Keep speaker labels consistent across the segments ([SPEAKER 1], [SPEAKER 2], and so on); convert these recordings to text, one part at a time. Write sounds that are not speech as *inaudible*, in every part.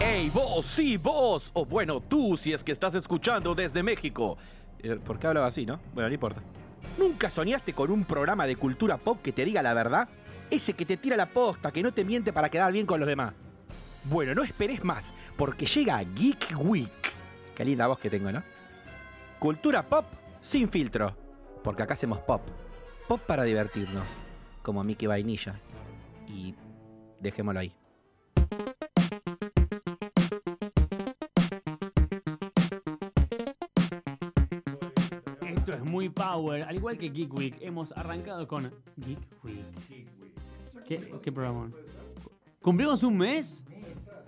[SPEAKER 1] Hey vos, sí vos, o bueno tú si es que estás escuchando desde México. Eh, ¿Por qué hablaba así, no? Bueno, no importa. ¿Nunca soñaste con un programa de cultura pop que te diga la verdad? Ese que te tira la posta, que no te miente para quedar bien con los demás. Bueno, no esperes más, porque llega Geek Week. Qué linda voz que tengo, ¿no? Cultura pop sin filtro, porque acá hacemos pop. Pop para divertirnos, como Mickey Vainilla. Y dejémoslo ahí.
[SPEAKER 2] Esto es muy power. Al igual que Geek Week, hemos arrancado con Geek Week. ¿Qué, qué programa? ¿Cumplimos un mes?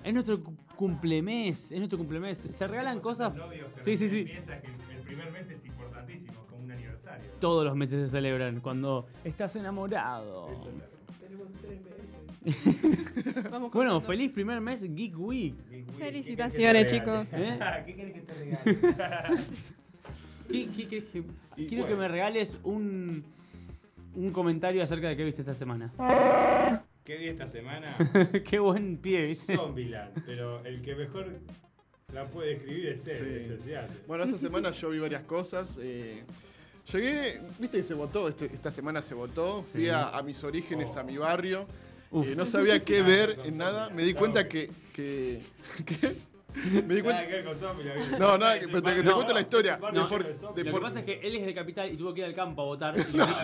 [SPEAKER 2] Es nuestro cu- cumplemés. Es nuestro cumplemés. Se regalan cosas. Sí, sí, sí.
[SPEAKER 3] Piensa que el primer mes es importantísimo, como un aniversario.
[SPEAKER 2] Todos los meses se celebran cuando estás enamorado.
[SPEAKER 4] Vamos con
[SPEAKER 2] *laughs* Bueno,
[SPEAKER 4] todo.
[SPEAKER 2] feliz primer mes Geek Week.
[SPEAKER 3] *laughs*
[SPEAKER 4] Felicitaciones, chicos.
[SPEAKER 2] ¿eh?
[SPEAKER 3] ¿Qué querés que te
[SPEAKER 5] *laughs*
[SPEAKER 3] regale?
[SPEAKER 2] ¿Qué- qué- qué- qué-
[SPEAKER 6] Y
[SPEAKER 2] quiero que
[SPEAKER 6] bueno.
[SPEAKER 2] me regales un, un comentario acerca de qué viste esta semana.
[SPEAKER 3] ¿Qué vi esta
[SPEAKER 5] *laughs*
[SPEAKER 3] semana?
[SPEAKER 2] *laughs* qué buen pie, ¿viste?
[SPEAKER 3] Zombieland, pero el que mejor la puede describir es él,
[SPEAKER 6] Sí.
[SPEAKER 3] es Ociate.
[SPEAKER 6] Bueno, esta semana yo vi varias cosas. eh, llegué, viste que se votó, este- esta semana se votó. Fui a, a mis orígenes,
[SPEAKER 3] Oh.
[SPEAKER 6] a mi barrio.
[SPEAKER 2] Uf.
[SPEAKER 6] eh, no sabía qué
[SPEAKER 3] Nada,
[SPEAKER 6] ver
[SPEAKER 3] no
[SPEAKER 6] en
[SPEAKER 3] sabía.
[SPEAKER 6] nada. Me di
[SPEAKER 3] Claro.
[SPEAKER 6] cuenta que. que, *laughs* que- me
[SPEAKER 3] Nada
[SPEAKER 6] di cuenta.
[SPEAKER 3] que ver con Zombieland.
[SPEAKER 6] No, nada,
[SPEAKER 3] Es
[SPEAKER 6] que-
[SPEAKER 3] el
[SPEAKER 6] pero te-
[SPEAKER 3] barrio-
[SPEAKER 6] te
[SPEAKER 3] no,
[SPEAKER 6] cuento la
[SPEAKER 3] es el
[SPEAKER 6] historia,
[SPEAKER 3] barrio
[SPEAKER 6] de por-
[SPEAKER 3] lleno Zombie.
[SPEAKER 2] Lo
[SPEAKER 6] de
[SPEAKER 2] que
[SPEAKER 6] por-
[SPEAKER 2] pasa es que él es de capital y tuvo que ir al campo a
[SPEAKER 6] *laughs*
[SPEAKER 2] votar.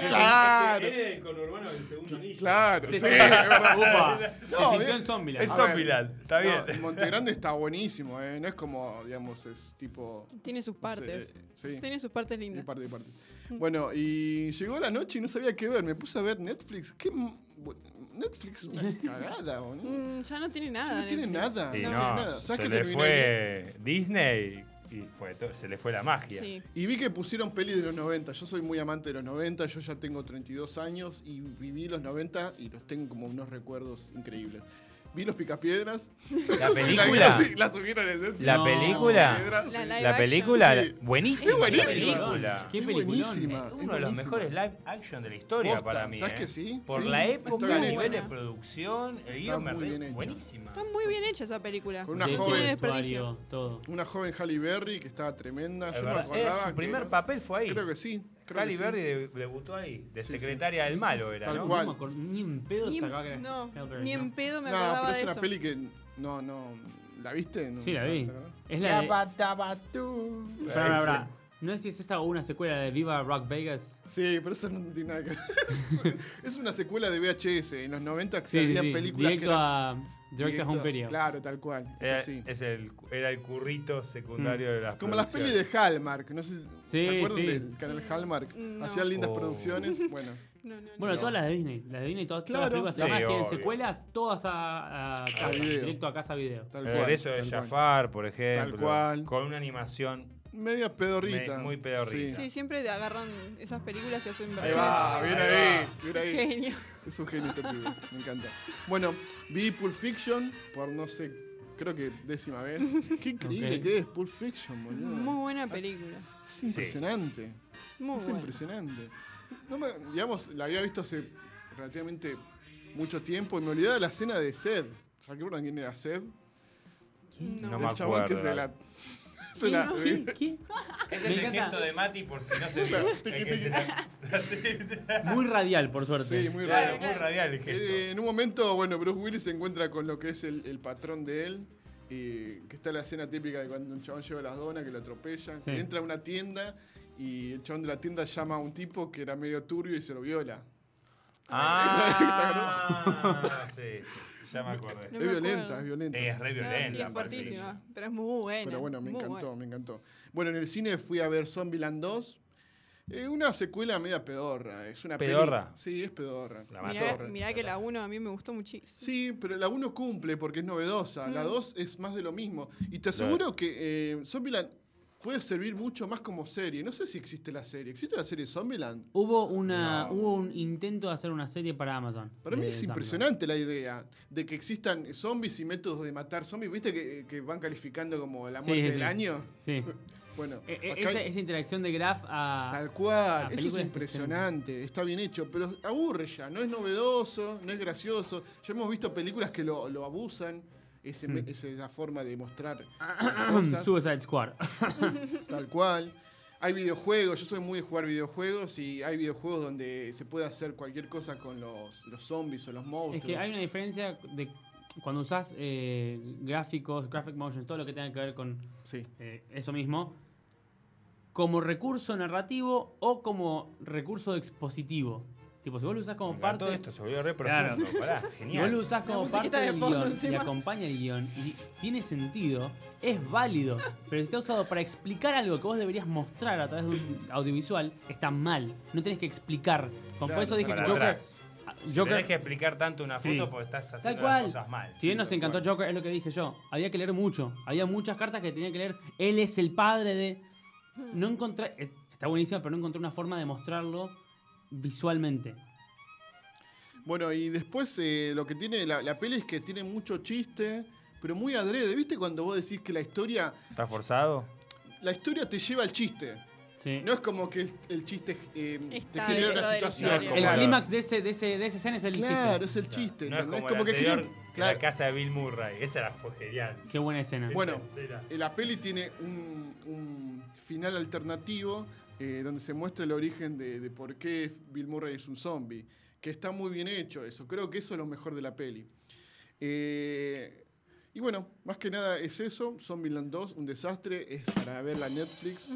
[SPEAKER 6] claro.
[SPEAKER 3] Él es el conurbano del segundo anillo.
[SPEAKER 6] Claro,
[SPEAKER 2] Se,
[SPEAKER 6] sí.
[SPEAKER 2] sintió- Upa. Se
[SPEAKER 6] No,
[SPEAKER 2] sintió
[SPEAKER 6] bien.
[SPEAKER 2] en Zombieland. Ah,
[SPEAKER 5] Es
[SPEAKER 6] A ver.
[SPEAKER 5] Zombieland, está bien.
[SPEAKER 6] No, Montegrande está buenísimo, eh, No es como, digamos, es tipo.
[SPEAKER 4] Tiene sus
[SPEAKER 6] no sé,
[SPEAKER 4] partes.
[SPEAKER 6] eh, sí.
[SPEAKER 4] Tiene Mm. sus partes
[SPEAKER 6] Y
[SPEAKER 4] lindas.
[SPEAKER 6] parte, y parte. Bueno, y llegó la noche y no sabía qué ver. Me puse a ver Netflix. ¿Qué? m- bu- Netflix es una
[SPEAKER 4] *laughs*
[SPEAKER 6] cagada, boludo.
[SPEAKER 4] Mm, ya no tiene nada.
[SPEAKER 6] no tiene
[SPEAKER 4] Netflix.
[SPEAKER 6] nada.
[SPEAKER 5] Y
[SPEAKER 6] no,
[SPEAKER 5] no,
[SPEAKER 6] tiene nada.
[SPEAKER 5] se
[SPEAKER 6] ¿Sabes qué
[SPEAKER 5] le
[SPEAKER 6] terminé
[SPEAKER 5] fue Disney y fue to- se le fue la magia.
[SPEAKER 4] Sí.
[SPEAKER 6] Y vi que pusieron peli de los 90. Yo soy muy amante de los 90. Yo ya tengo 32 años y viví los 90 y los tengo como unos recuerdos increíbles. Vi los Picapiedras.
[SPEAKER 5] La
[SPEAKER 6] La,
[SPEAKER 5] película,
[SPEAKER 6] sí, la subieron en Netflix.
[SPEAKER 5] la
[SPEAKER 2] No.
[SPEAKER 5] película,
[SPEAKER 4] La
[SPEAKER 6] Picapiedras, sí.
[SPEAKER 4] live
[SPEAKER 5] la
[SPEAKER 4] action.
[SPEAKER 5] película,
[SPEAKER 6] Sí.
[SPEAKER 5] buenísima,
[SPEAKER 6] Es
[SPEAKER 5] la
[SPEAKER 6] buenísima.
[SPEAKER 5] película.
[SPEAKER 2] Qué
[SPEAKER 6] Es
[SPEAKER 2] peliculón.
[SPEAKER 6] buenísima.
[SPEAKER 5] Es
[SPEAKER 6] Es
[SPEAKER 5] uno de los
[SPEAKER 6] buenísima.
[SPEAKER 5] mejores live action de la historia
[SPEAKER 6] Posta,
[SPEAKER 5] para mí.
[SPEAKER 6] ¿sabes
[SPEAKER 5] eh.
[SPEAKER 6] que sí?
[SPEAKER 5] Por
[SPEAKER 6] Sí,
[SPEAKER 5] la
[SPEAKER 6] está
[SPEAKER 5] época,
[SPEAKER 6] bien
[SPEAKER 5] el nivel
[SPEAKER 4] hecha.
[SPEAKER 5] de producción, el guión me
[SPEAKER 6] muy
[SPEAKER 5] re-
[SPEAKER 6] bien hecha.
[SPEAKER 5] buenísima.
[SPEAKER 4] Está muy bien hecha esa película.
[SPEAKER 6] Con una
[SPEAKER 2] De
[SPEAKER 6] joven.
[SPEAKER 4] No tiene
[SPEAKER 2] vestuario,
[SPEAKER 4] desperdicio.
[SPEAKER 2] todo.
[SPEAKER 6] Una joven Halle Berry que estaba tremenda.
[SPEAKER 5] Es
[SPEAKER 6] Yo no
[SPEAKER 5] verdad, eh,
[SPEAKER 6] acordaba.
[SPEAKER 5] su
[SPEAKER 6] que-
[SPEAKER 5] primer papel fue ahí.
[SPEAKER 6] Creo que sí. Creo
[SPEAKER 5] Halle
[SPEAKER 6] que sí.
[SPEAKER 5] Berry de- debutó ahí, de
[SPEAKER 6] Sí, sí.
[SPEAKER 5] secretaria del malo era,
[SPEAKER 6] Tal
[SPEAKER 5] ¿no?
[SPEAKER 6] cual.
[SPEAKER 2] No me acuerdo, ni en pedo
[SPEAKER 4] Ni,
[SPEAKER 2] sacaba que-
[SPEAKER 4] en- no,
[SPEAKER 2] Hellberry,
[SPEAKER 4] ni
[SPEAKER 2] no.
[SPEAKER 4] en pedo me
[SPEAKER 6] No,
[SPEAKER 4] acordaba
[SPEAKER 6] pero es
[SPEAKER 4] de
[SPEAKER 6] una
[SPEAKER 4] eso.
[SPEAKER 6] peli que. No, no. ¿La viste? No,
[SPEAKER 2] Sí, la vi.
[SPEAKER 6] ¿verdad?
[SPEAKER 2] Es la de...
[SPEAKER 5] Tabatabatú.
[SPEAKER 2] Pará, pará, pará. No sé si es esta o una secuela de Viva Rock Vegas.
[SPEAKER 6] Sí, pero eso no tiene nada que ver. *laughs* es una secuela de VHS. En los 90 que
[SPEAKER 2] Sí, sí,
[SPEAKER 6] salían
[SPEAKER 2] sí.
[SPEAKER 6] películas
[SPEAKER 2] Directo
[SPEAKER 6] que eran.
[SPEAKER 2] a... Directo a Home
[SPEAKER 6] directo-
[SPEAKER 2] Video.
[SPEAKER 6] Claro, tal cual. Es
[SPEAKER 5] Era,
[SPEAKER 6] así.
[SPEAKER 5] Eh, es el, era el currito secundario de las
[SPEAKER 6] Mm. Como las pelis
[SPEAKER 5] producciones.
[SPEAKER 6] de Hallmark. No sé,
[SPEAKER 2] Sí,
[SPEAKER 6] ¿Se acuerdan
[SPEAKER 2] sí.
[SPEAKER 6] del canal Hallmark?
[SPEAKER 4] Mm, No.
[SPEAKER 6] Hacían lindas
[SPEAKER 5] Oh.
[SPEAKER 4] *laughs*
[SPEAKER 6] producciones. Bueno,
[SPEAKER 4] No, no, no.
[SPEAKER 2] Bueno,
[SPEAKER 6] No.
[SPEAKER 2] todas las de Disney. Las de Disney, todas, todas
[SPEAKER 6] Claro.
[SPEAKER 2] las películas
[SPEAKER 6] Sí,
[SPEAKER 2] además tienen
[SPEAKER 5] obvio.
[SPEAKER 2] secuelas, todas a, a casa,
[SPEAKER 6] video.
[SPEAKER 2] directo a casa video.
[SPEAKER 6] tal
[SPEAKER 5] El
[SPEAKER 6] cual.
[SPEAKER 5] regreso Eh, de
[SPEAKER 6] tal cual.
[SPEAKER 5] Jafar, por ejemplo.
[SPEAKER 6] cual.
[SPEAKER 5] Con una animación.
[SPEAKER 6] Media pedorrita.
[SPEAKER 5] Me- muy pedorrita.
[SPEAKER 4] Sí, siempre te agarran esas películas y hacen
[SPEAKER 6] Ahí
[SPEAKER 4] versiones.
[SPEAKER 6] va, bien ahí, bien ahí.
[SPEAKER 4] Genio.
[SPEAKER 6] Es un genio este pibe, me encanta. Bueno, vi Pulp Fiction por no sé, creo que décima vez. Qué increíble
[SPEAKER 2] Ok.
[SPEAKER 6] que es Pulp Fiction,
[SPEAKER 4] Muy
[SPEAKER 6] boludo.
[SPEAKER 4] buena película.
[SPEAKER 6] Es impresionante.
[SPEAKER 4] Muy
[SPEAKER 6] es
[SPEAKER 4] buena.
[SPEAKER 6] impresionante. No me- digamos, la había visto hace relativamente mucho tiempo y me olvidaba de la escena de Sed. ¿Se acuerdan quién era Sed?
[SPEAKER 5] No
[SPEAKER 6] El
[SPEAKER 5] me
[SPEAKER 6] chabón que
[SPEAKER 5] acuerdo.
[SPEAKER 6] se la. *laughs* Se la eh,
[SPEAKER 2] ¿Qué? ¿Qué? Me
[SPEAKER 5] Este es el
[SPEAKER 2] encanta.
[SPEAKER 5] gesto de Mati por si no se vio.
[SPEAKER 6] Claro,
[SPEAKER 5] Es
[SPEAKER 6] tiqui,
[SPEAKER 5] que se
[SPEAKER 6] tiqui.
[SPEAKER 5] la- así, *laughs*
[SPEAKER 2] Muy radial, por suerte.
[SPEAKER 6] sí, muy
[SPEAKER 5] claro,
[SPEAKER 6] raro.
[SPEAKER 5] muy radial el gesto.
[SPEAKER 6] Eh, en un momento, bueno, Bruce Willis se encuentra con lo que es el, el patrón de él. Y que está la escena típica de cuando un chabón lleva las donas, que lo atropellan.
[SPEAKER 2] Sí.
[SPEAKER 6] Entra a una tienda y el chabón de la tienda llama a un tipo que era medio turbio y se lo viola. *laughs*
[SPEAKER 5] Ah, sí, sí, ya me acordé. Eh,
[SPEAKER 4] No
[SPEAKER 6] es
[SPEAKER 4] me
[SPEAKER 6] violenta,
[SPEAKER 4] acuerdo.
[SPEAKER 6] es violenta.
[SPEAKER 5] Es re
[SPEAKER 4] No,
[SPEAKER 5] violenta.
[SPEAKER 4] sí, es
[SPEAKER 5] aparte.
[SPEAKER 4] fuertísima. Pero es muy buena.
[SPEAKER 6] Pero bueno, me
[SPEAKER 4] muy
[SPEAKER 6] encantó,
[SPEAKER 4] buena.
[SPEAKER 6] me encantó. Bueno, en el cine fui a ver Zombieland 2. eh, una secuela media pedorra. Es una peli-
[SPEAKER 5] ¿Pedorra?
[SPEAKER 6] Sí, es pedorra.
[SPEAKER 5] La
[SPEAKER 4] Mirá,
[SPEAKER 5] mató.
[SPEAKER 4] mirá que la 1 a mí me gustó muchísimo.
[SPEAKER 6] Sí, pero la 1 cumple porque es novedosa. La
[SPEAKER 4] Mm.
[SPEAKER 6] 2 es más de lo mismo. Y te aseguro que eh, Zombieland puede servir mucho más como serie. No sé si existe la serie. ¿Existe la serie Zombieland?
[SPEAKER 2] Hubo, una,
[SPEAKER 5] No.
[SPEAKER 2] hubo un intento de hacer una serie para Amazon.
[SPEAKER 6] Para mí
[SPEAKER 2] de
[SPEAKER 6] es
[SPEAKER 2] Eh, Zombieland.
[SPEAKER 6] impresionante la idea de que existan zombies y métodos de matar zombies. ¿Viste que, que van calificando como la
[SPEAKER 2] Sí,
[SPEAKER 6] muerte
[SPEAKER 2] sí,
[SPEAKER 6] del
[SPEAKER 2] sí.
[SPEAKER 6] año?
[SPEAKER 2] Sí.
[SPEAKER 6] Bueno,
[SPEAKER 4] Eh,
[SPEAKER 2] E- e-
[SPEAKER 6] Eh, acá-
[SPEAKER 2] esa, esa interacción de Graf a...
[SPEAKER 6] Tal cual, eso es
[SPEAKER 2] Ah, película es
[SPEAKER 6] impresionante, está bien hecho, pero aburre ya, no es novedoso, no es gracioso. Ya hemos visto películas que lo, lo abusan, ese
[SPEAKER 2] Hmm.
[SPEAKER 6] me- esa forma de mostrar
[SPEAKER 2] *clears throat*
[SPEAKER 6] las cosas,
[SPEAKER 2] Suicide Squad.
[SPEAKER 6] tal cual. Hay videojuegos, yo soy muy de jugar videojuegos y hay videojuegos donde se puede hacer cualquier cosa con los, los zombies o los monstruos.
[SPEAKER 2] es que hay una diferencia de cuando usás eh, gráficos, graphic motions, todo lo que tenga que ver con
[SPEAKER 6] Sí,
[SPEAKER 2] eh, eso mismo, como recurso narrativo o como recurso expositivo. Tipo, si vos lo usás como
[SPEAKER 5] Mirá,
[SPEAKER 2] parte.
[SPEAKER 5] Todo esto se volvió re
[SPEAKER 2] Claro.
[SPEAKER 5] profundo. Pará,
[SPEAKER 2] Si vos
[SPEAKER 5] genial.
[SPEAKER 2] lo usás como
[SPEAKER 4] musiquita
[SPEAKER 2] parte
[SPEAKER 4] de
[SPEAKER 2] del
[SPEAKER 4] fondo
[SPEAKER 2] guión y
[SPEAKER 4] encima.
[SPEAKER 2] acompaña el guión y tiene sentido, es válido. Pero si está usado para explicar algo que vos deberías mostrar a través de un audiovisual, está mal. No tenés que explicar. Con-
[SPEAKER 6] Claro,
[SPEAKER 2] por eso dije que
[SPEAKER 5] Para
[SPEAKER 2] Joker. Ah,
[SPEAKER 5] atrás. Tenés
[SPEAKER 2] Joker
[SPEAKER 5] que explicar tanto una
[SPEAKER 2] Sí.
[SPEAKER 5] foto pues, porque estás haciendo
[SPEAKER 2] cual.
[SPEAKER 5] las cosas mal.
[SPEAKER 2] si bien nos
[SPEAKER 6] tal
[SPEAKER 2] encantó
[SPEAKER 6] cual.
[SPEAKER 2] Joker, es lo que dije yo. Había que leer mucho. Había muchas cartas que tenía que leer. Él es el padre de. No encontré. es- está buenísima, pero no encontré una forma de mostrarlo visualmente.
[SPEAKER 6] Bueno, y después eh, lo que tiene la, la peli es que tiene mucho chiste, pero muy adrede. ¿Viste cuando vos decís que la historia,
[SPEAKER 5] ¿Está forzado?
[SPEAKER 6] la historia te lleva al chiste?
[SPEAKER 2] Sí.
[SPEAKER 6] No es como que el, el chiste eh, te
[SPEAKER 4] Está
[SPEAKER 6] genera
[SPEAKER 4] dentro
[SPEAKER 6] una
[SPEAKER 4] de la
[SPEAKER 6] situación.
[SPEAKER 4] historia.
[SPEAKER 2] el
[SPEAKER 5] claro.
[SPEAKER 2] clímax de, ese, de, ese, de esa escena es el chiste.
[SPEAKER 6] Claro, es el chiste.
[SPEAKER 5] No es
[SPEAKER 6] ¿entendés?
[SPEAKER 5] como, el
[SPEAKER 6] que
[SPEAKER 5] anterior,
[SPEAKER 6] genera-
[SPEAKER 5] la
[SPEAKER 6] claro.
[SPEAKER 5] casa de Bill Murray. Esa era, fue genial.
[SPEAKER 2] Qué buena escena.
[SPEAKER 6] Bueno.
[SPEAKER 5] Esa escena.
[SPEAKER 6] Eh, La peli tiene un, un final alternativo eh, donde se muestra el origen de, de por qué Bill Murray es un zombie. Que está muy bien hecho eso. Creo que eso es lo mejor de la peli. Eh, y bueno, más que nada es eso. Zombieland 2, un desastre. Es para verla en Netflix.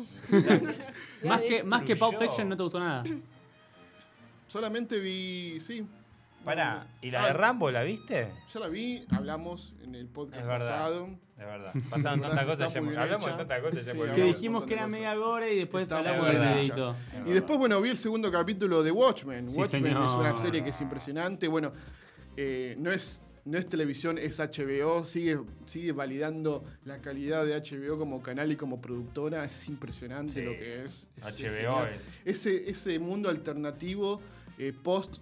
[SPEAKER 2] Más que, más que Pulp
[SPEAKER 5] destruyó.
[SPEAKER 2] Fiction no te gustó nada.
[SPEAKER 6] Solamente vi. Sí.
[SPEAKER 5] Pará, ¿y la
[SPEAKER 6] Ah,
[SPEAKER 5] de Rambo la viste?
[SPEAKER 6] Ya la vi, hablamos en el podcast
[SPEAKER 5] Es verdad.
[SPEAKER 6] pasado.
[SPEAKER 5] De verdad. Pasaron tantas
[SPEAKER 6] Está
[SPEAKER 5] cosas, ya
[SPEAKER 6] muy
[SPEAKER 5] hemos-
[SPEAKER 6] bien
[SPEAKER 5] hablamos de
[SPEAKER 6] hecha.
[SPEAKER 5] tantas cosas, ya
[SPEAKER 6] Sí,
[SPEAKER 5] hemos
[SPEAKER 2] Que
[SPEAKER 6] hablamos de
[SPEAKER 5] hablado.
[SPEAKER 6] un
[SPEAKER 2] dijimos
[SPEAKER 6] montón
[SPEAKER 2] que
[SPEAKER 6] de
[SPEAKER 2] era
[SPEAKER 6] cosas.
[SPEAKER 2] media gore y después
[SPEAKER 6] Está
[SPEAKER 2] hablamos
[SPEAKER 5] muy
[SPEAKER 2] del
[SPEAKER 5] buena.
[SPEAKER 2] dedito.
[SPEAKER 5] Es
[SPEAKER 6] Y
[SPEAKER 5] verdad.
[SPEAKER 6] después, bueno, vi el segundo capítulo de Watchmen.
[SPEAKER 2] Sí,
[SPEAKER 6] Watchmen es una
[SPEAKER 2] señor.
[SPEAKER 6] serie que es impresionante. Bueno, eh, no, es, no es televisión, es HBO. Sigue, sigue validando la calidad de HBO como canal y como productora. Es impresionante
[SPEAKER 5] Sí.
[SPEAKER 6] lo que es. Es
[SPEAKER 5] HBO
[SPEAKER 6] genial.
[SPEAKER 5] es.
[SPEAKER 6] Ese, ese mundo alternativo eh, post.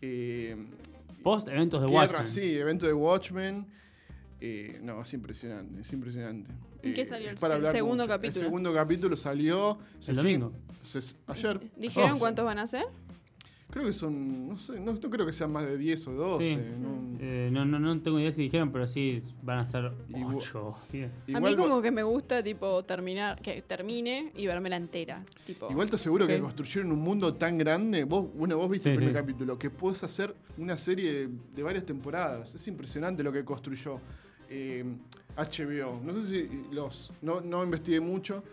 [SPEAKER 6] eh,
[SPEAKER 2] Post eventos de
[SPEAKER 6] guerra,
[SPEAKER 2] Watchmen.
[SPEAKER 6] sí, evento de Watchmen. Eh, no, es impresionante, es impresionante.
[SPEAKER 4] ¿En qué
[SPEAKER 6] Eh,
[SPEAKER 4] salió
[SPEAKER 6] es
[SPEAKER 4] el-
[SPEAKER 6] para
[SPEAKER 4] el
[SPEAKER 6] hablar
[SPEAKER 4] segundo
[SPEAKER 6] mucho.
[SPEAKER 4] capítulo?
[SPEAKER 6] El segundo capítulo salió. se
[SPEAKER 2] El
[SPEAKER 6] sigue-
[SPEAKER 2] domingo.
[SPEAKER 6] se- ayer.
[SPEAKER 4] ¿Dijeron
[SPEAKER 6] Ayer.
[SPEAKER 4] cuántos van a ser?
[SPEAKER 6] Creo que son, no sé, no, no creo que sean más de 10 o 12.
[SPEAKER 2] Sí.
[SPEAKER 6] no-
[SPEAKER 2] Eh, no, no, no tengo idea si dijeron, pero sí van a ser
[SPEAKER 6] Igual-
[SPEAKER 2] 8.
[SPEAKER 6] Igual,
[SPEAKER 4] a mí como que me gusta tipo terminar, que termine y vermela entera. Tipo,
[SPEAKER 6] igual te aseguro
[SPEAKER 4] Ok.
[SPEAKER 6] que construyeron un mundo tan grande. Vos, bueno, vos viste el
[SPEAKER 2] Sí,
[SPEAKER 6] primer
[SPEAKER 2] sí.
[SPEAKER 6] capítulo, que puedes hacer una serie de varias temporadas. Es impresionante lo que construyó eh, HBO. No sé si los. No, no investigué mucho.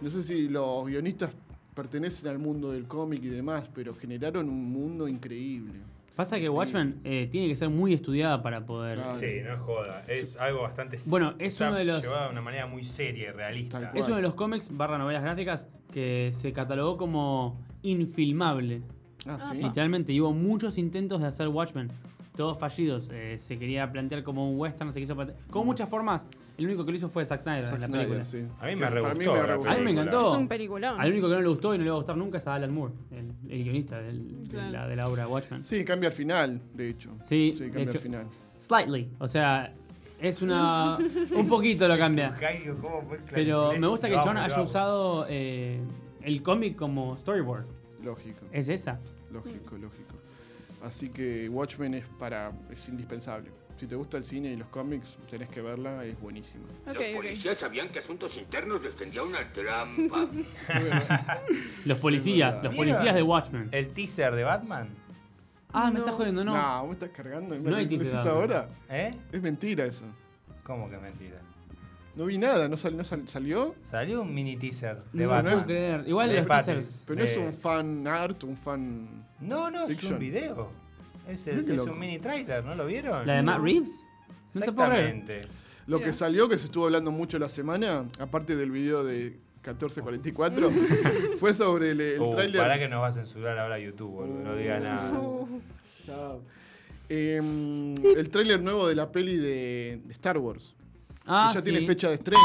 [SPEAKER 6] No sé si los guionistas pertenecen al mundo del cómic y demás, pero generaron un mundo increíble.
[SPEAKER 2] Pasa que Watchmen eh, tiene que ser muy estudiada para poder.
[SPEAKER 6] Claro.
[SPEAKER 5] Sí, no es joda. Es algo bastante.
[SPEAKER 2] Bueno, es
[SPEAKER 5] está
[SPEAKER 2] uno de los-
[SPEAKER 5] Llevado de una manera muy seria y realista.
[SPEAKER 6] Tal
[SPEAKER 2] Es
[SPEAKER 6] cual.
[SPEAKER 2] uno de los cómics barra novelas gráficas que se catalogó como infilmable.
[SPEAKER 6] Ah, sí.
[SPEAKER 2] Literalmente, y hubo muchos intentos de hacer Watchmen, todos fallidos. Eh, se quería plantear como un western, se quiso plantear. Con muchas formas. El único que lo hizo fue Zack Snyder
[SPEAKER 6] Zack
[SPEAKER 2] en la
[SPEAKER 6] Snyder,
[SPEAKER 2] película.
[SPEAKER 6] sí.
[SPEAKER 5] A mí me
[SPEAKER 6] Para
[SPEAKER 5] re
[SPEAKER 6] mí
[SPEAKER 5] gustó
[SPEAKER 6] me
[SPEAKER 5] la
[SPEAKER 6] re gustó.
[SPEAKER 2] A mí me
[SPEAKER 5] película.
[SPEAKER 2] encantó.
[SPEAKER 4] es un peliculón.
[SPEAKER 2] Al único que no le gustó y no le va a gustar nunca es a Alan Moore, el, el guionista del- de,
[SPEAKER 4] Claro.
[SPEAKER 2] la, de la obra Watchmen.
[SPEAKER 6] Sí, cambia al final, de hecho.
[SPEAKER 2] Sí,
[SPEAKER 6] Sí,
[SPEAKER 2] de
[SPEAKER 6] cambia
[SPEAKER 2] hecho,
[SPEAKER 6] al final.
[SPEAKER 2] slightly. O sea, es una. un poquito lo
[SPEAKER 5] Es
[SPEAKER 2] cambia.
[SPEAKER 5] un Jairo, ¿cómo fue claro?
[SPEAKER 2] Pero me gusta que
[SPEAKER 5] Lo
[SPEAKER 2] el
[SPEAKER 5] amo,
[SPEAKER 2] chabón
[SPEAKER 5] lo
[SPEAKER 2] haya
[SPEAKER 5] amo.
[SPEAKER 2] usado eh, el cómic como storyboard.
[SPEAKER 6] Lógico.
[SPEAKER 2] Es esa.
[SPEAKER 6] Lógico, lógico. Así que Watchmen es para es indispensable. Si te gusta el cine y los cómics, tenés que verla, es buenísima.
[SPEAKER 4] Ok,
[SPEAKER 7] Los
[SPEAKER 4] ok.
[SPEAKER 7] policías sabían que Asuntos Internos les tendía una trampa.
[SPEAKER 2] Los policías, los
[SPEAKER 5] ¿Vieron?
[SPEAKER 2] policías de Watchmen.
[SPEAKER 5] El teaser de Batman,
[SPEAKER 2] Ah, me
[SPEAKER 4] No.
[SPEAKER 2] estás jodiendo,
[SPEAKER 6] No,
[SPEAKER 2] no.
[SPEAKER 6] vos estás cargando. ¿Me
[SPEAKER 2] No hay
[SPEAKER 6] lo decís
[SPEAKER 2] teaser,
[SPEAKER 6] ahora?
[SPEAKER 5] ¿eh?
[SPEAKER 6] Es mentira eso.
[SPEAKER 5] ¿Cómo que mentira?
[SPEAKER 6] No vi nada, no, sal- no sal- salió.
[SPEAKER 5] Salió un mini teaser de
[SPEAKER 2] No,
[SPEAKER 5] Batman.
[SPEAKER 2] puedo creer. Igual
[SPEAKER 5] De
[SPEAKER 2] los
[SPEAKER 5] Pattinson.
[SPEAKER 2] teasers.
[SPEAKER 6] Pero
[SPEAKER 5] De-
[SPEAKER 6] es un fan art, un fan.
[SPEAKER 5] No, no, es un
[SPEAKER 6] Fiction.
[SPEAKER 5] video. Es,
[SPEAKER 6] Mirá
[SPEAKER 5] el-
[SPEAKER 6] qué
[SPEAKER 5] es
[SPEAKER 6] loco.
[SPEAKER 5] un mini trailer, ¿no lo vieron?
[SPEAKER 2] ¿La de Matt Reeves? No te puedo creer.
[SPEAKER 5] Exactamente.
[SPEAKER 6] Lo
[SPEAKER 4] Mirá.
[SPEAKER 6] que salió, que se estuvo hablando mucho la semana, aparte del video de 1444, fue sobre el, el
[SPEAKER 5] Uh,
[SPEAKER 6] tráiler.
[SPEAKER 5] Pará que nos va a censurar ahora YouTube, boludo, no diga
[SPEAKER 2] *laughs*
[SPEAKER 5] nada.
[SPEAKER 6] Chao. Em, el tráiler nuevo de la peli de- de Star Wars.
[SPEAKER 2] Ah,
[SPEAKER 6] ya
[SPEAKER 2] sí.
[SPEAKER 6] tiene fecha de estreno.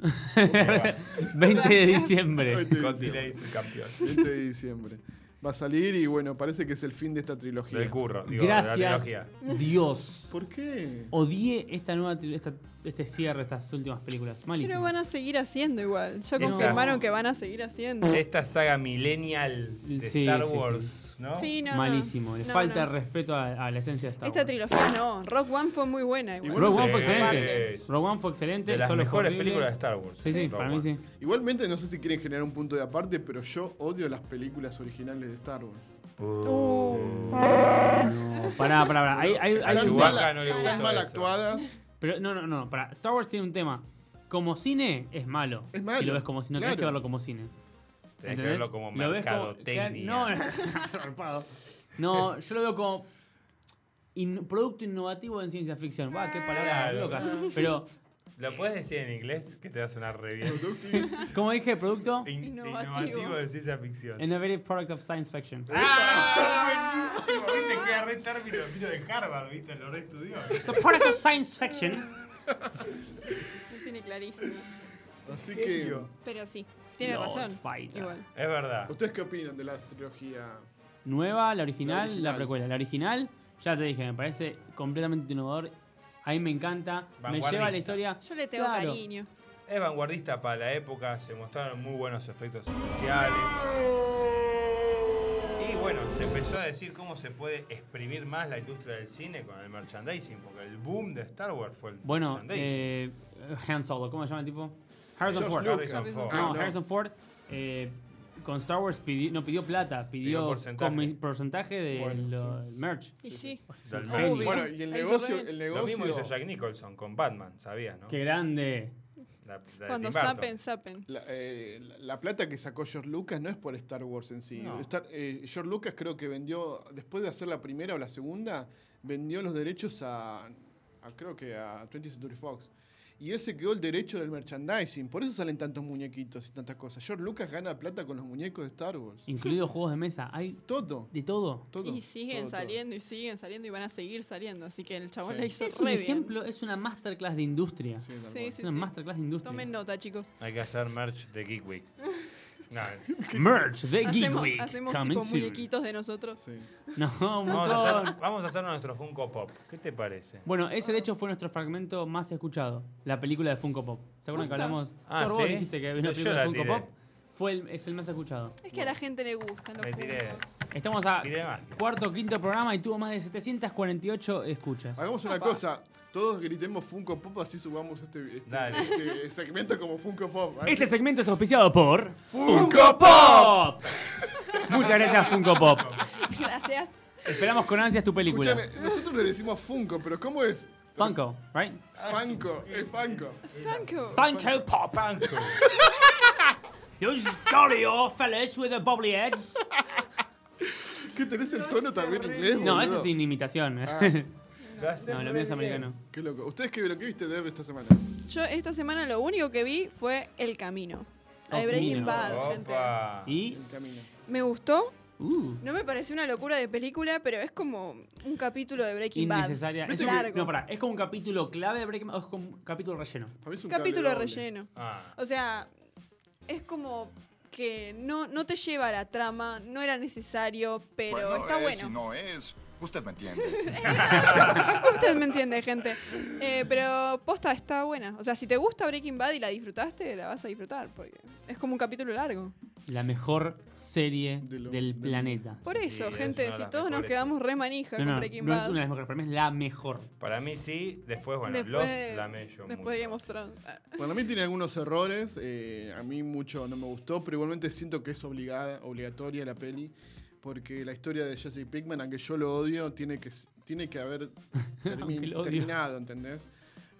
[SPEAKER 2] *laughs* 20 de diciembre. *laughs*
[SPEAKER 6] 20 de,
[SPEAKER 5] Con
[SPEAKER 6] diciembre.
[SPEAKER 5] delay es el campeón.
[SPEAKER 6] 20 de diciembre. Va a salir y bueno, parece que es el fin de esta trilogía.
[SPEAKER 5] Del curro, digo, de la
[SPEAKER 2] Gracias,
[SPEAKER 5] trilogía.
[SPEAKER 2] Dios.
[SPEAKER 6] ¿Por qué?
[SPEAKER 2] Odié esta nueva tri- esta este cierre, estas últimas películas. Malísimo.
[SPEAKER 4] Pero van a seguir haciendo igual. Ya
[SPEAKER 2] No.
[SPEAKER 4] confirmaron que van a seguir haciendo.
[SPEAKER 2] Este,
[SPEAKER 5] Esta saga millennial de
[SPEAKER 2] Sí,
[SPEAKER 5] Star
[SPEAKER 2] sí, sí.
[SPEAKER 5] Wars, ¿no?
[SPEAKER 4] Sí, no, no.
[SPEAKER 2] Malísimo. Le
[SPEAKER 4] No,
[SPEAKER 2] falta
[SPEAKER 4] no.
[SPEAKER 2] respeto a, a la esencia de Star
[SPEAKER 4] Esta
[SPEAKER 2] Wars.
[SPEAKER 4] trilogía no. Rock One fue muy buena igual.
[SPEAKER 6] Igual-
[SPEAKER 2] Rogue One fue
[SPEAKER 5] Sí,
[SPEAKER 2] excelente.
[SPEAKER 5] sí.
[SPEAKER 2] Rogue One fue excelente.
[SPEAKER 5] De las
[SPEAKER 2] solo es
[SPEAKER 5] mejores
[SPEAKER 2] horrible.
[SPEAKER 5] películas de Star Wars.
[SPEAKER 2] Sí, sí,
[SPEAKER 5] Rogue
[SPEAKER 2] para mí
[SPEAKER 5] One.
[SPEAKER 2] sí.
[SPEAKER 6] Igualmente, no sé si quieren generar un punto de aparte, pero yo odio las películas originales de Star Wars.
[SPEAKER 4] Uh,
[SPEAKER 2] No, pará, pará, pará. Hay, hay- hay
[SPEAKER 6] Están
[SPEAKER 2] un
[SPEAKER 5] Chewbacca
[SPEAKER 6] mal,
[SPEAKER 2] tema.
[SPEAKER 5] no le
[SPEAKER 6] están
[SPEAKER 5] gustó
[SPEAKER 6] mal
[SPEAKER 5] eso.
[SPEAKER 6] actuadas.
[SPEAKER 2] Pero no, no, no, pará. Star Wars tiene un tema. Como cine es malo.
[SPEAKER 6] Es malo,
[SPEAKER 2] Si lo ves como cine, no tenés que
[SPEAKER 6] claro.
[SPEAKER 2] verlo como cine.
[SPEAKER 5] Tenés que
[SPEAKER 2] ¿Entendés?
[SPEAKER 5] verlo como
[SPEAKER 2] Lo ves como-
[SPEAKER 5] mercadotecnia.
[SPEAKER 2] claro, No, *laughs* zarpado. no, yo lo veo como in- producto innovativo en ciencia ficción. Va, qué palabras
[SPEAKER 5] Claro.
[SPEAKER 2] locas. Pero,
[SPEAKER 5] ¿Lo puedes decir en inglés? Que te va a sonar re
[SPEAKER 4] *laughs*
[SPEAKER 5] bien.
[SPEAKER 2] como dije, producto
[SPEAKER 5] In-
[SPEAKER 4] Innovativo.
[SPEAKER 5] Innovativo de ciencia ficción.
[SPEAKER 2] innovative product of science fiction.
[SPEAKER 4] *laughs*
[SPEAKER 5] ¡Ah! Buenísimo, viste que era re término, vino de Harvard, viste, lo re estudió.
[SPEAKER 2] The product of science fiction.
[SPEAKER 4] lo tiene clarísimo.
[SPEAKER 6] Así que,
[SPEAKER 5] Genio.
[SPEAKER 4] Pero sí, tiene
[SPEAKER 2] Lord
[SPEAKER 4] razón.
[SPEAKER 2] Fighter.
[SPEAKER 4] Igual.
[SPEAKER 5] Es verdad.
[SPEAKER 6] ¿ustedes qué opinan de la trilogía?
[SPEAKER 2] Nueva, la original, la
[SPEAKER 6] La original.
[SPEAKER 2] precuela. La original, ya te dije, me parece completamente innovador. A mí me encanta. Me lleva a la
[SPEAKER 5] Vanguardista.
[SPEAKER 2] historia.
[SPEAKER 4] Yo le tengo
[SPEAKER 2] Claro.
[SPEAKER 4] cariño.
[SPEAKER 5] Es vanguardista para la época, se mostraron muy buenos efectos especiales. Y bueno, se empezó a decir cómo se puede exprimir más la industria del cine con el merchandising, porque el boom de Star Wars fue el
[SPEAKER 2] Bueno,
[SPEAKER 5] merchandising.
[SPEAKER 2] eh, Han Solo, ¿cómo se llama el tipo? Harrison
[SPEAKER 6] George
[SPEAKER 2] Ford.
[SPEAKER 6] Lucas.
[SPEAKER 5] Harrison Ford.
[SPEAKER 6] Ah,
[SPEAKER 2] No,
[SPEAKER 6] no.
[SPEAKER 2] Harrison Ford eh, con Star Wars pidió, no pidió plata, pidió
[SPEAKER 5] Pidió porcentaje.
[SPEAKER 2] comi- porcentaje del
[SPEAKER 6] Bueno,
[SPEAKER 2] lo- el merch.
[SPEAKER 4] Y sí.
[SPEAKER 2] Es
[SPEAKER 5] Del
[SPEAKER 2] un
[SPEAKER 5] merch.
[SPEAKER 2] genio.
[SPEAKER 6] Bueno, y el
[SPEAKER 4] Ahí
[SPEAKER 6] negocio,
[SPEAKER 4] se re-
[SPEAKER 6] el
[SPEAKER 5] Lo mismo hizo
[SPEAKER 6] negocio,
[SPEAKER 5] Jack Nicholson con Batman, ¿sabías, no?
[SPEAKER 2] Qué grande.
[SPEAKER 5] La- la de
[SPEAKER 4] Cuando
[SPEAKER 5] Tim Burton.
[SPEAKER 4] sapen, sapen.
[SPEAKER 6] la, eh, la- la plata que sacó George Lucas no es por Star Wars en sí.
[SPEAKER 5] No.
[SPEAKER 6] Star- eh, George Lucas creo que vendió, después de hacer la primera o la segunda, vendió los derechos a, a creo que a 20th Century Fox. Y él se quedó el derecho del merchandising. Por eso salen tantos muñequitos y tantas cosas. George Lucas gana plata con los muñecos de Star Wars.
[SPEAKER 2] Incluidos juegos de mesa. Hay
[SPEAKER 6] Todo,
[SPEAKER 2] de todo.
[SPEAKER 6] todo.
[SPEAKER 4] Y siguen
[SPEAKER 6] todo, todo.
[SPEAKER 4] saliendo y siguen saliendo y van a seguir saliendo. Así que el chabón
[SPEAKER 6] Sí.
[SPEAKER 4] le hizo
[SPEAKER 2] Es un
[SPEAKER 4] re bien.
[SPEAKER 2] ejemplo, es una masterclass de industria.
[SPEAKER 6] Sí,
[SPEAKER 4] Sí,
[SPEAKER 6] tal cual.
[SPEAKER 2] es una
[SPEAKER 4] sí.
[SPEAKER 2] masterclass de industria.
[SPEAKER 4] Tomen nota, chicos.
[SPEAKER 5] Hay que hacer merch de Geek Week. No,
[SPEAKER 2] Merch de Geek
[SPEAKER 4] Hacemos,
[SPEAKER 2] Week.
[SPEAKER 4] hacemos
[SPEAKER 2] coming
[SPEAKER 4] tipo
[SPEAKER 2] soon.
[SPEAKER 4] muñequitos de nosotros.
[SPEAKER 6] Sí.
[SPEAKER 2] No, un
[SPEAKER 5] vamos, a hacer,
[SPEAKER 2] montón.
[SPEAKER 5] vamos a hacer nuestro Funko Pop. ¿Qué te parece?
[SPEAKER 2] Bueno, ese de hecho fue nuestro fragmento más escuchado, la película de Funko Pop. ¿Se acuerdan que
[SPEAKER 4] Posta.
[SPEAKER 2] hablamos?
[SPEAKER 5] Ah,
[SPEAKER 2] Thor, vos
[SPEAKER 5] ¿sí?
[SPEAKER 2] dijiste que había una
[SPEAKER 5] Yo
[SPEAKER 2] película
[SPEAKER 5] la
[SPEAKER 2] de Funko
[SPEAKER 5] tiré.
[SPEAKER 2] Pop. Fue el- es el más escuchado.
[SPEAKER 4] Es que a la gente le gusta.
[SPEAKER 5] Me tiré,
[SPEAKER 2] Estamos a
[SPEAKER 5] tiré más.
[SPEAKER 2] cuarto, quinto programa y tuvo más de 748 escuchas.
[SPEAKER 6] Hagamos una
[SPEAKER 4] Opa.
[SPEAKER 6] cosa, todos gritemos Funko Pop, así subamos este, este-
[SPEAKER 5] Dale.
[SPEAKER 6] este segmento como Funko Pop. A ver.
[SPEAKER 2] Este segmento es auspiciado por
[SPEAKER 6] Funko
[SPEAKER 2] Pop. Muchas gracias Funko Pop.
[SPEAKER 4] Gracias.
[SPEAKER 5] *laughs*
[SPEAKER 2] Esperamos con ansias tu película.
[SPEAKER 6] Escúchame, nosotros le decimos Funko, pero ¿cómo es?
[SPEAKER 2] Funko, right?
[SPEAKER 4] Ah,
[SPEAKER 6] Funko, es
[SPEAKER 4] *laughs*
[SPEAKER 6] Funko.
[SPEAKER 4] Franco.
[SPEAKER 2] Funko Pop.
[SPEAKER 5] Funko.
[SPEAKER 2] Those Oreo fellas with the bobbly eggs.
[SPEAKER 6] ¿Qué tenés el tono también en inglés?
[SPEAKER 2] No,
[SPEAKER 6] boludo?
[SPEAKER 2] eso es sin imitación. *laughs*
[SPEAKER 5] Lo hace
[SPEAKER 2] No, lo
[SPEAKER 5] re
[SPEAKER 2] mío es
[SPEAKER 5] bien.
[SPEAKER 2] americano.
[SPEAKER 6] Qué loco. ¿Ustedes qué vieron? ¿Qué viste Dev esta semana?
[SPEAKER 4] Yo esta semana lo único que vi fue El Camino.
[SPEAKER 2] El
[SPEAKER 4] de Breaking
[SPEAKER 2] Camino.
[SPEAKER 4] Bad, gente.
[SPEAKER 5] Opa.
[SPEAKER 2] Y
[SPEAKER 6] El camino.
[SPEAKER 4] Me gustó.
[SPEAKER 2] uh,
[SPEAKER 4] No me pareció una locura de película, pero es como un capítulo de Breaking Bad.
[SPEAKER 2] innecesaria. Es,
[SPEAKER 4] Es largo.
[SPEAKER 2] no, pará, es como un capítulo clave de Breaking Bad, o es como un capítulo relleno.
[SPEAKER 6] Para mí es un
[SPEAKER 4] capítulo de
[SPEAKER 6] cable doble.
[SPEAKER 4] relleno.
[SPEAKER 5] Ah,
[SPEAKER 4] O sea, es como que no, no te lleva a la trama, no era necesario, *laughs* pero está
[SPEAKER 8] es
[SPEAKER 4] bueno.
[SPEAKER 8] y eh, no es. Usted me entiende.
[SPEAKER 4] *laughs* Usted me entiende, gente. Eh, pero posta está buena. O sea, si te gusta Breaking Bad y la disfrutaste, la vas a disfrutar, porque es como un capítulo largo.
[SPEAKER 2] La mejor serie
[SPEAKER 6] De lo-
[SPEAKER 2] del
[SPEAKER 6] de-
[SPEAKER 2] planeta.
[SPEAKER 4] Por
[SPEAKER 5] Sí,
[SPEAKER 4] eso,
[SPEAKER 5] es una
[SPEAKER 4] gente,
[SPEAKER 5] de
[SPEAKER 4] si
[SPEAKER 5] las
[SPEAKER 4] todos nos
[SPEAKER 5] mejores.
[SPEAKER 4] quedamos re manija
[SPEAKER 2] No,
[SPEAKER 4] con
[SPEAKER 2] no,
[SPEAKER 4] Breaking
[SPEAKER 2] no es una
[SPEAKER 4] Bad.
[SPEAKER 2] de las mejores, para mí es la mejor.
[SPEAKER 5] para mí sí. Después, bueno, Lost la me yo
[SPEAKER 4] después
[SPEAKER 5] mucho.
[SPEAKER 4] de Game of Thrones. Ah,
[SPEAKER 6] Para mí tiene algunos errores, eh, a mí mucho no me gustó, pero igualmente siento que es obligada, obligatoria la peli, porque la historia de Jesse Pickman, aunque yo lo odio, tiene que, s- tiene que haber
[SPEAKER 2] *laughs*
[SPEAKER 6] termi-
[SPEAKER 2] Aunque lo odio.
[SPEAKER 6] terminado, ¿entendés?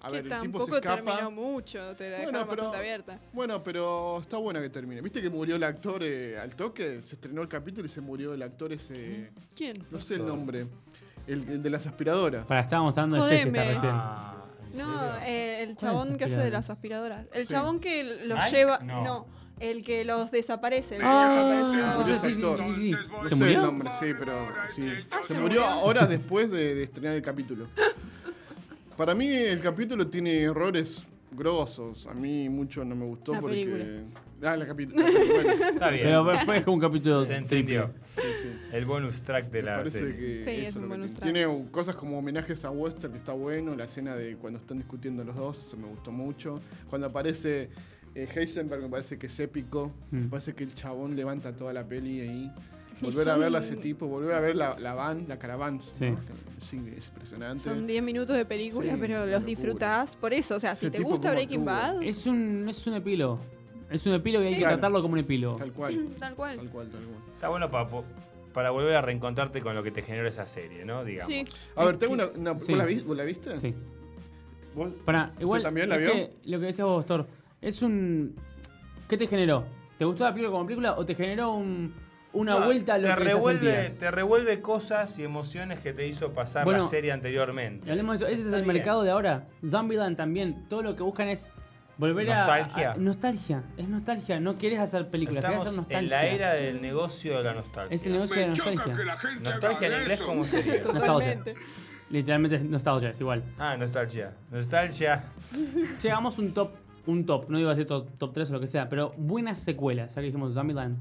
[SPEAKER 6] A
[SPEAKER 4] que
[SPEAKER 6] ver, el tipo se
[SPEAKER 4] Ah, tampoco terminó
[SPEAKER 6] escapa.
[SPEAKER 4] mucho, te la
[SPEAKER 6] Bueno,
[SPEAKER 4] dejaron
[SPEAKER 6] pero-
[SPEAKER 4] bastante abierta.
[SPEAKER 6] Bueno, pero está bueno que termine. ¿Viste que murió el actor eh, al toque? Se estrenó el capítulo y se murió el actor ese...
[SPEAKER 4] ¿Quién?
[SPEAKER 6] No sé el nombre. El, el de las aspiradoras.
[SPEAKER 2] Para, estábamos hablando de César
[SPEAKER 4] Jodeme.
[SPEAKER 2] recién.
[SPEAKER 5] Ah, ¿en
[SPEAKER 4] No,
[SPEAKER 5] serio?
[SPEAKER 4] eh, el chabón que hace de
[SPEAKER 2] aspiradoras?
[SPEAKER 4] las aspiradoras. El
[SPEAKER 6] Sí.
[SPEAKER 4] chabón que los
[SPEAKER 5] ¿Mike?
[SPEAKER 4] lleva.
[SPEAKER 5] No.
[SPEAKER 4] No. el que los desaparece. El que
[SPEAKER 2] Ah,
[SPEAKER 4] desapareció.
[SPEAKER 6] murió
[SPEAKER 2] sí,
[SPEAKER 6] ese
[SPEAKER 2] sí,
[SPEAKER 6] actor.
[SPEAKER 2] sí, sí, sí. ¿Se
[SPEAKER 6] No sé el
[SPEAKER 2] murió?
[SPEAKER 6] nombre, sí, pero sí. Ah,
[SPEAKER 4] ¿se
[SPEAKER 6] Se murió
[SPEAKER 4] murió?
[SPEAKER 6] horas después de, de estrenar el capítulo. Para mí el capítulo tiene errores grosos. A mí mucho no me gustó
[SPEAKER 4] La
[SPEAKER 6] porque
[SPEAKER 4] película.
[SPEAKER 6] Ah, la capítulo. Bueno,
[SPEAKER 5] Está bien.
[SPEAKER 2] Pero fue como un capítulo
[SPEAKER 5] *laughs* Se entendió.
[SPEAKER 6] sí, sí.
[SPEAKER 5] El bonus track de
[SPEAKER 6] Me
[SPEAKER 5] la
[SPEAKER 6] parece
[SPEAKER 5] serie.
[SPEAKER 6] que
[SPEAKER 4] Sí,
[SPEAKER 6] eso
[SPEAKER 4] es
[SPEAKER 6] lo
[SPEAKER 4] un
[SPEAKER 6] que
[SPEAKER 4] bonus
[SPEAKER 6] tiene.
[SPEAKER 4] track.
[SPEAKER 6] Tiene un- cosas como homenajes a Western que está bueno, la escena de cuando están discutiendo los dos, eso me gustó mucho. Cuando aparece eh, Heisenberg me parece que es épico,
[SPEAKER 2] Mm.
[SPEAKER 6] me parece que el chabón levanta toda la peli ahí.
[SPEAKER 4] Y
[SPEAKER 6] Volver a verla a
[SPEAKER 4] son-
[SPEAKER 6] ese tipo, volver a ver la, la van, la caravana.
[SPEAKER 2] Sí.
[SPEAKER 6] es impresionante.
[SPEAKER 4] Son 10 minutos de película,
[SPEAKER 6] Sí,
[SPEAKER 4] pero
[SPEAKER 6] una
[SPEAKER 4] los
[SPEAKER 6] locura.
[SPEAKER 4] disfrutás por eso. O sea, si
[SPEAKER 6] Ese
[SPEAKER 4] te
[SPEAKER 6] tipo
[SPEAKER 4] gusta
[SPEAKER 6] cómo
[SPEAKER 4] Breaking
[SPEAKER 6] actúa.
[SPEAKER 4] Bad,
[SPEAKER 2] Es un, es un epílogo. Es un epílogo y hay
[SPEAKER 4] Sí.
[SPEAKER 2] que
[SPEAKER 6] Claro.
[SPEAKER 2] tratarlo como un epílogo.
[SPEAKER 6] Tal cual,
[SPEAKER 4] tal cual.
[SPEAKER 6] tal cual, tal cual.
[SPEAKER 5] Está bueno para, para volver a reencontrarte con lo que te generó esa serie, ¿no? Digamos.
[SPEAKER 4] Sí,
[SPEAKER 6] A ver, tengo una. una- ¿vos,
[SPEAKER 2] Sí.
[SPEAKER 6] la vi- vos la viste?
[SPEAKER 2] Sí.
[SPEAKER 6] ¿Vos?
[SPEAKER 2] Pará, igual.
[SPEAKER 6] también la
[SPEAKER 2] es
[SPEAKER 6] vio?
[SPEAKER 2] que lo que decías vos, Thor. Es un. ¿Qué te generó? ¿Te gustó la película como película o te generó un- una
[SPEAKER 5] No,
[SPEAKER 2] vuelta a lo
[SPEAKER 5] Ah, te
[SPEAKER 2] que ya
[SPEAKER 5] revuelve,
[SPEAKER 2] sentías?
[SPEAKER 5] te revuelve cosas y emociones que te hizo pasar
[SPEAKER 2] Bueno,
[SPEAKER 5] la serie
[SPEAKER 2] Y
[SPEAKER 5] anteriormente.
[SPEAKER 2] hablemos de eso. Ese es
[SPEAKER 5] Está
[SPEAKER 2] el
[SPEAKER 5] bien.
[SPEAKER 2] mercado de ahora. Zombieland también. Todo lo que buscan es volver a-
[SPEAKER 5] Nostalgia.
[SPEAKER 2] a. Nostalgia. Es nostalgia. No quieres hacer películas, querés hacer
[SPEAKER 5] Estamos
[SPEAKER 2] nostalgia.
[SPEAKER 5] en la era del negocio de la nostalgia.
[SPEAKER 2] Es el negocio de la nostalgia.
[SPEAKER 7] gente
[SPEAKER 5] nostalgia en inglés como sería.
[SPEAKER 4] totalmente.
[SPEAKER 2] Literalmente es nostalgia, es igual.
[SPEAKER 5] Ah, nostalgia. Nostalgia.
[SPEAKER 2] Llegamos un top, un top, no iba a decir top, top 3 o lo que sea, pero buenas secuelas, ya que dijimos Zombieland.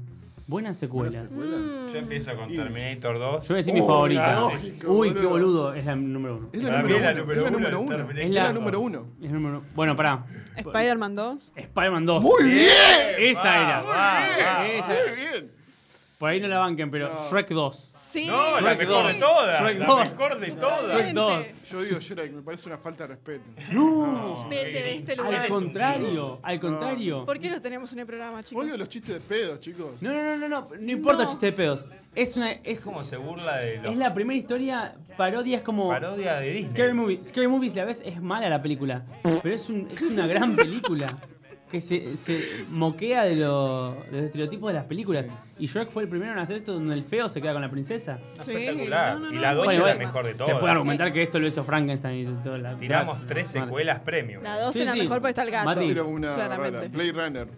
[SPEAKER 2] Buenas
[SPEAKER 6] ¿Buena
[SPEAKER 2] secuelas.
[SPEAKER 6] secuela?
[SPEAKER 4] Mm.
[SPEAKER 5] Yo empiezo con Terminator 2.
[SPEAKER 2] Yo voy a decir mi
[SPEAKER 6] Oh,
[SPEAKER 2] favorita.
[SPEAKER 6] la lógica,
[SPEAKER 2] Uy,
[SPEAKER 6] boludo.
[SPEAKER 2] qué boludo, es la número uno.
[SPEAKER 6] Es
[SPEAKER 5] Para
[SPEAKER 6] la
[SPEAKER 5] mí es la
[SPEAKER 6] número uno.
[SPEAKER 5] número
[SPEAKER 6] Es la número
[SPEAKER 5] uno,
[SPEAKER 6] uno.
[SPEAKER 5] Terminator
[SPEAKER 6] Es la
[SPEAKER 2] dos.
[SPEAKER 6] número uno.
[SPEAKER 2] Es la número uno. Bueno, pará.
[SPEAKER 4] Spider-Man 2.
[SPEAKER 2] Spider-Man 2.
[SPEAKER 6] ¡Muy bien! Ah,
[SPEAKER 2] Esa era.
[SPEAKER 5] va,
[SPEAKER 2] Esa.
[SPEAKER 5] va.
[SPEAKER 6] Muy bien.
[SPEAKER 2] Por ahí no la banquen, pero
[SPEAKER 6] No.
[SPEAKER 2] Shrek 2.
[SPEAKER 4] Sí.
[SPEAKER 5] No, la
[SPEAKER 2] Shrek
[SPEAKER 5] mejor
[SPEAKER 2] dos.
[SPEAKER 5] de todas.
[SPEAKER 2] Shrek
[SPEAKER 5] La
[SPEAKER 2] dos.
[SPEAKER 5] mejor de
[SPEAKER 2] Shrek
[SPEAKER 5] todas.
[SPEAKER 2] 2.
[SPEAKER 6] Yo digo Shrek, me parece una falta de respeto.
[SPEAKER 2] No.
[SPEAKER 4] Vete de este
[SPEAKER 2] Al
[SPEAKER 4] lugar.
[SPEAKER 2] contrario, al contrario.
[SPEAKER 4] ¿Por qué los tenemos en el programa, chicos?
[SPEAKER 6] Odio los chistes de pedo, chicos.
[SPEAKER 2] No, no, no, no, no, no importa
[SPEAKER 4] No.
[SPEAKER 2] chiste de pedos. Es una es,
[SPEAKER 5] ¿Cómo se burla de los
[SPEAKER 2] es la primera historia parodia es como
[SPEAKER 5] parodia de Disney?
[SPEAKER 2] Scary Movie. Scary Movie, si la ves, es mala la película. Pero es, un- es una gran película. Que se, se moquea de, lo- de los estereotipos de las películas. Y Shrek fue el primero en hacer esto donde el feo se queda con la princesa.
[SPEAKER 4] Sí,
[SPEAKER 5] Espectacular.
[SPEAKER 4] no, no,
[SPEAKER 5] y
[SPEAKER 4] no,
[SPEAKER 5] la 2 es
[SPEAKER 2] buenísima.
[SPEAKER 5] la mejor de
[SPEAKER 2] Se puede
[SPEAKER 5] todas.
[SPEAKER 2] argumentar que esto lo hizo Frankenstein y toda la.
[SPEAKER 5] Tiramos tres secuelas premium.
[SPEAKER 4] La 2
[SPEAKER 2] Sí,
[SPEAKER 4] es la
[SPEAKER 2] sí.
[SPEAKER 4] mejor porque está el gato.
[SPEAKER 6] Yo
[SPEAKER 2] Mati.
[SPEAKER 6] tiro una
[SPEAKER 4] Claramente.
[SPEAKER 6] rara. Blade Runner.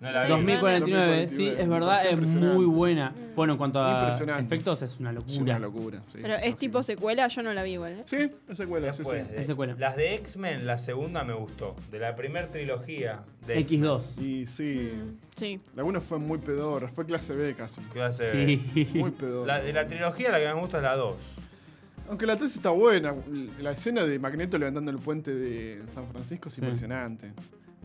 [SPEAKER 5] No la vi.
[SPEAKER 2] 2049,
[SPEAKER 6] 2049,
[SPEAKER 2] sí, es
[SPEAKER 6] me
[SPEAKER 2] verdad,
[SPEAKER 6] pareció
[SPEAKER 2] es
[SPEAKER 6] impresionante.
[SPEAKER 2] muy buena. Bueno, en cuanto a
[SPEAKER 6] Impresionante.
[SPEAKER 2] efectos, es una locura.
[SPEAKER 6] Es una locura. sí,
[SPEAKER 4] Pero es
[SPEAKER 6] lógico.
[SPEAKER 4] tipo secuela, yo no la vi igual. ¿eh?
[SPEAKER 6] Sí, es secuela, sí,
[SPEAKER 5] Después
[SPEAKER 6] sí.
[SPEAKER 5] de-
[SPEAKER 2] Es secuela.
[SPEAKER 5] Las de X-Men, la segunda me gustó. De la primera trilogía de
[SPEAKER 2] X2.
[SPEAKER 6] Y sí.
[SPEAKER 4] Mm, Sí.
[SPEAKER 6] La 1 fue muy pedorra, fue clase B casi.
[SPEAKER 5] ¿Qué va a hacer?
[SPEAKER 2] Sí.
[SPEAKER 6] Muy pedorra.
[SPEAKER 5] La, de la trilogía la que más me gusta es la 2.
[SPEAKER 6] Aunque la 3 está buena. La escena de Magneto levantando el puente de San Francisco es
[SPEAKER 2] Sí.
[SPEAKER 6] impresionante.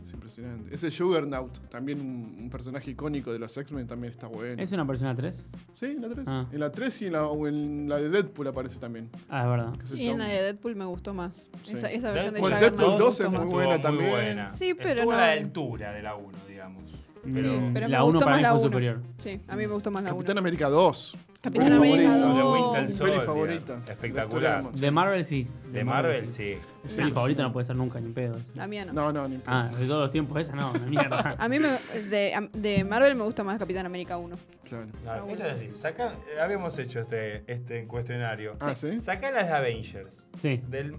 [SPEAKER 6] Es impresionante. Ese Juggernaut, también un, un personaje icónico de los X-Men, también está bueno.
[SPEAKER 2] *laughs* ¿Es una persona 3?
[SPEAKER 6] Sí, en la 3.
[SPEAKER 2] Ah.
[SPEAKER 6] En la 3 y en la, o en la de Deadpool aparece también.
[SPEAKER 2] Ah, es verdad.
[SPEAKER 6] que es el
[SPEAKER 4] Y en
[SPEAKER 6] chabón.
[SPEAKER 4] la de Deadpool me gustó más.
[SPEAKER 6] Sí.
[SPEAKER 4] Esa, esa versión de
[SPEAKER 6] Deadpool-
[SPEAKER 4] Juggernaut
[SPEAKER 6] Deadpool
[SPEAKER 4] me
[SPEAKER 6] 2
[SPEAKER 4] gustó
[SPEAKER 6] es
[SPEAKER 4] más.
[SPEAKER 6] muy buena también.
[SPEAKER 4] Sí, pero
[SPEAKER 5] Estuvo
[SPEAKER 4] no.
[SPEAKER 5] a la altura de la 1, digamos. Pero
[SPEAKER 4] Sí, pero
[SPEAKER 2] La
[SPEAKER 4] me
[SPEAKER 2] uno
[SPEAKER 4] gustó
[SPEAKER 2] para
[SPEAKER 4] más
[SPEAKER 2] mí
[SPEAKER 4] la
[SPEAKER 2] fue
[SPEAKER 4] 1.
[SPEAKER 2] superior.
[SPEAKER 4] Sí, a mí me gustó más la 1.
[SPEAKER 6] Capitán América 2.
[SPEAKER 4] Capitán
[SPEAKER 6] Mi
[SPEAKER 4] América
[SPEAKER 6] favorita.
[SPEAKER 5] de
[SPEAKER 4] 2.
[SPEAKER 5] Winter
[SPEAKER 6] Mi
[SPEAKER 5] Soldier.
[SPEAKER 6] peli favorita.
[SPEAKER 5] Espectacular.
[SPEAKER 6] La historia
[SPEAKER 2] De Marvel sí.
[SPEAKER 5] De Marvel, sí.
[SPEAKER 6] Sí,
[SPEAKER 2] Mi
[SPEAKER 6] sí.
[SPEAKER 2] favorito no puede ser nunca, ni pedo. esa.
[SPEAKER 4] La mía no.
[SPEAKER 6] No, no, ni
[SPEAKER 2] Ah, de todos los tiempos esa no, una mierda.
[SPEAKER 6] *laughs*
[SPEAKER 4] A mí me, de, am- de Marvel me gusta más Capitán América 1.
[SPEAKER 6] Claro.
[SPEAKER 4] Ah,
[SPEAKER 5] No, esto es así. Saca, eh, habíamos hecho este, este cuestionario.
[SPEAKER 6] Ah, ¿sí?
[SPEAKER 5] Saca las de Avengers.
[SPEAKER 2] Sí,
[SPEAKER 5] Del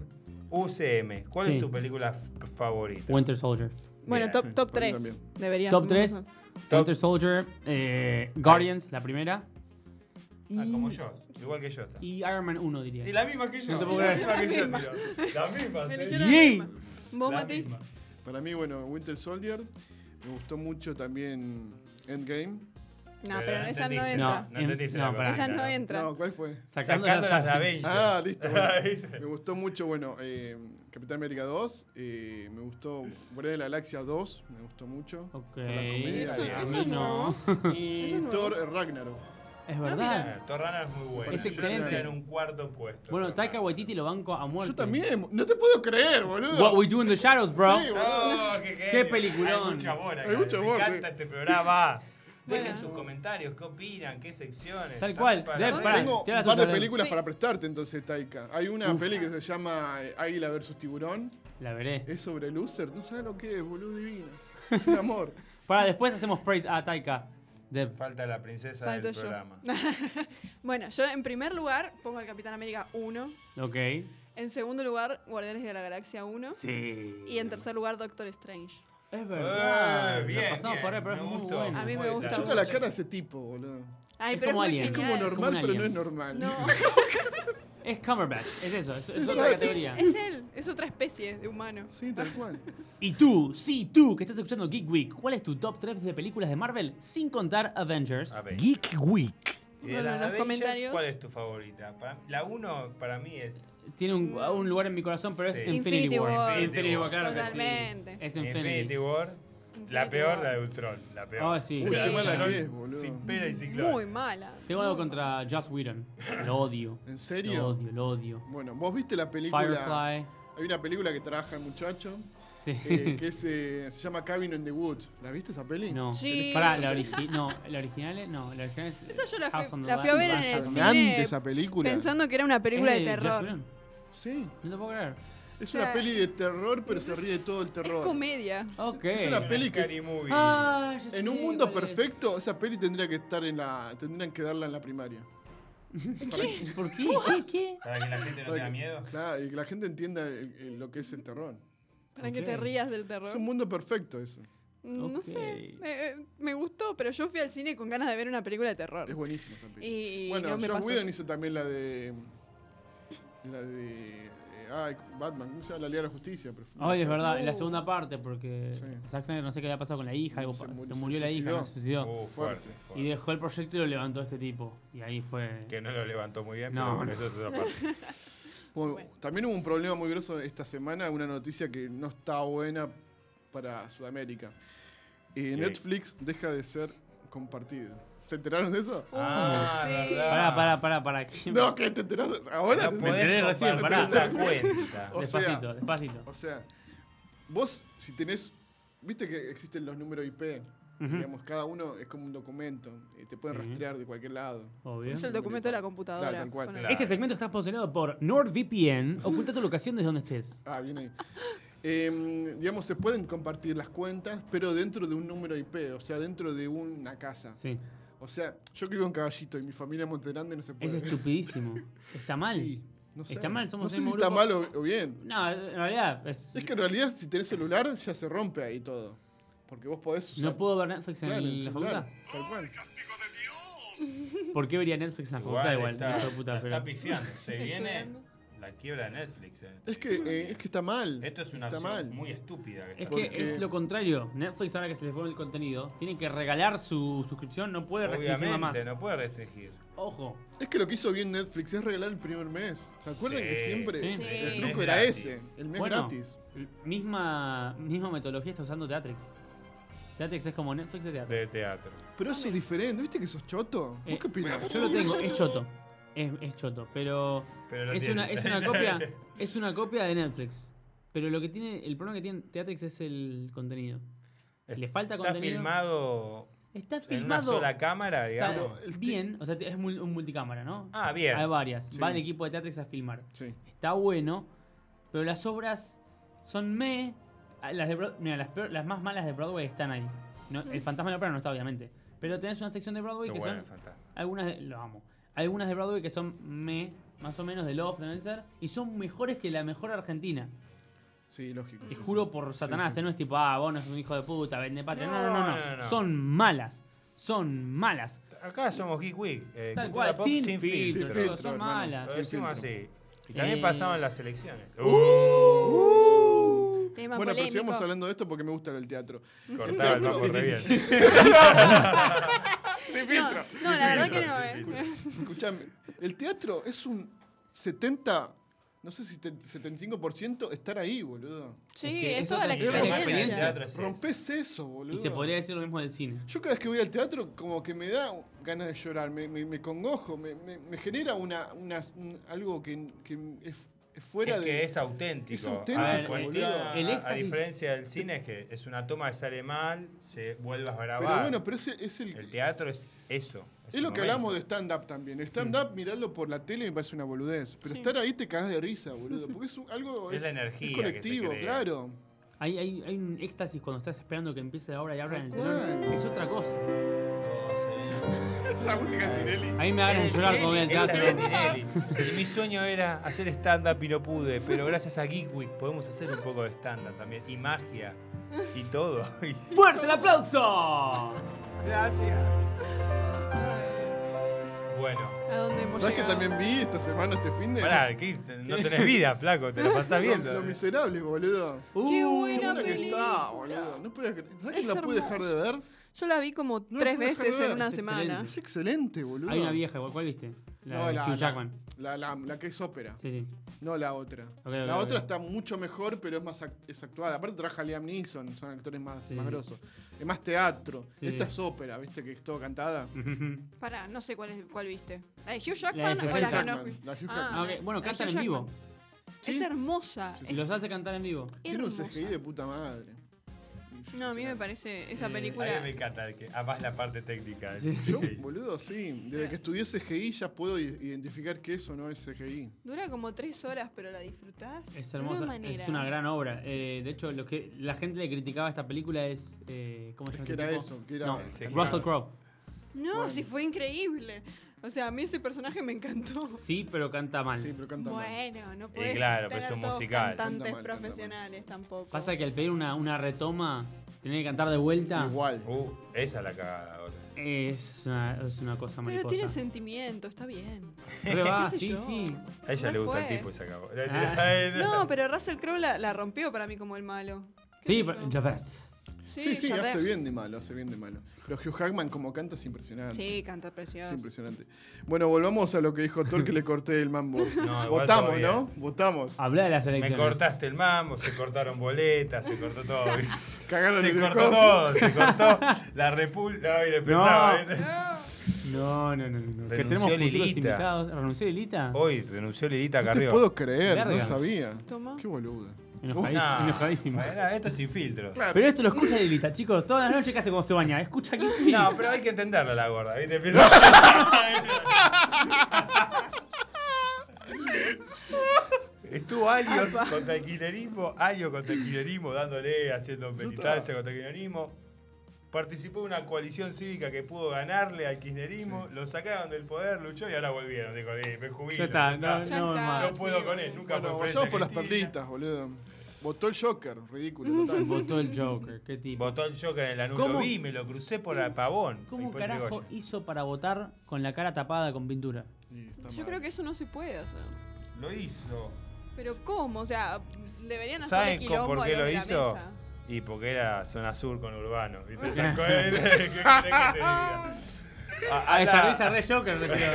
[SPEAKER 5] UCM. ¿Cuál
[SPEAKER 2] Sí.
[SPEAKER 5] es tu película f- favorita?
[SPEAKER 2] Winter Soldier.
[SPEAKER 4] Bueno,
[SPEAKER 5] Bien.
[SPEAKER 4] top, top
[SPEAKER 6] para mí
[SPEAKER 4] 3.
[SPEAKER 6] también.
[SPEAKER 4] Debería
[SPEAKER 2] Top
[SPEAKER 4] ser
[SPEAKER 2] 3,
[SPEAKER 4] más-
[SPEAKER 5] Top-
[SPEAKER 2] Winter Soldier, eh, Guardians, la primera.
[SPEAKER 5] Ah,
[SPEAKER 2] y-
[SPEAKER 5] como yo. Igual que yo. está.
[SPEAKER 2] Y Iron Man 1 diría.
[SPEAKER 5] Y la misma que yo.
[SPEAKER 2] No te puedo
[SPEAKER 5] la
[SPEAKER 2] creer.
[SPEAKER 5] misma que yo, tío. La misma.
[SPEAKER 4] Me
[SPEAKER 5] sí.
[SPEAKER 4] eligieron la
[SPEAKER 2] Yay.
[SPEAKER 4] misma. ¿Vos,
[SPEAKER 5] La
[SPEAKER 4] Mati?
[SPEAKER 5] misma.
[SPEAKER 6] Para mí, bueno, Winter Soldier. Me gustó mucho también Endgame.
[SPEAKER 4] No, pero
[SPEAKER 5] no
[SPEAKER 4] esa no
[SPEAKER 5] entendiste.
[SPEAKER 4] entra.
[SPEAKER 5] No entendiste la
[SPEAKER 2] No, pará.
[SPEAKER 5] cosa.
[SPEAKER 4] Esa no entra.
[SPEAKER 6] No, ¿cuál fue?
[SPEAKER 2] Sacando, las-
[SPEAKER 5] las de Avengers.
[SPEAKER 6] Ah, listo. bueno.
[SPEAKER 5] Ahí está. *laughs*
[SPEAKER 6] Me gustó mucho, bueno, eh, Capitán América 2. eh, me gustó Guardianes de la Galaxia 2. Me gustó mucho.
[SPEAKER 2] Ok.
[SPEAKER 6] Por la comedia,
[SPEAKER 4] Eso-
[SPEAKER 6] la
[SPEAKER 4] eso
[SPEAKER 6] comedia.
[SPEAKER 4] es *laughs* nuevo.
[SPEAKER 6] Y
[SPEAKER 4] Eso es nuevo.
[SPEAKER 6] Thor Ragnarok.
[SPEAKER 2] Es
[SPEAKER 4] mira.
[SPEAKER 2] verdad.
[SPEAKER 5] Ah, Torrana es muy buena.
[SPEAKER 6] Es
[SPEAKER 5] Yo
[SPEAKER 6] excelente.
[SPEAKER 5] estoy en un cuarto puesto.
[SPEAKER 2] Bueno,
[SPEAKER 5] Torrana.
[SPEAKER 2] Taika Waititi lo banco a muerte.
[SPEAKER 6] Yo también. No te puedo creer, boludo.
[SPEAKER 2] What we do in the shadows, bro.
[SPEAKER 6] Sí, boludo.
[SPEAKER 5] Oh, qué,
[SPEAKER 2] Qué
[SPEAKER 5] genio.
[SPEAKER 2] peliculón.
[SPEAKER 5] Hay mucha bola.
[SPEAKER 6] Hay
[SPEAKER 5] acá.
[SPEAKER 6] mucha
[SPEAKER 5] Me
[SPEAKER 6] bola,
[SPEAKER 5] encanta
[SPEAKER 6] sí.
[SPEAKER 5] este
[SPEAKER 4] *laughs*
[SPEAKER 5] programa. Dejen
[SPEAKER 4] Bueno.
[SPEAKER 5] sus comentarios, qué opinan, qué secciones.
[SPEAKER 2] Tal
[SPEAKER 5] Están
[SPEAKER 2] cual.
[SPEAKER 5] para-
[SPEAKER 2] Deb, pará.
[SPEAKER 6] Tengo
[SPEAKER 2] te vas a
[SPEAKER 6] un par de
[SPEAKER 2] saber.
[SPEAKER 6] películas
[SPEAKER 4] Sí.
[SPEAKER 6] para prestarte entonces, Taika. Hay una
[SPEAKER 2] Uf.
[SPEAKER 6] peli que se llama eh, Águila versus Tiburón.
[SPEAKER 2] La veré.
[SPEAKER 6] Es sobre Loser. No sabes lo que es, boludo divino. Es un
[SPEAKER 4] *laughs*
[SPEAKER 6] amor.
[SPEAKER 2] Para después hacemos praise a Taika. Deb.
[SPEAKER 5] Falta la princesa
[SPEAKER 4] Falto
[SPEAKER 5] del
[SPEAKER 4] yo. *laughs*
[SPEAKER 5] programa.
[SPEAKER 4] Bueno, yo en primer lugar pongo al Capitán América 1.
[SPEAKER 2] Ok.
[SPEAKER 4] En segundo lugar, Guardianes de la Galaxia 1.
[SPEAKER 2] Sí.
[SPEAKER 4] Y en tercer lugar, Doctor Strange.
[SPEAKER 2] Es verdad.
[SPEAKER 5] Eh, bien,
[SPEAKER 2] Lo pasamos
[SPEAKER 5] bien.
[SPEAKER 2] por ahí, pero
[SPEAKER 5] Me
[SPEAKER 2] es muy
[SPEAKER 5] gustó.
[SPEAKER 2] bueno.
[SPEAKER 4] A mí me
[SPEAKER 5] Muy
[SPEAKER 4] gusta
[SPEAKER 5] bien.
[SPEAKER 6] Choca la cara a ese tipo, boludo.
[SPEAKER 4] Ay,
[SPEAKER 2] Es
[SPEAKER 4] pero
[SPEAKER 2] como
[SPEAKER 4] es muy
[SPEAKER 2] Alien.
[SPEAKER 6] Es como
[SPEAKER 4] genial.
[SPEAKER 2] como un
[SPEAKER 6] normal, pero no
[SPEAKER 2] alien.
[SPEAKER 6] es normal.
[SPEAKER 4] No.
[SPEAKER 2] es Cumberbatch, es eso, es, *laughs* es
[SPEAKER 6] Sí,
[SPEAKER 2] otra
[SPEAKER 6] sí,
[SPEAKER 2] categoría.
[SPEAKER 4] Es él, es otra especie de humano.
[SPEAKER 6] Sí, tal cual.
[SPEAKER 2] Y tú, sí, tú, que estás escuchando Geek Week, ¿cuál es tu top 3 de películas de Marvel sin contar Avengers?
[SPEAKER 5] A ver.
[SPEAKER 1] Geek Week.
[SPEAKER 5] Y de
[SPEAKER 4] Bueno,
[SPEAKER 5] las
[SPEAKER 4] en los
[SPEAKER 5] Avengers,
[SPEAKER 4] comentarios-
[SPEAKER 5] ¿Cuál es tu favorita? Para- la 1 para mí es
[SPEAKER 2] Tiene un, un lugar en mi corazón, pero
[SPEAKER 5] Sí.
[SPEAKER 2] es Infinity,
[SPEAKER 4] Infinity
[SPEAKER 2] War.
[SPEAKER 4] War.
[SPEAKER 2] Infinity War, claro
[SPEAKER 4] Totalmente.
[SPEAKER 2] que sí. Es
[SPEAKER 5] Infinity,
[SPEAKER 2] Infinity.
[SPEAKER 5] War. La
[SPEAKER 4] Infinity
[SPEAKER 5] peor,
[SPEAKER 4] War.
[SPEAKER 5] la de Ultron. La peor.
[SPEAKER 2] Oh, sí.
[SPEAKER 6] Uy,
[SPEAKER 4] Sí.
[SPEAKER 6] qué mala
[SPEAKER 5] Ultron
[SPEAKER 6] que es, boludo.
[SPEAKER 5] Sin pera y sin
[SPEAKER 4] Muy
[SPEAKER 5] gloria.
[SPEAKER 4] mala.
[SPEAKER 2] Tengo algo contra Joss Whedon. Lo
[SPEAKER 6] *laughs*
[SPEAKER 2] odio.
[SPEAKER 6] ¿En
[SPEAKER 2] Lo
[SPEAKER 6] serio?
[SPEAKER 2] odio, lo odio.
[SPEAKER 6] Bueno, vos viste la película.
[SPEAKER 2] Firefly.
[SPEAKER 6] Hay una película que trabaja el *laughs* muchacho
[SPEAKER 2] Sí.
[SPEAKER 6] eh, que es, eh, se llama Cabin in the Woods. ¿La viste esa
[SPEAKER 2] *laughs*
[SPEAKER 6] peli? *laughs*
[SPEAKER 2] No.
[SPEAKER 4] Sí.
[SPEAKER 2] Pará, la original. No, la original es- No, la original es.
[SPEAKER 4] Esa yo la
[SPEAKER 2] House
[SPEAKER 4] fui-
[SPEAKER 2] on the
[SPEAKER 4] la fui a
[SPEAKER 2] Left.
[SPEAKER 4] ver en el
[SPEAKER 2] Vaya.
[SPEAKER 4] cine.
[SPEAKER 6] Fascinante esa película.
[SPEAKER 4] Eh, Pensando que era una película de
[SPEAKER 2] Es Joss
[SPEAKER 4] terror.
[SPEAKER 2] Whedon.
[SPEAKER 6] Sí.
[SPEAKER 2] Eh, No te puedo creer.
[SPEAKER 6] Es
[SPEAKER 4] O sea,
[SPEAKER 6] una peli de terror, pero se ríe de todo el
[SPEAKER 4] Es
[SPEAKER 6] terror.
[SPEAKER 4] comedia.
[SPEAKER 2] Ok.
[SPEAKER 6] Es una
[SPEAKER 5] Una
[SPEAKER 6] peli que-
[SPEAKER 5] scary movie.
[SPEAKER 2] Ah, ya
[SPEAKER 6] En
[SPEAKER 2] sé
[SPEAKER 6] un mundo
[SPEAKER 2] cuál es.
[SPEAKER 6] perfecto, esa peli tendría que estar en la. tendrían que darla en la primaria. Para que,
[SPEAKER 2] ¿Por qué? ¿Qué?
[SPEAKER 6] *laughs*
[SPEAKER 2] ¿Qué?
[SPEAKER 5] Para que la gente no
[SPEAKER 6] para
[SPEAKER 5] tenga
[SPEAKER 6] que-
[SPEAKER 5] miedo.
[SPEAKER 6] Claro, y que la gente entienda el- el- lo que es el terror.
[SPEAKER 4] Para que
[SPEAKER 2] Ok.
[SPEAKER 4] te rías del terror.
[SPEAKER 6] Es un mundo perfecto eso.
[SPEAKER 4] No
[SPEAKER 2] Ok.
[SPEAKER 4] sé. Eh, eh, me gustó, pero yo fui al cine con ganas de ver una película de terror.
[SPEAKER 6] Es buenísima esa peli.
[SPEAKER 4] Y
[SPEAKER 6] bueno,
[SPEAKER 4] no me
[SPEAKER 6] Josh
[SPEAKER 4] pasó.
[SPEAKER 6] Whedon hizo también la de. La de. eh, ay, Batman, ¿cómo se llama? La Liga de la Justicia. pero fue una
[SPEAKER 2] Ay, es
[SPEAKER 6] mierda.
[SPEAKER 2] verdad, en la
[SPEAKER 4] Uh.
[SPEAKER 2] segunda parte, porque
[SPEAKER 6] Sí.
[SPEAKER 2] Zack Snyder no sé qué había pasado con la hija, algo
[SPEAKER 6] Se
[SPEAKER 2] pa- se,
[SPEAKER 6] murió-
[SPEAKER 2] murió,
[SPEAKER 6] se
[SPEAKER 2] la hija,
[SPEAKER 6] suicidó. Oh.
[SPEAKER 2] no, se suicidó.
[SPEAKER 5] Uh, fuerte.
[SPEAKER 2] y
[SPEAKER 5] fuerte.
[SPEAKER 2] dejó el proyecto y lo levantó este tipo. Y ahí fue.
[SPEAKER 5] Que no lo levantó muy bien,
[SPEAKER 2] No,
[SPEAKER 5] pero
[SPEAKER 2] no.
[SPEAKER 5] bueno, eso es otra parte.
[SPEAKER 6] Bueno, También hubo un problema muy grosso esta semana, una noticia que no está buena para Sudamérica. Eh,
[SPEAKER 5] ¿Qué?
[SPEAKER 6] Netflix deja de ser compartido. ¿Se enteraron de eso?
[SPEAKER 5] Ah,
[SPEAKER 4] Uh, sí.
[SPEAKER 5] verdad.
[SPEAKER 2] Pará, pará, pará, pará.
[SPEAKER 6] No, que te enterás ahora.
[SPEAKER 5] No
[SPEAKER 2] Me enteré
[SPEAKER 5] podés
[SPEAKER 2] recién,
[SPEAKER 5] compartir
[SPEAKER 6] pará.
[SPEAKER 5] la
[SPEAKER 2] *laughs*
[SPEAKER 5] cuenta.
[SPEAKER 6] O sea-
[SPEAKER 2] Despacito, despacito.
[SPEAKER 6] O sea, vos si tenés, viste que existen los números IP, digamos, cada uno es como un documento, eh, te pueden
[SPEAKER 2] Sí.
[SPEAKER 6] rastrear de cualquier lado.
[SPEAKER 2] Obvio.
[SPEAKER 4] Es el documento de la computadora.
[SPEAKER 6] Claro, tal cual.
[SPEAKER 4] ponele.
[SPEAKER 5] Claro.
[SPEAKER 2] Este segmento está patrocinado por NordVPN. Oculta tu locación desde donde estés.
[SPEAKER 6] Ah, bien ahí. Eh, digamos, se pueden compartir las cuentas, pero dentro de un número IP, o sea, dentro de una casa.
[SPEAKER 2] Sí.
[SPEAKER 6] O sea, yo que vivo en Caballito y mi familia en Monte Grande no se
[SPEAKER 2] Es
[SPEAKER 6] puede.
[SPEAKER 2] estupidísimo. Está mal.
[SPEAKER 6] Sí, *laughs* no sé.
[SPEAKER 2] Está mal, somos
[SPEAKER 6] no sé
[SPEAKER 2] del
[SPEAKER 6] si
[SPEAKER 2] mismo
[SPEAKER 6] está
[SPEAKER 2] grupo.
[SPEAKER 6] mal o, o bien.
[SPEAKER 2] No, en realidad es.
[SPEAKER 6] Es que en realidad si tenés celular ya se rompe ahí todo. Porque vos podés usar...
[SPEAKER 2] No puedo ver Netflix en
[SPEAKER 6] Claro, el
[SPEAKER 2] la
[SPEAKER 6] celular,
[SPEAKER 2] facultad.
[SPEAKER 6] Tal cual.
[SPEAKER 2] ¿Por qué vería Netflix en la facultad igual?
[SPEAKER 5] está,
[SPEAKER 2] hijo de puta,
[SPEAKER 5] la
[SPEAKER 2] pero-
[SPEAKER 5] está pifiando. Se viene
[SPEAKER 4] Estudiando.
[SPEAKER 5] la quiebra de Netflix. eh.
[SPEAKER 6] Es que, eh, es que está mal.
[SPEAKER 5] Esto es una
[SPEAKER 6] está mal.
[SPEAKER 5] acción muy estúpida. que
[SPEAKER 2] Es
[SPEAKER 5] está
[SPEAKER 2] que
[SPEAKER 6] Porque-
[SPEAKER 2] es lo contrario. Netflix, ahora que se les fue el contenido, tiene que regalar su suscripción, no puede restringirla más.
[SPEAKER 5] Obviamente, no puede restringir.
[SPEAKER 2] Ojo.
[SPEAKER 6] Es que lo que hizo bien Netflix es regalar el primer mes. ¿Se acuerdan que siempre
[SPEAKER 2] Sí.
[SPEAKER 6] el
[SPEAKER 4] Sí.
[SPEAKER 6] truco
[SPEAKER 5] mes
[SPEAKER 6] era
[SPEAKER 5] gratis.
[SPEAKER 6] ese? El mes
[SPEAKER 2] Bueno.
[SPEAKER 6] gratis.
[SPEAKER 2] L- Misma, misma metodología está usando Teatrix. Teatrix es como Netflix de teatro.
[SPEAKER 5] De teatro.
[SPEAKER 6] Pero eso es diferente. ¿Viste que sos choto? ¿Vos
[SPEAKER 2] Eh,
[SPEAKER 6] qué opinás?
[SPEAKER 2] Yo lo tengo, es choto. Es, es choto, pero
[SPEAKER 5] Pero lo
[SPEAKER 2] es
[SPEAKER 5] tiene. *laughs*
[SPEAKER 2] una, es una copia es una copia de Netflix. Pero lo que tiene el problema que tiene Teatrix es el contenido.
[SPEAKER 5] Es-
[SPEAKER 2] Le falta
[SPEAKER 5] Está
[SPEAKER 2] contenido.
[SPEAKER 5] filmado
[SPEAKER 2] Está
[SPEAKER 5] en una
[SPEAKER 2] filmado
[SPEAKER 5] sola cámara,
[SPEAKER 2] sa-
[SPEAKER 5] digamos.
[SPEAKER 6] Pero el ti-
[SPEAKER 2] bien, o sea, es mul- un multicámara, ¿no?
[SPEAKER 5] Ah, bien.
[SPEAKER 2] Hay varias.
[SPEAKER 6] Sí.
[SPEAKER 2] Va el equipo de Teatrix a filmar.
[SPEAKER 6] Sí.
[SPEAKER 2] está bueno, pero las obras son me. Ah, Las de Broad- mira, las, peor- las más malas de Broadway están ahí. No, el fantasma de la ópera no está, obviamente. Pero tenés una sección de Broadway
[SPEAKER 5] Qué
[SPEAKER 2] que
[SPEAKER 5] bueno,
[SPEAKER 2] son.
[SPEAKER 5] fantasma.
[SPEAKER 2] Algunas de, Lo amo. Algunas de Broadway que son me, más o menos de Love, deben ser. Y son mejores que la mejor argentina.
[SPEAKER 6] Sí, lógico.
[SPEAKER 2] Te
[SPEAKER 6] sí,
[SPEAKER 2] juro
[SPEAKER 6] sí.
[SPEAKER 2] por
[SPEAKER 6] Sí,
[SPEAKER 2] Satanás,
[SPEAKER 6] sí.
[SPEAKER 2] ¿eh? no es tipo, ah, vos no sos un hijo de puta, vende patria. No, no, no, no.
[SPEAKER 5] No, no, no.
[SPEAKER 2] Son malas. Son malas.
[SPEAKER 5] Acá somos Geek Week. eh,
[SPEAKER 2] Tal
[SPEAKER 5] cultura
[SPEAKER 2] cual,
[SPEAKER 5] pop
[SPEAKER 2] sin, filtro,
[SPEAKER 6] filtro.
[SPEAKER 2] chicos, son
[SPEAKER 6] hermano.
[SPEAKER 5] Lo
[SPEAKER 2] malas.
[SPEAKER 6] Sin
[SPEAKER 5] decimos así.
[SPEAKER 6] filtro.
[SPEAKER 5] Y también
[SPEAKER 2] Eh.
[SPEAKER 5] pasaban las elecciones.
[SPEAKER 6] ¡Uh!
[SPEAKER 5] Uh.
[SPEAKER 4] Tema
[SPEAKER 6] Bueno, pero sigamos
[SPEAKER 4] polémico.
[SPEAKER 6] hablando de esto porque me gusta el teatro.
[SPEAKER 5] Cortaba el papo
[SPEAKER 6] Sí,
[SPEAKER 5] re
[SPEAKER 6] sí,
[SPEAKER 5] bien.
[SPEAKER 6] ¡Te filtro!
[SPEAKER 4] No, la verdad que
[SPEAKER 5] filtro, sin
[SPEAKER 4] no, eh.
[SPEAKER 6] Escuchame, el teatro es un 70, no sé si te- 75% estar ahí, boludo.
[SPEAKER 4] Sí,
[SPEAKER 2] Es que
[SPEAKER 4] es
[SPEAKER 2] es
[SPEAKER 4] toda
[SPEAKER 2] otra
[SPEAKER 4] la
[SPEAKER 2] experiencia.
[SPEAKER 5] El
[SPEAKER 4] experiencia.
[SPEAKER 5] teatro es eso.
[SPEAKER 6] Rompes eso, boludo.
[SPEAKER 2] Y se podría decir lo mismo del cine.
[SPEAKER 6] Yo cada vez que voy al teatro como que me da ganas de llorar, me, me- me congojo, me, me- me genera una, una- un- algo que, que es, es fuera
[SPEAKER 5] es que
[SPEAKER 6] de...
[SPEAKER 5] es auténtico.
[SPEAKER 6] Es
[SPEAKER 5] A,
[SPEAKER 6] auténtico,
[SPEAKER 5] ver,
[SPEAKER 2] boludo.
[SPEAKER 5] cuestión-
[SPEAKER 2] El
[SPEAKER 5] a- a
[SPEAKER 2] éxtasis-
[SPEAKER 5] diferencia del cine es que es una toma que sale mal, se vuelve a grabar.
[SPEAKER 6] pero bueno, pero ese- es, el,
[SPEAKER 5] el teatro es Mm. eso.
[SPEAKER 6] es lo que hablamos de stand-up también. El stand-up, mirarlo por la tele me parece una boludez, pero
[SPEAKER 4] Sí.
[SPEAKER 6] estar ahí te cagas de risa, boludo, porque es un- algo...
[SPEAKER 5] Es la energía que se
[SPEAKER 6] colectivo,
[SPEAKER 5] crea.
[SPEAKER 6] claro.
[SPEAKER 2] Hay, hay, hay un éxtasis cuando estás esperando que empiece la obra y abran el
[SPEAKER 6] Tal cual.
[SPEAKER 2] telón. Es otra cosa.
[SPEAKER 5] Oh,
[SPEAKER 6] Esa música de Tinelli.
[SPEAKER 2] A mí me hagan llorar cuando voy al teatro.
[SPEAKER 5] Este Y mi sueño era hacer stand-up y no pude, pero gracias a Geek Week podemos hacer un poco de stand-up también. Y magia. Y todo. *laughs* Y-
[SPEAKER 2] ¡Fuerte el aplauso!
[SPEAKER 5] Gracias. Bueno,
[SPEAKER 4] ¿A dónde
[SPEAKER 2] hemos
[SPEAKER 6] ¿Sabes que
[SPEAKER 2] llegado.
[SPEAKER 6] también vi esta semana, este fin de?
[SPEAKER 5] Pará, ¿qué hiciste? no tenés vida, flaco, te lo pasás viendo.
[SPEAKER 6] Los miserables, boludo.
[SPEAKER 4] Qué
[SPEAKER 2] Uh,
[SPEAKER 4] buena
[SPEAKER 6] Una que está,
[SPEAKER 4] película.
[SPEAKER 6] boludo. No podía creer. ¿Sabés
[SPEAKER 4] Es
[SPEAKER 6] que la pude dejar de ver?
[SPEAKER 4] Yo la vi como
[SPEAKER 6] No,
[SPEAKER 4] tres
[SPEAKER 6] no deja de
[SPEAKER 4] veces en
[SPEAKER 6] ver,
[SPEAKER 4] una
[SPEAKER 2] es
[SPEAKER 4] semana.
[SPEAKER 2] excelente.
[SPEAKER 6] Es excelente, boludo.
[SPEAKER 2] Hay una vieja igual, ¿cuál viste? La
[SPEAKER 6] No,
[SPEAKER 2] de
[SPEAKER 6] la-
[SPEAKER 2] Hugh
[SPEAKER 6] la-
[SPEAKER 2] Jackman.
[SPEAKER 6] La, la- la que es ópera,
[SPEAKER 2] Sí, *laughs* sí.
[SPEAKER 6] no la otra.
[SPEAKER 2] Ok,
[SPEAKER 6] la
[SPEAKER 2] ok, ok.
[SPEAKER 6] otra está mucho mejor, pero es más ac- es actuada. Aparte trabaja Liam Neeson, son actores más,
[SPEAKER 2] Sí.
[SPEAKER 6] más grosos. Es más teatro.
[SPEAKER 2] Sí,
[SPEAKER 6] Esta
[SPEAKER 2] sí.
[SPEAKER 6] es ópera, ¿viste? Que es todo cantada.
[SPEAKER 4] Pará, no sé cuál, es, cuál viste. ¿La de Hugh Jackman
[SPEAKER 2] La de
[SPEAKER 6] La
[SPEAKER 4] o la que
[SPEAKER 6] Hugh
[SPEAKER 2] Jackman,
[SPEAKER 4] Ah, no?
[SPEAKER 6] Jackman, la Hugh
[SPEAKER 4] Ah,
[SPEAKER 6] Jackman.
[SPEAKER 2] Ah, ok. Bueno,
[SPEAKER 4] La
[SPEAKER 2] cantan
[SPEAKER 4] Hugh
[SPEAKER 2] en vivo.
[SPEAKER 6] Sí.
[SPEAKER 4] Es hermosa.
[SPEAKER 6] Sí, sí.
[SPEAKER 2] Y
[SPEAKER 4] Es
[SPEAKER 2] los hace cantar en vivo.
[SPEAKER 6] Tiene un
[SPEAKER 4] hermosa.
[SPEAKER 6] CGI de puta madre.
[SPEAKER 4] No, a mí me parece
[SPEAKER 2] Eh,
[SPEAKER 4] esa
[SPEAKER 5] A mí
[SPEAKER 4] película.
[SPEAKER 5] me encanta que además la parte técnica.
[SPEAKER 2] Sí.
[SPEAKER 6] Yo, boludo, sí. Desde que
[SPEAKER 4] Eh.
[SPEAKER 6] estudié CGI ya puedo i- identificar que eso no es CGI.
[SPEAKER 4] Dura como tres horas, pero la disfrutás.
[SPEAKER 2] Es
[SPEAKER 4] de
[SPEAKER 2] hermosa,
[SPEAKER 4] manera.
[SPEAKER 2] es una gran obra. Eh, de hecho, lo que la gente le criticaba a esta película es. Eh, ¿Cómo se llama?
[SPEAKER 6] que
[SPEAKER 2] este
[SPEAKER 6] era
[SPEAKER 2] tipo?
[SPEAKER 6] eso, que era-
[SPEAKER 2] No,
[SPEAKER 5] Sí,
[SPEAKER 2] Russell
[SPEAKER 5] claro.
[SPEAKER 2] Crowe.
[SPEAKER 4] No,
[SPEAKER 6] Bueno.
[SPEAKER 4] sí, fue increíble. O sea, a mí ese personaje me encantó.
[SPEAKER 2] Sí, pero canta mal.
[SPEAKER 6] Sí, pero canta mal.
[SPEAKER 4] Bueno, no puedes
[SPEAKER 5] Eh, claro, pero
[SPEAKER 4] tener
[SPEAKER 5] es un
[SPEAKER 4] todos
[SPEAKER 5] musical.
[SPEAKER 4] cantantes
[SPEAKER 6] Canta mal, canta mal.
[SPEAKER 4] profesionales tampoco.
[SPEAKER 2] Pasa que al pedir una, una retoma, tener que cantar de vuelta.
[SPEAKER 6] Igual.
[SPEAKER 5] Uh, esa la cagada ahora.
[SPEAKER 2] Es una, es una cosa
[SPEAKER 4] pero
[SPEAKER 2] mariposa.
[SPEAKER 4] tiene sentimiento,
[SPEAKER 5] *laughs*
[SPEAKER 4] está bien.
[SPEAKER 2] Re va,
[SPEAKER 4] *laughs* ¿Qué sé
[SPEAKER 2] sí,
[SPEAKER 4] yo?
[SPEAKER 2] sí.
[SPEAKER 5] A ella
[SPEAKER 4] Re
[SPEAKER 5] le gusta el
[SPEAKER 4] fue.
[SPEAKER 5] tipo y se acabó. *laughs*
[SPEAKER 2] Ah.
[SPEAKER 4] No, pero Russell Crowe la, la rompió para mí como el malo. ¿Qué
[SPEAKER 2] Sí,
[SPEAKER 4] sé
[SPEAKER 2] pero-
[SPEAKER 4] yo?
[SPEAKER 2] Javert.
[SPEAKER 6] Sí, sí,
[SPEAKER 4] ya
[SPEAKER 6] hace
[SPEAKER 4] ve.
[SPEAKER 6] bien de malo, hace bien de malo. Pero Hugh Jackman como canta es impresionante.
[SPEAKER 4] Sí, canta
[SPEAKER 6] Es
[SPEAKER 4] precioso.
[SPEAKER 6] impresionante. Bueno, volvamos a lo que dijo Thor que le corté
[SPEAKER 4] *laughs*
[SPEAKER 6] el mambo.
[SPEAKER 5] No, igual
[SPEAKER 6] Votamos,
[SPEAKER 5] todavía. Ah,
[SPEAKER 6] ¿no? Votamos.
[SPEAKER 2] Habla de las
[SPEAKER 5] Me
[SPEAKER 2] elecciones.
[SPEAKER 5] cortaste el mambo, se cortaron boletas, se cortó todo.
[SPEAKER 6] Cagaron
[SPEAKER 5] se
[SPEAKER 6] el
[SPEAKER 5] cortó
[SPEAKER 6] coso.
[SPEAKER 5] todo, se cortó la república. Ay, le empezaba. ¿viste?
[SPEAKER 2] No, no, no. no. Que
[SPEAKER 5] Renunció
[SPEAKER 2] tenemos futuros
[SPEAKER 5] Lilita.
[SPEAKER 2] invitados. ¿Renunció Lilita?
[SPEAKER 5] Hoy renunció Lidita
[SPEAKER 6] No te
[SPEAKER 5] Carrió.
[SPEAKER 6] Este puedo creer, no
[SPEAKER 2] Verga.
[SPEAKER 6] sabía.
[SPEAKER 4] Toma.
[SPEAKER 6] Qué boluda.
[SPEAKER 2] Enojadísima.
[SPEAKER 5] Nah,
[SPEAKER 2] enojadísima.
[SPEAKER 5] bueno, esto es sin filtro.
[SPEAKER 2] Pero esto lo escucha Lilita, chicos. Todas las noches que hace cuando se baña. Escucha aquí.
[SPEAKER 5] No, pero hay que entenderlo la gorda, ¿viste? Empieza- Estuvo años contra el kirchnerismo, años contra el kirchnerismo, dándole, haciendo militancia contra el kirchnerismo. Participó de una coalición cívica que pudo ganarle al kirchnerismo, lo sacaron del poder, luchó y ahora volvieron. Dijo, "Eh, me jubilo.
[SPEAKER 2] Ya está, no,
[SPEAKER 4] Ya
[SPEAKER 2] no,
[SPEAKER 4] está.
[SPEAKER 2] hermano.
[SPEAKER 5] No puedo con él, nunca
[SPEAKER 6] Bueno,
[SPEAKER 5] fue
[SPEAKER 6] vayamos
[SPEAKER 5] preso
[SPEAKER 6] por las
[SPEAKER 5] Cristina.
[SPEAKER 6] perlitas, boludo. Votó el Joker,
[SPEAKER 4] *laughs*
[SPEAKER 6] ridículo. total.
[SPEAKER 2] Votó el Joker, qué tipo.
[SPEAKER 5] Botó el Joker en la nuca,
[SPEAKER 2] ¿Cómo?
[SPEAKER 5] lo vi, me lo crucé por el pavón.
[SPEAKER 2] ¿Cómo
[SPEAKER 5] Y por el
[SPEAKER 2] carajo
[SPEAKER 5] Goya.
[SPEAKER 2] hizo para votar con la cara tapada con pintura?
[SPEAKER 6] Sí, está
[SPEAKER 4] Yo
[SPEAKER 6] mal.
[SPEAKER 4] creo que eso no se puede hacer.
[SPEAKER 5] Lo hizo.
[SPEAKER 4] Pero ¿cómo? O sea, deberían
[SPEAKER 5] ¿Saben
[SPEAKER 4] hacer
[SPEAKER 5] con-
[SPEAKER 4] quilombo
[SPEAKER 5] por
[SPEAKER 4] a
[SPEAKER 5] qué
[SPEAKER 4] los
[SPEAKER 5] lo
[SPEAKER 4] de la
[SPEAKER 5] hizo?
[SPEAKER 4] mesa.
[SPEAKER 5] Y porque era zona sur con urbano.
[SPEAKER 2] *laughs*
[SPEAKER 5] ¿Viste? Esas cosas, *laughs* ¿Qué querés que te diga? A-
[SPEAKER 2] Ah, esa
[SPEAKER 5] anda-
[SPEAKER 2] risa re Joker. le quedó.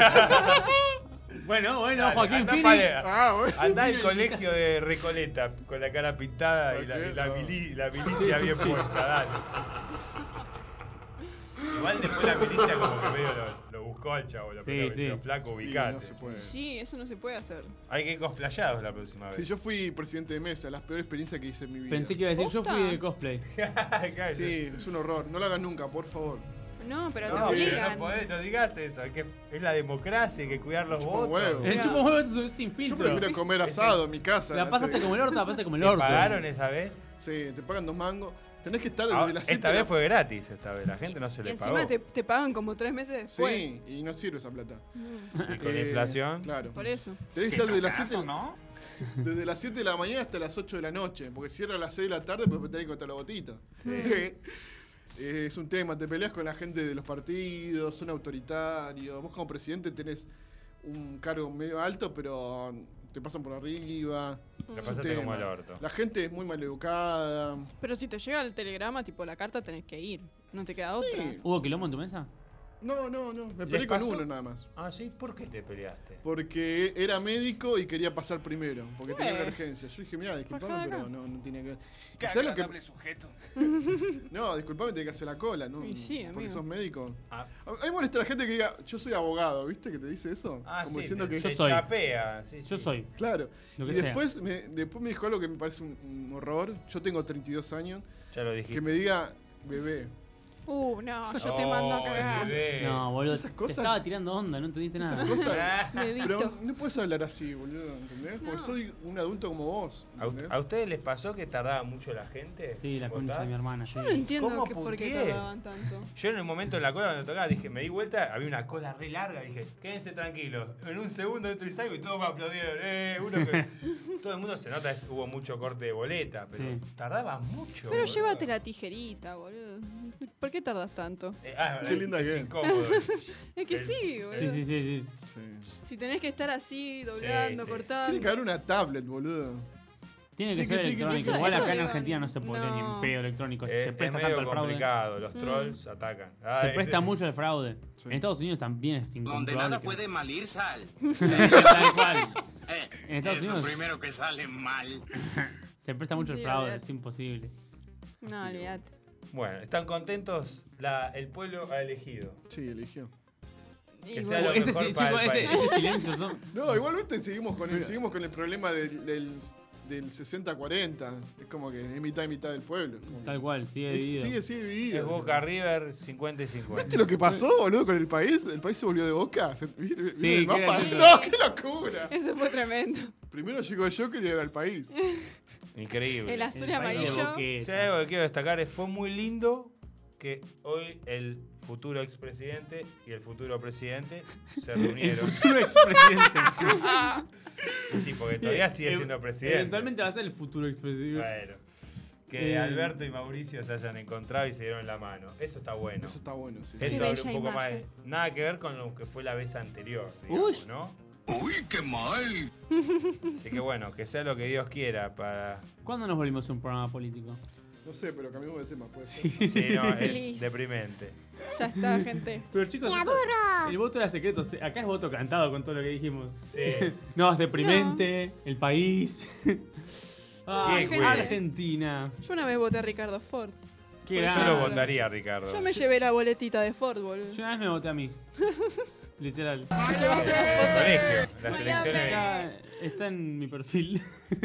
[SPEAKER 5] *laughs*
[SPEAKER 2] bueno, bueno,
[SPEAKER 5] Dale,
[SPEAKER 2] Joaquín
[SPEAKER 5] anda
[SPEAKER 2] Phoenix.
[SPEAKER 5] para-
[SPEAKER 6] Ah, bueno.
[SPEAKER 5] Andá al colegio de Recoleta con la cara pintada y la, y la, mili- la milicia bien puesta, dale. Igual después la milicia como que medio lo, lo buscó al chavo, lo
[SPEAKER 2] Sí,
[SPEAKER 5] primero que
[SPEAKER 2] sí.
[SPEAKER 5] dijo, flaco,
[SPEAKER 6] Sí,
[SPEAKER 5] ubicate.
[SPEAKER 6] no se puede.
[SPEAKER 4] Sí, eso no se puede hacer.
[SPEAKER 5] Hay que ir cosplayados la próxima vez.
[SPEAKER 6] Sí,
[SPEAKER 5] *laughs*
[SPEAKER 6] yo fui presidente de mesa, la peor experiencia que hice en mi vida.
[SPEAKER 2] Pensé que iba a decir, yo
[SPEAKER 4] ¿Posta?
[SPEAKER 2] fui de cosplay.
[SPEAKER 5] Cállate.
[SPEAKER 6] Sí, es un horror. No lo hagas nunca, por favor.
[SPEAKER 4] No, pero te
[SPEAKER 5] No, pero
[SPEAKER 4] obligan.
[SPEAKER 5] no, podés, no digas eso, hay que, es la democracia, hay que cuidar los
[SPEAKER 6] Chupa un
[SPEAKER 5] votos.
[SPEAKER 6] huevo.
[SPEAKER 2] El chupo huevo es sin
[SPEAKER 6] Yo
[SPEAKER 2] filtro.
[SPEAKER 6] prefiero comer asado en mi casa.
[SPEAKER 2] La pasaste
[SPEAKER 6] te-
[SPEAKER 2] como el orto, la pasaste como el
[SPEAKER 5] ¿Te
[SPEAKER 2] orto.
[SPEAKER 5] pagaron esa vez?
[SPEAKER 6] Sí, te pagan dos mangos. Tenés que estar
[SPEAKER 5] Ah,
[SPEAKER 6] desde las 7
[SPEAKER 5] esta vez fue gratis, esta vez. La gente no se
[SPEAKER 4] Y
[SPEAKER 5] le
[SPEAKER 4] encima
[SPEAKER 5] pagó.
[SPEAKER 4] te, te pagan como tres meses después.
[SPEAKER 6] Sí, y no sirve esa plata.
[SPEAKER 4] Mm,
[SPEAKER 5] Y con
[SPEAKER 6] Eh,
[SPEAKER 5] inflación.
[SPEAKER 6] Claro.
[SPEAKER 4] Por eso.
[SPEAKER 6] Tenés que estar desde las, 7,
[SPEAKER 8] ¿no?
[SPEAKER 4] Mm.
[SPEAKER 6] desde las 7 de la mañana hasta las 8 de la noche. Porque cierra a las 6 de la tarde, pues tenés que contar la botita. *laughs* Eh, es un tema, te peleas con la gente de los partidos, son autoritarios. Vos como presidente tenés un cargo medio alto, pero te pasan por arriba.
[SPEAKER 5] La
[SPEAKER 6] Es un
[SPEAKER 5] pasaste como
[SPEAKER 6] tema.
[SPEAKER 5] el orto.
[SPEAKER 6] Este, La gente es muy maleducada.
[SPEAKER 4] Pero si te llega el telegrama, tipo la carta, tenés que ir. No te queda otra.
[SPEAKER 6] Sí.
[SPEAKER 2] ¿Hubo quilombo en tu mesa?
[SPEAKER 6] No, no, no. Me
[SPEAKER 5] ¿Les
[SPEAKER 6] peleé con
[SPEAKER 5] pasó?
[SPEAKER 6] uno nada más.
[SPEAKER 5] Ah, sí, ¿por qué te peleaste?
[SPEAKER 6] Porque era médico y quería pasar primero, porque tenía una
[SPEAKER 4] Eh.
[SPEAKER 6] urgencia. Yo dije, mira, disculpame,
[SPEAKER 4] Bajá de acá.
[SPEAKER 6] pero no, no tiene que ver.
[SPEAKER 8] Qué
[SPEAKER 6] ¿Sabes lo
[SPEAKER 8] agradable
[SPEAKER 6] que.?
[SPEAKER 8] sujeto.
[SPEAKER 6] No, disculpame, tenés que hacer la cola, ¿no?
[SPEAKER 4] Y sí,
[SPEAKER 6] porque
[SPEAKER 4] amigo.
[SPEAKER 6] sos médico.
[SPEAKER 5] Ah.
[SPEAKER 6] A mí molesta la gente que diga, yo soy abogado, ¿viste? Que te dice eso.
[SPEAKER 5] Ah,
[SPEAKER 6] Como
[SPEAKER 5] sí,
[SPEAKER 6] diciendo
[SPEAKER 5] te-
[SPEAKER 6] que.
[SPEAKER 2] yo
[SPEAKER 5] te
[SPEAKER 2] soy.
[SPEAKER 5] chapea. sí,
[SPEAKER 2] Yo
[SPEAKER 5] sí.
[SPEAKER 2] soy.
[SPEAKER 6] Claro.
[SPEAKER 2] Lo
[SPEAKER 6] Y
[SPEAKER 2] que sea.
[SPEAKER 6] después me, después me dijo algo que me parece un, un horror. Yo tengo 32 años.
[SPEAKER 5] Ya lo dijiste.
[SPEAKER 6] Que me diga, bebé.
[SPEAKER 4] Uh, no,
[SPEAKER 6] Esas-
[SPEAKER 4] yo te mando a
[SPEAKER 5] Oh,
[SPEAKER 4] cagar.
[SPEAKER 5] bebé.
[SPEAKER 2] No, boludo.
[SPEAKER 6] esas
[SPEAKER 2] te
[SPEAKER 6] cosas-
[SPEAKER 2] estaba tirando onda, no entendiste
[SPEAKER 6] Esas
[SPEAKER 2] nada.
[SPEAKER 4] *laughs*
[SPEAKER 6] cosas.
[SPEAKER 5] Ah,
[SPEAKER 4] Bebito.
[SPEAKER 6] Pero no puedes hablar así, boludo, ¿entendés? Porque
[SPEAKER 4] No.
[SPEAKER 6] soy un adulto como vos.
[SPEAKER 5] ¿A,
[SPEAKER 6] ¿entendés?
[SPEAKER 5] a ustedes les pasó que tardaba mucho la gente?
[SPEAKER 2] Sí, la
[SPEAKER 5] ¿Vos
[SPEAKER 2] concha de
[SPEAKER 5] estás?
[SPEAKER 2] mi hermana. sí.
[SPEAKER 4] Yo no entiendo
[SPEAKER 5] ¿Cómo
[SPEAKER 4] que por qué
[SPEAKER 5] puteé?
[SPEAKER 4] tardaban tanto.
[SPEAKER 5] Yo en el momento en la cola cuando tocaba dije, me di vuelta, había una cola re larga, dije, quédense tranquilos. En un segundo entro y salgo y todos me aplaudieron. Eh, uno
[SPEAKER 2] *laughs*
[SPEAKER 5] que... Todo el mundo se nota, es- hubo mucho corte de boleta, pero
[SPEAKER 2] Sí.
[SPEAKER 5] tardaba mucho.
[SPEAKER 4] Pero
[SPEAKER 5] boludo.
[SPEAKER 4] llévate la tijerita, boludo. ¿Por qué tardas tanto?
[SPEAKER 5] Eh, ah,
[SPEAKER 6] Qué linda
[SPEAKER 5] es
[SPEAKER 6] que es. *laughs*
[SPEAKER 5] incómodo. Eh,
[SPEAKER 4] Es que
[SPEAKER 5] El-
[SPEAKER 4] sí, boludo.
[SPEAKER 2] Sí, sí, sí, sí.
[SPEAKER 6] Sí.
[SPEAKER 4] Si tenés que estar así, doblando,
[SPEAKER 5] sí.
[SPEAKER 4] cortando.
[SPEAKER 6] Tiene que haber una tablet, boludo.
[SPEAKER 2] Tiene que
[SPEAKER 6] Tiki,
[SPEAKER 2] ser
[SPEAKER 6] tiki,
[SPEAKER 2] electrónico.
[SPEAKER 4] eso-
[SPEAKER 2] Igual
[SPEAKER 4] eso
[SPEAKER 2] acá en
[SPEAKER 4] digo,
[SPEAKER 2] Argentina no se puede ni en
[SPEAKER 4] no.
[SPEAKER 2] pedo electrónico.
[SPEAKER 5] Eh,
[SPEAKER 2] se
[SPEAKER 5] es
[SPEAKER 2] presta tanto
[SPEAKER 5] medio
[SPEAKER 2] al fraude.
[SPEAKER 5] complicado, los
[SPEAKER 4] Mm.
[SPEAKER 5] trolls atacan. Ah,
[SPEAKER 2] Se
[SPEAKER 5] eh,
[SPEAKER 2] presta
[SPEAKER 5] eh,
[SPEAKER 2] mucho al fraude.
[SPEAKER 6] Sí.
[SPEAKER 2] En Estados Unidos también es
[SPEAKER 9] Donde
[SPEAKER 2] incontrolable.
[SPEAKER 9] nada
[SPEAKER 2] que-
[SPEAKER 9] puede mal ir, sal.
[SPEAKER 2] Tal
[SPEAKER 9] *laughs*
[SPEAKER 2] cual.
[SPEAKER 9] Eh,
[SPEAKER 2] En Estados
[SPEAKER 9] es lo
[SPEAKER 2] Unidos.
[SPEAKER 9] primero que sale mal.
[SPEAKER 2] Se presta mucho al
[SPEAKER 4] Sí,
[SPEAKER 2] fraude,
[SPEAKER 4] olvidate.
[SPEAKER 2] es imposible.
[SPEAKER 4] No, olvídate.
[SPEAKER 5] Bueno, ¿están contentos? La- el pueblo ha elegido.
[SPEAKER 6] Sí, eligió.
[SPEAKER 4] Y
[SPEAKER 5] Que sea
[SPEAKER 4] bueno,
[SPEAKER 5] lo
[SPEAKER 2] Ese,
[SPEAKER 5] mejor
[SPEAKER 2] si-
[SPEAKER 5] para
[SPEAKER 2] chico,
[SPEAKER 5] el
[SPEAKER 2] ese,
[SPEAKER 5] país.
[SPEAKER 2] ese silencio son.
[SPEAKER 6] No, igualmente seguimos con el, seguimos con el problema del, del, del 60-40. Es como que es mitad y mitad del pueblo. Como que-
[SPEAKER 2] Tal cual, sigue
[SPEAKER 6] es-
[SPEAKER 2] dividido.
[SPEAKER 6] sigue, sigue dividido.
[SPEAKER 5] Es Boca River 50 y 50.
[SPEAKER 6] ¿Viste lo que pasó, boludo, con el país? ¿El país se volvió de boca? ¿Se, vi- vi-
[SPEAKER 2] Sí,
[SPEAKER 6] vi el
[SPEAKER 2] qué
[SPEAKER 6] mapa?
[SPEAKER 4] gracioso.
[SPEAKER 6] *laughs* ¡No, qué locura!
[SPEAKER 4] *laughs* Eso fue tremendo.
[SPEAKER 6] Primero llegó yo que era el país.
[SPEAKER 5] Increíble.
[SPEAKER 4] El azul y
[SPEAKER 2] El baile de
[SPEAKER 4] amarillo.
[SPEAKER 2] boquete.
[SPEAKER 5] Si hay algo que quiero destacar es fue muy lindo que hoy el futuro expresidente y el futuro presidente se
[SPEAKER 2] El *laughs*
[SPEAKER 5] reunieron. *laughs*
[SPEAKER 2] futuro expresidente.
[SPEAKER 5] Y sí, porque todavía sigue
[SPEAKER 2] Ev-
[SPEAKER 5] siendo presidente.
[SPEAKER 2] Eh, Eventualmente va a ser el futuro expresidente.
[SPEAKER 5] Bueno. Que
[SPEAKER 2] Eh.
[SPEAKER 5] Alberto y Mauricio se hayan encontrado y se dieron la mano. Eso está bueno.
[SPEAKER 6] Eso está bueno, sí.
[SPEAKER 4] Qué
[SPEAKER 5] Eso abre un
[SPEAKER 4] bella
[SPEAKER 5] poco más. de-
[SPEAKER 4] imagen.
[SPEAKER 5] Nada que ver con lo que fue la vez anterior, digamos,
[SPEAKER 2] Uy.
[SPEAKER 5] ¿no?
[SPEAKER 7] Uy, qué mal.
[SPEAKER 5] Así que bueno, que sea lo que Dios quiera para.
[SPEAKER 2] ¿Cuándo nos volvimos un programa político?
[SPEAKER 6] No sé, pero cambiamos de tema. Puede ser.
[SPEAKER 5] Sí, no, es
[SPEAKER 4] Feliz.
[SPEAKER 5] deprimente.
[SPEAKER 4] Ya está, gente.
[SPEAKER 2] *laughs* Pero chicos, el voto era secreto. se- Acá es voto cantado con todo lo que dijimos.
[SPEAKER 5] Sí.
[SPEAKER 2] *laughs* No, es deprimente, el país. *laughs* Ah,
[SPEAKER 5] Qué güey.
[SPEAKER 2] Argentina.
[SPEAKER 4] Yo una vez voté a Ricardo Ford.
[SPEAKER 2] Qué
[SPEAKER 4] Pues
[SPEAKER 5] Yo
[SPEAKER 2] grande.
[SPEAKER 5] lo
[SPEAKER 4] voté.
[SPEAKER 5] votaría, Ricardo.
[SPEAKER 4] Yo me llevé la boletita de Ford, boludo.
[SPEAKER 2] Yo una vez me voté a
[SPEAKER 4] *laughs*
[SPEAKER 2] mí. Literal.
[SPEAKER 5] Eh, colegio, las elecciones.
[SPEAKER 2] Está, está en mi perfil. *laughs*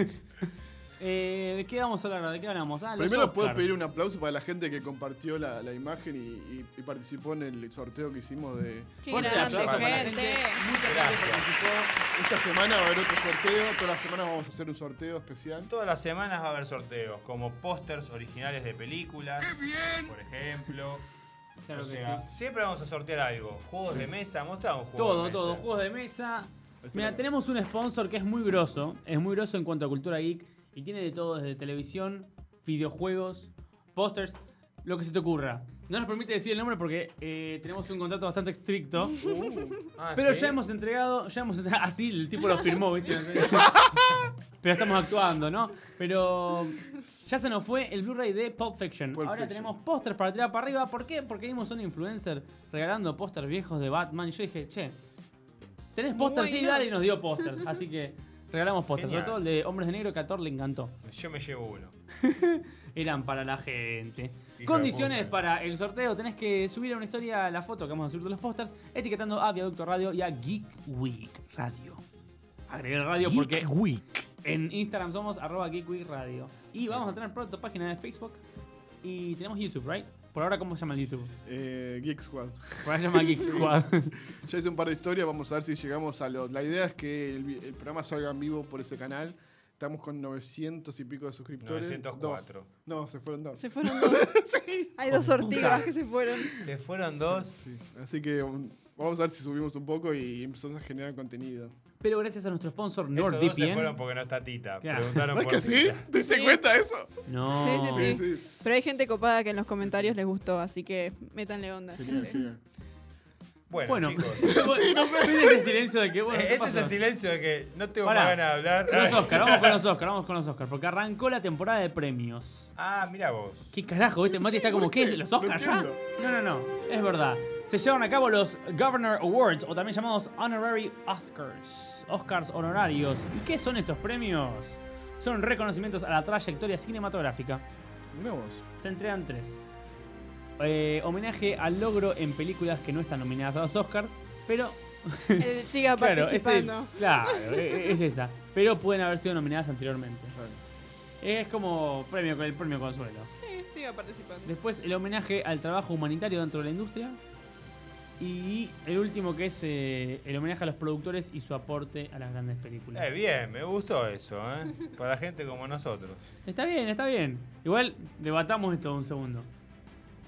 [SPEAKER 2] Eh, ¿De qué vamos a hablar? ¿De qué hablamos? Ah, los
[SPEAKER 6] Primero
[SPEAKER 2] Oscars.
[SPEAKER 6] puedo pedir un aplauso para la gente que compartió la, la imagen y, y- y participó en el sorteo que hicimos de...
[SPEAKER 4] Qué
[SPEAKER 2] Fuerte el
[SPEAKER 4] grande,
[SPEAKER 2] aplauso para la
[SPEAKER 4] gente.
[SPEAKER 5] Gracias.
[SPEAKER 6] Esta semana va a haber otro sorteo, toda la semana vamos a hacer un sorteo especial.
[SPEAKER 5] Todas las semanas va a haber sorteos, como pósters originales de películas. Por ejemplo.
[SPEAKER 2] Claro
[SPEAKER 5] O
[SPEAKER 2] que
[SPEAKER 5] sea,
[SPEAKER 2] sí.
[SPEAKER 5] Siempre vamos a sortear algo. Juegos de mesa, mostramos juegos de
[SPEAKER 2] Todo,
[SPEAKER 5] mesa.
[SPEAKER 2] todo. Juegos de mesa.
[SPEAKER 6] Ahí está
[SPEAKER 2] Mira,
[SPEAKER 6] la-
[SPEAKER 2] tenemos un sponsor que es muy grosso. Es muy grosso en cuanto a cultura geek. Y tiene de todo, desde televisión, videojuegos, pósters, lo que se te ocurra. No nos permite decir el nombre porque eh, tenemos un contrato bastante estricto.
[SPEAKER 5] Ah,
[SPEAKER 2] Pero
[SPEAKER 5] ¿sí?
[SPEAKER 2] ya hemos entregado, ya hemos entregado. *laughs* Así el tipo lo firmó,
[SPEAKER 5] *laughs*
[SPEAKER 2] ¿viste? Pero estamos actuando, ¿no? Pero ya se nos fue el Blu-ray de Pop Fiction.
[SPEAKER 6] Pulp
[SPEAKER 2] Ahora
[SPEAKER 6] Fiction.
[SPEAKER 2] tenemos pósters para tirar para arriba. ¿Por qué? Porque vimos a un influencer regalando pósters viejos de Batman. Y yo dije, che, ¿tenés pósters? Sí,
[SPEAKER 4] Bueno.
[SPEAKER 2] dale, y nos dio pósters. Así que regalamos pósters. Sobre todo
[SPEAKER 5] Genial.
[SPEAKER 2] el de Hombres de Negro, que a Thor le encantó.
[SPEAKER 5] Yo me llevo uno.
[SPEAKER 2] Eran para la gente.
[SPEAKER 5] de
[SPEAKER 2] Condiciones
[SPEAKER 5] puta.
[SPEAKER 2] para el sorteo. Tenés que subir a una historia la foto que vamos a subir de los pósters, etiquetando a Viaducto Radio y a Geek Week Radio. Agregué el radio porque
[SPEAKER 1] Week.
[SPEAKER 2] en Instagram somos arroba Geek Week Radio. Y vamos a tener pronto página de Facebook y tenemos YouTube, ¿right? Por ahora, ¿cómo se llama el YouTube?
[SPEAKER 6] Eh, Geek Squad.
[SPEAKER 2] Por ahora se llama
[SPEAKER 5] *laughs*
[SPEAKER 2] Geek Squad.
[SPEAKER 6] Ya hice un par de historias, vamos a ver si llegamos a los... La idea es que el, vi- el programa salga en vivo por ese canal. Estamos con 900 y pico de suscriptores.
[SPEAKER 5] 904.
[SPEAKER 6] Dos. No, se fueron dos.
[SPEAKER 4] Se fueron dos. Hay dos ortigas que se fueron.
[SPEAKER 5] Se fueron dos.
[SPEAKER 6] Sí. Así que um, vamos a ver si subimos un poco y empezamos a generar contenido.
[SPEAKER 2] Pero gracias a nuestro sponsor
[SPEAKER 5] Esos dos se
[SPEAKER 2] NordVPN.
[SPEAKER 5] fueron porque no está Tita.
[SPEAKER 2] Claro.
[SPEAKER 5] Preguntaron
[SPEAKER 6] ¿Sabes
[SPEAKER 5] por
[SPEAKER 6] que sí?
[SPEAKER 5] Tita.
[SPEAKER 6] ¿Te diste
[SPEAKER 4] Sí.
[SPEAKER 6] cuenta de eso?
[SPEAKER 2] No.
[SPEAKER 4] Sí, sí, sí.
[SPEAKER 6] sí.
[SPEAKER 4] Pero hay gente copada que en los comentarios les gustó, así que métanle onda.
[SPEAKER 6] Genial,
[SPEAKER 4] gente.
[SPEAKER 6] genial.
[SPEAKER 2] *laughs*
[SPEAKER 5] Bueno,
[SPEAKER 2] Bueno,
[SPEAKER 5] chicos.
[SPEAKER 2] *laughs* Estoy en el silencio de que, bueno,
[SPEAKER 5] Eh,
[SPEAKER 2] ¿qué
[SPEAKER 5] Ese es
[SPEAKER 2] pasó?
[SPEAKER 5] el silencio de que no tengo
[SPEAKER 2] Pará.
[SPEAKER 5] más ganas de hablar.
[SPEAKER 2] Los Oscar, vamos con los Oscar, vamos con los Oscar, porque arrancó la temporada de premios.
[SPEAKER 5] Ah, mira vos.
[SPEAKER 2] ¿Qué carajo? Este Mati está como,
[SPEAKER 6] ¿por qué?
[SPEAKER 2] ¿qué? ¿Los
[SPEAKER 6] No
[SPEAKER 2] Oscars ya?
[SPEAKER 6] entiendo.
[SPEAKER 2] No, no, no, es verdad. Se llevan a cabo los Governor Awards, o también llamados Honorary Oscars, Oscars honorarios. ¿Y qué son estos premios? Son reconocimientos a la trayectoria cinematográfica.
[SPEAKER 6] Mirá vos.
[SPEAKER 2] Se entregan tres. Eh, homenaje al logro en películas que no están nominadas a los Oscars, pero
[SPEAKER 4] Él siga
[SPEAKER 2] Claro, es, el-
[SPEAKER 4] participando.
[SPEAKER 2] claro, e- es esa. Pero pueden haber sido nominadas anteriormente.
[SPEAKER 6] Claro.
[SPEAKER 2] Es como premio con el premio consuelo.
[SPEAKER 4] Sí, siga participando.
[SPEAKER 2] Después el homenaje al trabajo humanitario dentro de la industria. Y el último que es eh, el homenaje a los productores y su aporte a las grandes películas.
[SPEAKER 5] Eh, bien, me gustó eso, ¿eh? Para gente como nosotros.
[SPEAKER 2] Está bien, está bien. Igual debatamos esto un segundo.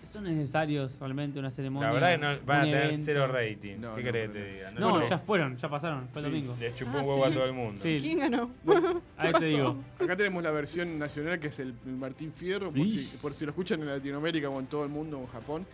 [SPEAKER 2] ¿Son necesarios realmente una ceremonia?
[SPEAKER 5] La verdad que no, van a
[SPEAKER 2] un
[SPEAKER 5] tener
[SPEAKER 2] evento?
[SPEAKER 5] cero rating.
[SPEAKER 6] No,
[SPEAKER 5] ¿Qué
[SPEAKER 6] no,
[SPEAKER 5] querés que
[SPEAKER 6] no,
[SPEAKER 5] te
[SPEAKER 6] no.
[SPEAKER 5] diga?
[SPEAKER 2] No,
[SPEAKER 5] Bueno,
[SPEAKER 2] ya fueron, ya pasaron, fue el
[SPEAKER 6] Sí,
[SPEAKER 2] domingo.
[SPEAKER 5] Le chupó
[SPEAKER 4] Ah,
[SPEAKER 5] un huevo a
[SPEAKER 4] sí.
[SPEAKER 5] todo el mundo.
[SPEAKER 2] Sí.
[SPEAKER 4] ¿Quién ganó? *laughs*
[SPEAKER 2] Ahí
[SPEAKER 4] pasó?
[SPEAKER 2] te digo.
[SPEAKER 6] Acá tenemos la versión nacional que es el, el Martín Fierro, por si,
[SPEAKER 2] Ish.
[SPEAKER 6] por si lo escuchan en Latinoamérica o en todo el mundo o en Japón.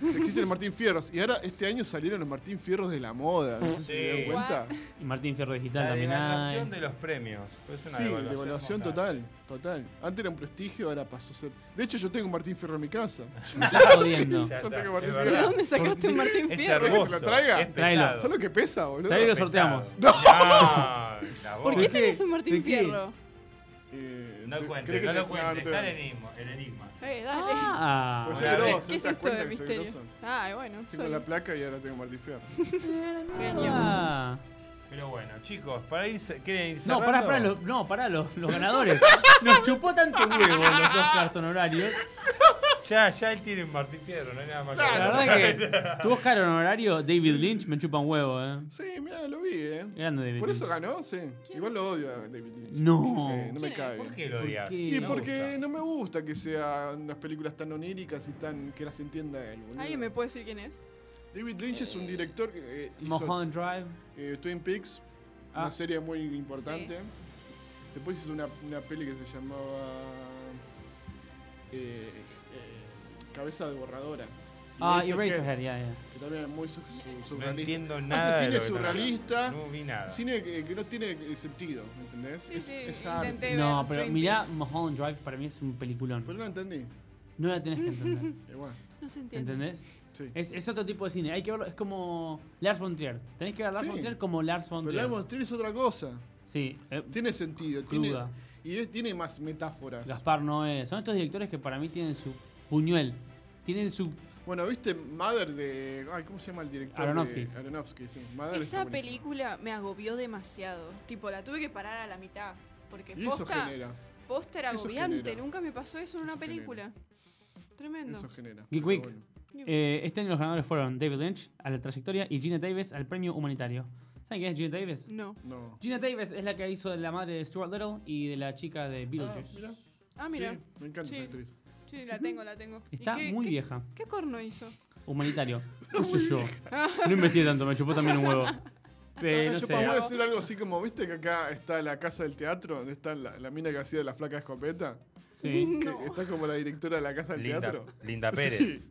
[SPEAKER 6] Existe el Martín Fierros y ahora este año salieron los Martín Fierros de la moda. No sé si se
[SPEAKER 5] Sí.
[SPEAKER 6] dieron cuenta.
[SPEAKER 2] Y Martín Fierro Digital
[SPEAKER 5] La
[SPEAKER 2] también
[SPEAKER 5] devaluación
[SPEAKER 2] hay.
[SPEAKER 5] de los premios. Pues Es una
[SPEAKER 6] Sí,
[SPEAKER 5] devaluación
[SPEAKER 6] devaluación total, total. Antes era un prestigio, ahora pasó a ser. De hecho, yo tengo un Martín Fierro en mi casa.
[SPEAKER 2] *laughs* Me estás jodiendo.
[SPEAKER 5] Ya
[SPEAKER 6] Yo
[SPEAKER 5] está,
[SPEAKER 6] tengo Martín
[SPEAKER 5] es
[SPEAKER 6] Fierro.
[SPEAKER 4] ¿De
[SPEAKER 5] verdad.
[SPEAKER 4] dónde sacaste un Martín
[SPEAKER 5] Es
[SPEAKER 4] Fierro?
[SPEAKER 6] hermoso.
[SPEAKER 5] hermoso.
[SPEAKER 6] ¿Que te lo traiga?
[SPEAKER 5] Es
[SPEAKER 2] Tráelo.
[SPEAKER 5] pesado.
[SPEAKER 6] ¿Sabes lo que pesa, boludo?
[SPEAKER 2] Trae los-
[SPEAKER 5] Pesado.
[SPEAKER 2] sorteamos.
[SPEAKER 5] No, la
[SPEAKER 4] ¿Por
[SPEAKER 5] voz.
[SPEAKER 2] ¿De
[SPEAKER 4] qué tenés un
[SPEAKER 2] ¿De
[SPEAKER 4] Martín
[SPEAKER 2] qué?
[SPEAKER 4] Fierro?
[SPEAKER 6] Eh,
[SPEAKER 5] No
[SPEAKER 6] te-
[SPEAKER 5] cuentes,
[SPEAKER 6] ¿crees que
[SPEAKER 5] no
[SPEAKER 6] te-
[SPEAKER 5] lo cuentes.
[SPEAKER 6] no, no te-
[SPEAKER 5] Está el enigma. El enigma.
[SPEAKER 4] Eh, dale.
[SPEAKER 2] Ah,
[SPEAKER 6] Pues
[SPEAKER 5] Hola,
[SPEAKER 6] soy grosso,
[SPEAKER 5] Alex.
[SPEAKER 6] ¿no
[SPEAKER 4] ¿Qué es
[SPEAKER 6] te das
[SPEAKER 4] esto de
[SPEAKER 6] cuenta que soy
[SPEAKER 4] misterio?
[SPEAKER 6] grosso?
[SPEAKER 4] Ah, bueno.
[SPEAKER 6] Tengo
[SPEAKER 4] soy-
[SPEAKER 6] la placa y ahora tengo Martín Fierro. *laughs*
[SPEAKER 2] Ah.
[SPEAKER 5] Pero bueno, chicos, para irse. ¿Quieren irse?
[SPEAKER 2] No, pará, pará, lo- no, pará los, los ganadores. Nos chupó tanto huevo los Oscars honorarios.
[SPEAKER 5] Ya, ya él tiene un Martín Fierro, no hay nada más que
[SPEAKER 2] La verdad
[SPEAKER 5] *laughs*
[SPEAKER 2] que tu Oscar honorario, David Lynch, me chupa un huevo, eh.
[SPEAKER 6] Sí, mira, lo vi, eh.
[SPEAKER 2] Grande David
[SPEAKER 6] Por eso
[SPEAKER 2] Lynch.
[SPEAKER 6] ganó, sí. Igual lo odio a David Lynch.
[SPEAKER 2] No.
[SPEAKER 6] Sí, no
[SPEAKER 4] ¿Quién
[SPEAKER 6] me
[SPEAKER 4] es?
[SPEAKER 6] cae.
[SPEAKER 5] ¿Por qué lo
[SPEAKER 2] ¿Por
[SPEAKER 5] odias?
[SPEAKER 2] qué?
[SPEAKER 6] Y
[SPEAKER 2] No
[SPEAKER 6] porque no me gusta que sean unas películas tan oníricas y tan que las entienda él, boludo.
[SPEAKER 4] ¿Alguien me puede decir quién es?
[SPEAKER 6] David Lynch es un director que eh, hizo
[SPEAKER 2] Mulholland Drive.
[SPEAKER 6] eh, Twin Peaks,
[SPEAKER 2] Ah.
[SPEAKER 6] una serie muy importante. Después hizo una, una peli que se llamaba eh, eh, Cabeza de Borradora.
[SPEAKER 2] Ah,
[SPEAKER 6] Eraserhead,
[SPEAKER 2] Eraserhead, ya, ya.
[SPEAKER 6] Que también es muy su- su-
[SPEAKER 5] No
[SPEAKER 6] surrealista.
[SPEAKER 5] entiendo nada. de
[SPEAKER 6] cine
[SPEAKER 5] lo que
[SPEAKER 6] surrealista.
[SPEAKER 5] trata. No vi nada.
[SPEAKER 6] Cine que, que no tiene eh, sentido, ¿me ¿entendés?
[SPEAKER 4] Sí,
[SPEAKER 6] es,
[SPEAKER 4] sí,
[SPEAKER 6] es
[SPEAKER 4] intenté.
[SPEAKER 6] arte.
[SPEAKER 4] Debe
[SPEAKER 2] No,
[SPEAKER 4] haber
[SPEAKER 2] pero
[SPEAKER 4] Twin
[SPEAKER 2] mirá,
[SPEAKER 4] Peaks.
[SPEAKER 2] Mulholland Drive para mí es un
[SPEAKER 6] Pero
[SPEAKER 2] peliculón.
[SPEAKER 6] no entendí.
[SPEAKER 2] No la tenés que
[SPEAKER 6] *laughs*
[SPEAKER 2] entender,
[SPEAKER 6] Igual,
[SPEAKER 4] No se entiende.
[SPEAKER 2] ¿entendés?
[SPEAKER 6] Eh, sí.
[SPEAKER 2] Es, es otro tipo de cine, hay que verlo, es como Lars von Trier. Tenés que ver a Lars
[SPEAKER 6] Sí.
[SPEAKER 2] von Trier como Lars von
[SPEAKER 6] Pero
[SPEAKER 2] Trier.
[SPEAKER 6] la es otra cosa.
[SPEAKER 2] Sí, eh,
[SPEAKER 6] Tiene sentido, tiene,
[SPEAKER 2] cruda.
[SPEAKER 6] y es- tiene más metáforas.
[SPEAKER 2] Gaspar Noé. Son estos directores que para mí tienen su puñuel. Tienen su...
[SPEAKER 6] Bueno, ¿viste Mother de. Ay, ¿cómo se llama el director?
[SPEAKER 2] Aronofsky.
[SPEAKER 6] De, Aronofsky, sí. Mother está
[SPEAKER 4] Esa
[SPEAKER 6] Ah, buenísima.
[SPEAKER 4] película me agobió demasiado. Tipo, la tuve que parar a la mitad. Porque
[SPEAKER 6] Y eso
[SPEAKER 4] posta,
[SPEAKER 6] genera.
[SPEAKER 4] posta era
[SPEAKER 6] eso
[SPEAKER 4] agobiante.
[SPEAKER 6] genera.
[SPEAKER 4] Nunca me pasó eso en una
[SPEAKER 6] Eso
[SPEAKER 4] película. Tremendo.
[SPEAKER 6] Eso genera.
[SPEAKER 2] Geek
[SPEAKER 6] Pero
[SPEAKER 2] Week.
[SPEAKER 6] bueno.
[SPEAKER 2] Eh, este año los ganadores fueron David Lynch a la trayectoria y Gina Davis al premio humanitario. ¿Saben quién es Gina Davis?
[SPEAKER 4] No.
[SPEAKER 6] No.
[SPEAKER 2] Gina Davis es la que hizo de la madre de Stuart Little y de la chica de
[SPEAKER 6] Ah,
[SPEAKER 2] Beetlejuice.
[SPEAKER 6] mira.
[SPEAKER 4] Ah, mira.
[SPEAKER 6] Sí, me encanta
[SPEAKER 4] Sí.
[SPEAKER 6] esa actriz.
[SPEAKER 4] Sí, la tengo, la tengo. ¿Y
[SPEAKER 2] Está
[SPEAKER 4] qué-
[SPEAKER 2] muy
[SPEAKER 4] qué-
[SPEAKER 2] vieja.
[SPEAKER 4] ¿Qué corno hizo?
[SPEAKER 2] Humanitario. No sé yo. No investigué tanto, me chupó también un huevo. Eh,
[SPEAKER 6] Ah,
[SPEAKER 2] no
[SPEAKER 6] yo
[SPEAKER 2] sé.
[SPEAKER 6] puedo decir algo así como, ¿viste que acá está la casa del teatro? Donde está la, la mina que hacía de la flaca escopeta.
[SPEAKER 2] Sí.
[SPEAKER 6] Que está como la directora de la casa del
[SPEAKER 5] Linda,
[SPEAKER 6] teatro.
[SPEAKER 5] Linda Pérez.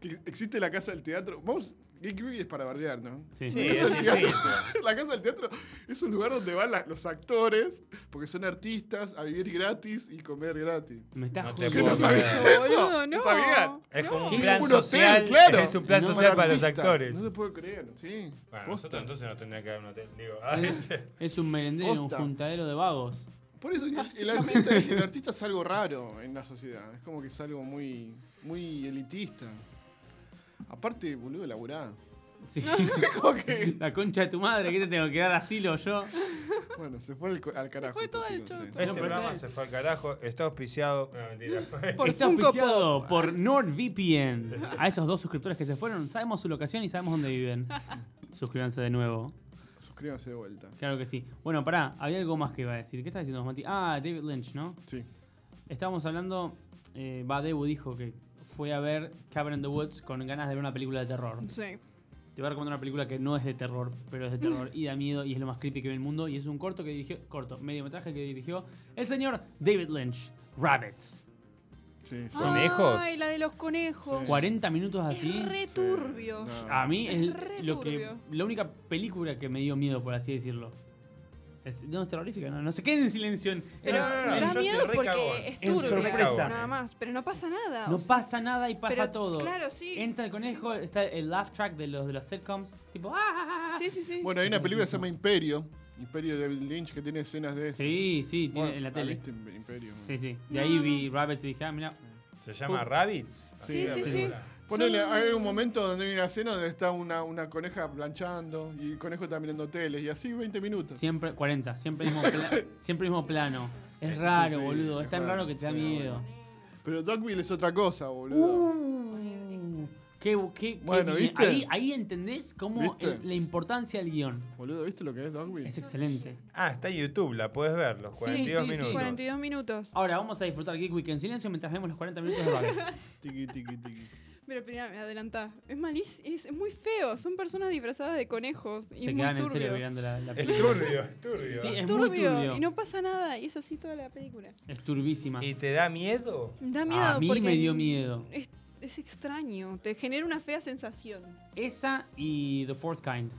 [SPEAKER 6] Que existe la casa del teatro. Vamos, Geek Week es para bardear, ¿no?
[SPEAKER 2] Sí.
[SPEAKER 5] Sí,
[SPEAKER 6] Eso
[SPEAKER 5] es
[SPEAKER 6] es teatro.
[SPEAKER 5] difícil.
[SPEAKER 6] *laughs* La casa del teatro es un lugar donde van la- los actores, porque son artistas, a vivir gratis y comer gratis.
[SPEAKER 2] Me está
[SPEAKER 5] No te
[SPEAKER 6] ¿Qué
[SPEAKER 2] jodiendo.
[SPEAKER 6] no
[SPEAKER 5] puedo
[SPEAKER 6] sabías
[SPEAKER 5] creer.
[SPEAKER 6] eso?
[SPEAKER 4] Boludo, no.
[SPEAKER 6] ¿No sabían?
[SPEAKER 5] Es como
[SPEAKER 2] Sí,
[SPEAKER 5] un plan
[SPEAKER 6] un hotel,
[SPEAKER 5] social.
[SPEAKER 6] claro.
[SPEAKER 5] Es un plan
[SPEAKER 2] No,
[SPEAKER 5] social para los
[SPEAKER 6] artistas.
[SPEAKER 5] actores.
[SPEAKER 6] No se puede creer, sí.
[SPEAKER 5] Bueno,
[SPEAKER 6] Posta.
[SPEAKER 5] nosotros entonces no tendría que haber un hotel. Digo, *laughs* este
[SPEAKER 2] Es un merendero, un
[SPEAKER 6] Posta.
[SPEAKER 2] juntadero de vagos.
[SPEAKER 6] Por eso
[SPEAKER 4] Ah,
[SPEAKER 6] el- el artista, el artista es algo raro en la sociedad. Es como que es algo muy, muy elitista. Aparte, boludo, laburá. *laughs*
[SPEAKER 2] Sí.
[SPEAKER 6] Como que-
[SPEAKER 2] La concha de tu madre, ¿qué te tengo que dar asilo yo?
[SPEAKER 6] Bueno, se fue al, co- al carajo.
[SPEAKER 4] fue todo
[SPEAKER 6] el
[SPEAKER 4] al
[SPEAKER 6] título,
[SPEAKER 4] choto.
[SPEAKER 6] sí.
[SPEAKER 5] este
[SPEAKER 2] pero
[SPEAKER 5] programa
[SPEAKER 2] está-
[SPEAKER 5] se fue al carajo. Está auspiciado. No, mentira.
[SPEAKER 4] Por
[SPEAKER 2] Está
[SPEAKER 4] Funko
[SPEAKER 2] auspiciado por NordVPN. A esos dos suscriptores que se fueron, sabemos su locación y sabemos dónde viven. Suscríbanse de nuevo.
[SPEAKER 6] Suscríbanse de vuelta.
[SPEAKER 2] Claro que sí. Bueno, pará, había algo más que iba a decir. ¿Qué estás diciendo, Mati? Ah, David Lynch, ¿no?
[SPEAKER 6] Sí.
[SPEAKER 2] Estábamos hablando. Eh, Badebu dijo que fue a ver Cabin in the Woods con ganas de ver una película de terror.
[SPEAKER 4] Sí.
[SPEAKER 2] Te voy a recomendar una película que no es de terror, pero es de terror y da miedo y es lo más creepy que ve el mundo. Y es un corto que dirigió, corto, mediometraje que dirigió el señor David Lynch, Rabbits.
[SPEAKER 6] Sí.
[SPEAKER 5] Ah, ¿Conejos?
[SPEAKER 4] Ay, la de los conejos.
[SPEAKER 6] Sí.
[SPEAKER 2] 40 minutos así.
[SPEAKER 4] Es re turbio.
[SPEAKER 6] No.
[SPEAKER 2] A mí
[SPEAKER 4] Es
[SPEAKER 2] es
[SPEAKER 4] re
[SPEAKER 2] lo que,
[SPEAKER 4] turbio.
[SPEAKER 2] la única película que me dio miedo, por así decirlo. Es, no, es terrorífica, no, no se queden en silencio. en-
[SPEAKER 4] Pero
[SPEAKER 5] No, no, no, yo
[SPEAKER 4] da
[SPEAKER 5] soy
[SPEAKER 4] miedo
[SPEAKER 5] re cagón.
[SPEAKER 4] porque es
[SPEAKER 2] Es
[SPEAKER 4] turbio.
[SPEAKER 2] sorpresa.
[SPEAKER 4] Nada más. Pero no pasa nada.
[SPEAKER 2] no
[SPEAKER 4] o sea,
[SPEAKER 2] pasa nada y pasa
[SPEAKER 4] pero-
[SPEAKER 2] todo.
[SPEAKER 4] Claro, sí.
[SPEAKER 2] Entra el conejo, está el laugh track de los de los sitcoms, tipo ¡ah!
[SPEAKER 4] Sí, sí, sí.
[SPEAKER 6] Bueno, hay una película que se llama Imperio. Imperio de David Lynch que tiene escenas de eso.
[SPEAKER 2] Sí, sí, tiene
[SPEAKER 6] Bueno,
[SPEAKER 2] en la
[SPEAKER 6] ah,
[SPEAKER 2] tele.
[SPEAKER 6] ¿viste Imp- Imperio?
[SPEAKER 2] Sí, sí. De ahí vi Rabbits y dije, ah, mira,
[SPEAKER 5] ¿Se llama Rabbits?
[SPEAKER 4] Sí, sí, sí.
[SPEAKER 6] Ponele,
[SPEAKER 4] Son-
[SPEAKER 6] hay un momento donde hay una escena donde está una, una coneja planchando y el conejo está mirando teles y así 20 minutos.
[SPEAKER 2] siempre 40, siempre mismo,
[SPEAKER 6] *laughs*
[SPEAKER 2] pla- siempre mismo plano. Es raro,
[SPEAKER 6] sí,
[SPEAKER 2] boludo,
[SPEAKER 6] es
[SPEAKER 2] es tan
[SPEAKER 6] raro,
[SPEAKER 2] raro que te da
[SPEAKER 6] sí,
[SPEAKER 2] miedo.
[SPEAKER 6] Pero Dogville es otra cosa, boludo.
[SPEAKER 2] Uh, Qué, qué- qué
[SPEAKER 6] Bueno,
[SPEAKER 2] bien.
[SPEAKER 6] ¿viste?
[SPEAKER 2] Ahí, ahí entendés cómo
[SPEAKER 6] ¿Viste?
[SPEAKER 2] el- la importancia del guión.
[SPEAKER 6] Boludo, ¿viste lo que es Dogville?
[SPEAKER 2] Es excelente.
[SPEAKER 5] Ah, está en YouTube, la puedes ver, los
[SPEAKER 2] Sí,
[SPEAKER 5] 42
[SPEAKER 2] sí, sí.
[SPEAKER 5] minutos.
[SPEAKER 4] 42 minutos.
[SPEAKER 2] Ahora vamos a disfrutar Geek Week en silencio mientras vemos los 40 minutos de Barbies.
[SPEAKER 6] Tiki, tiki, tiki.
[SPEAKER 4] Pero primero me adelantá. Es malís, es, es muy feo. Son personas disfrazadas de conejos. *laughs* Y
[SPEAKER 2] Se
[SPEAKER 4] es muy
[SPEAKER 2] quedan en
[SPEAKER 4] turbio.
[SPEAKER 2] serio mirando la, la
[SPEAKER 5] Es
[SPEAKER 2] película.
[SPEAKER 5] turbio, es turbio.
[SPEAKER 2] Sí,
[SPEAKER 5] ¿eh?
[SPEAKER 2] es
[SPEAKER 4] turbio,
[SPEAKER 2] muy turbio.
[SPEAKER 4] Y no pasa nada. Y es así toda la película.
[SPEAKER 2] Es turbísima.
[SPEAKER 5] ¿Y te da miedo?
[SPEAKER 4] Da miedo.
[SPEAKER 2] a mí
[SPEAKER 4] porque
[SPEAKER 2] me dio miedo.
[SPEAKER 4] Es, es extraño. Te genera una fea sensación.
[SPEAKER 2] Esa y The Fourth Kind.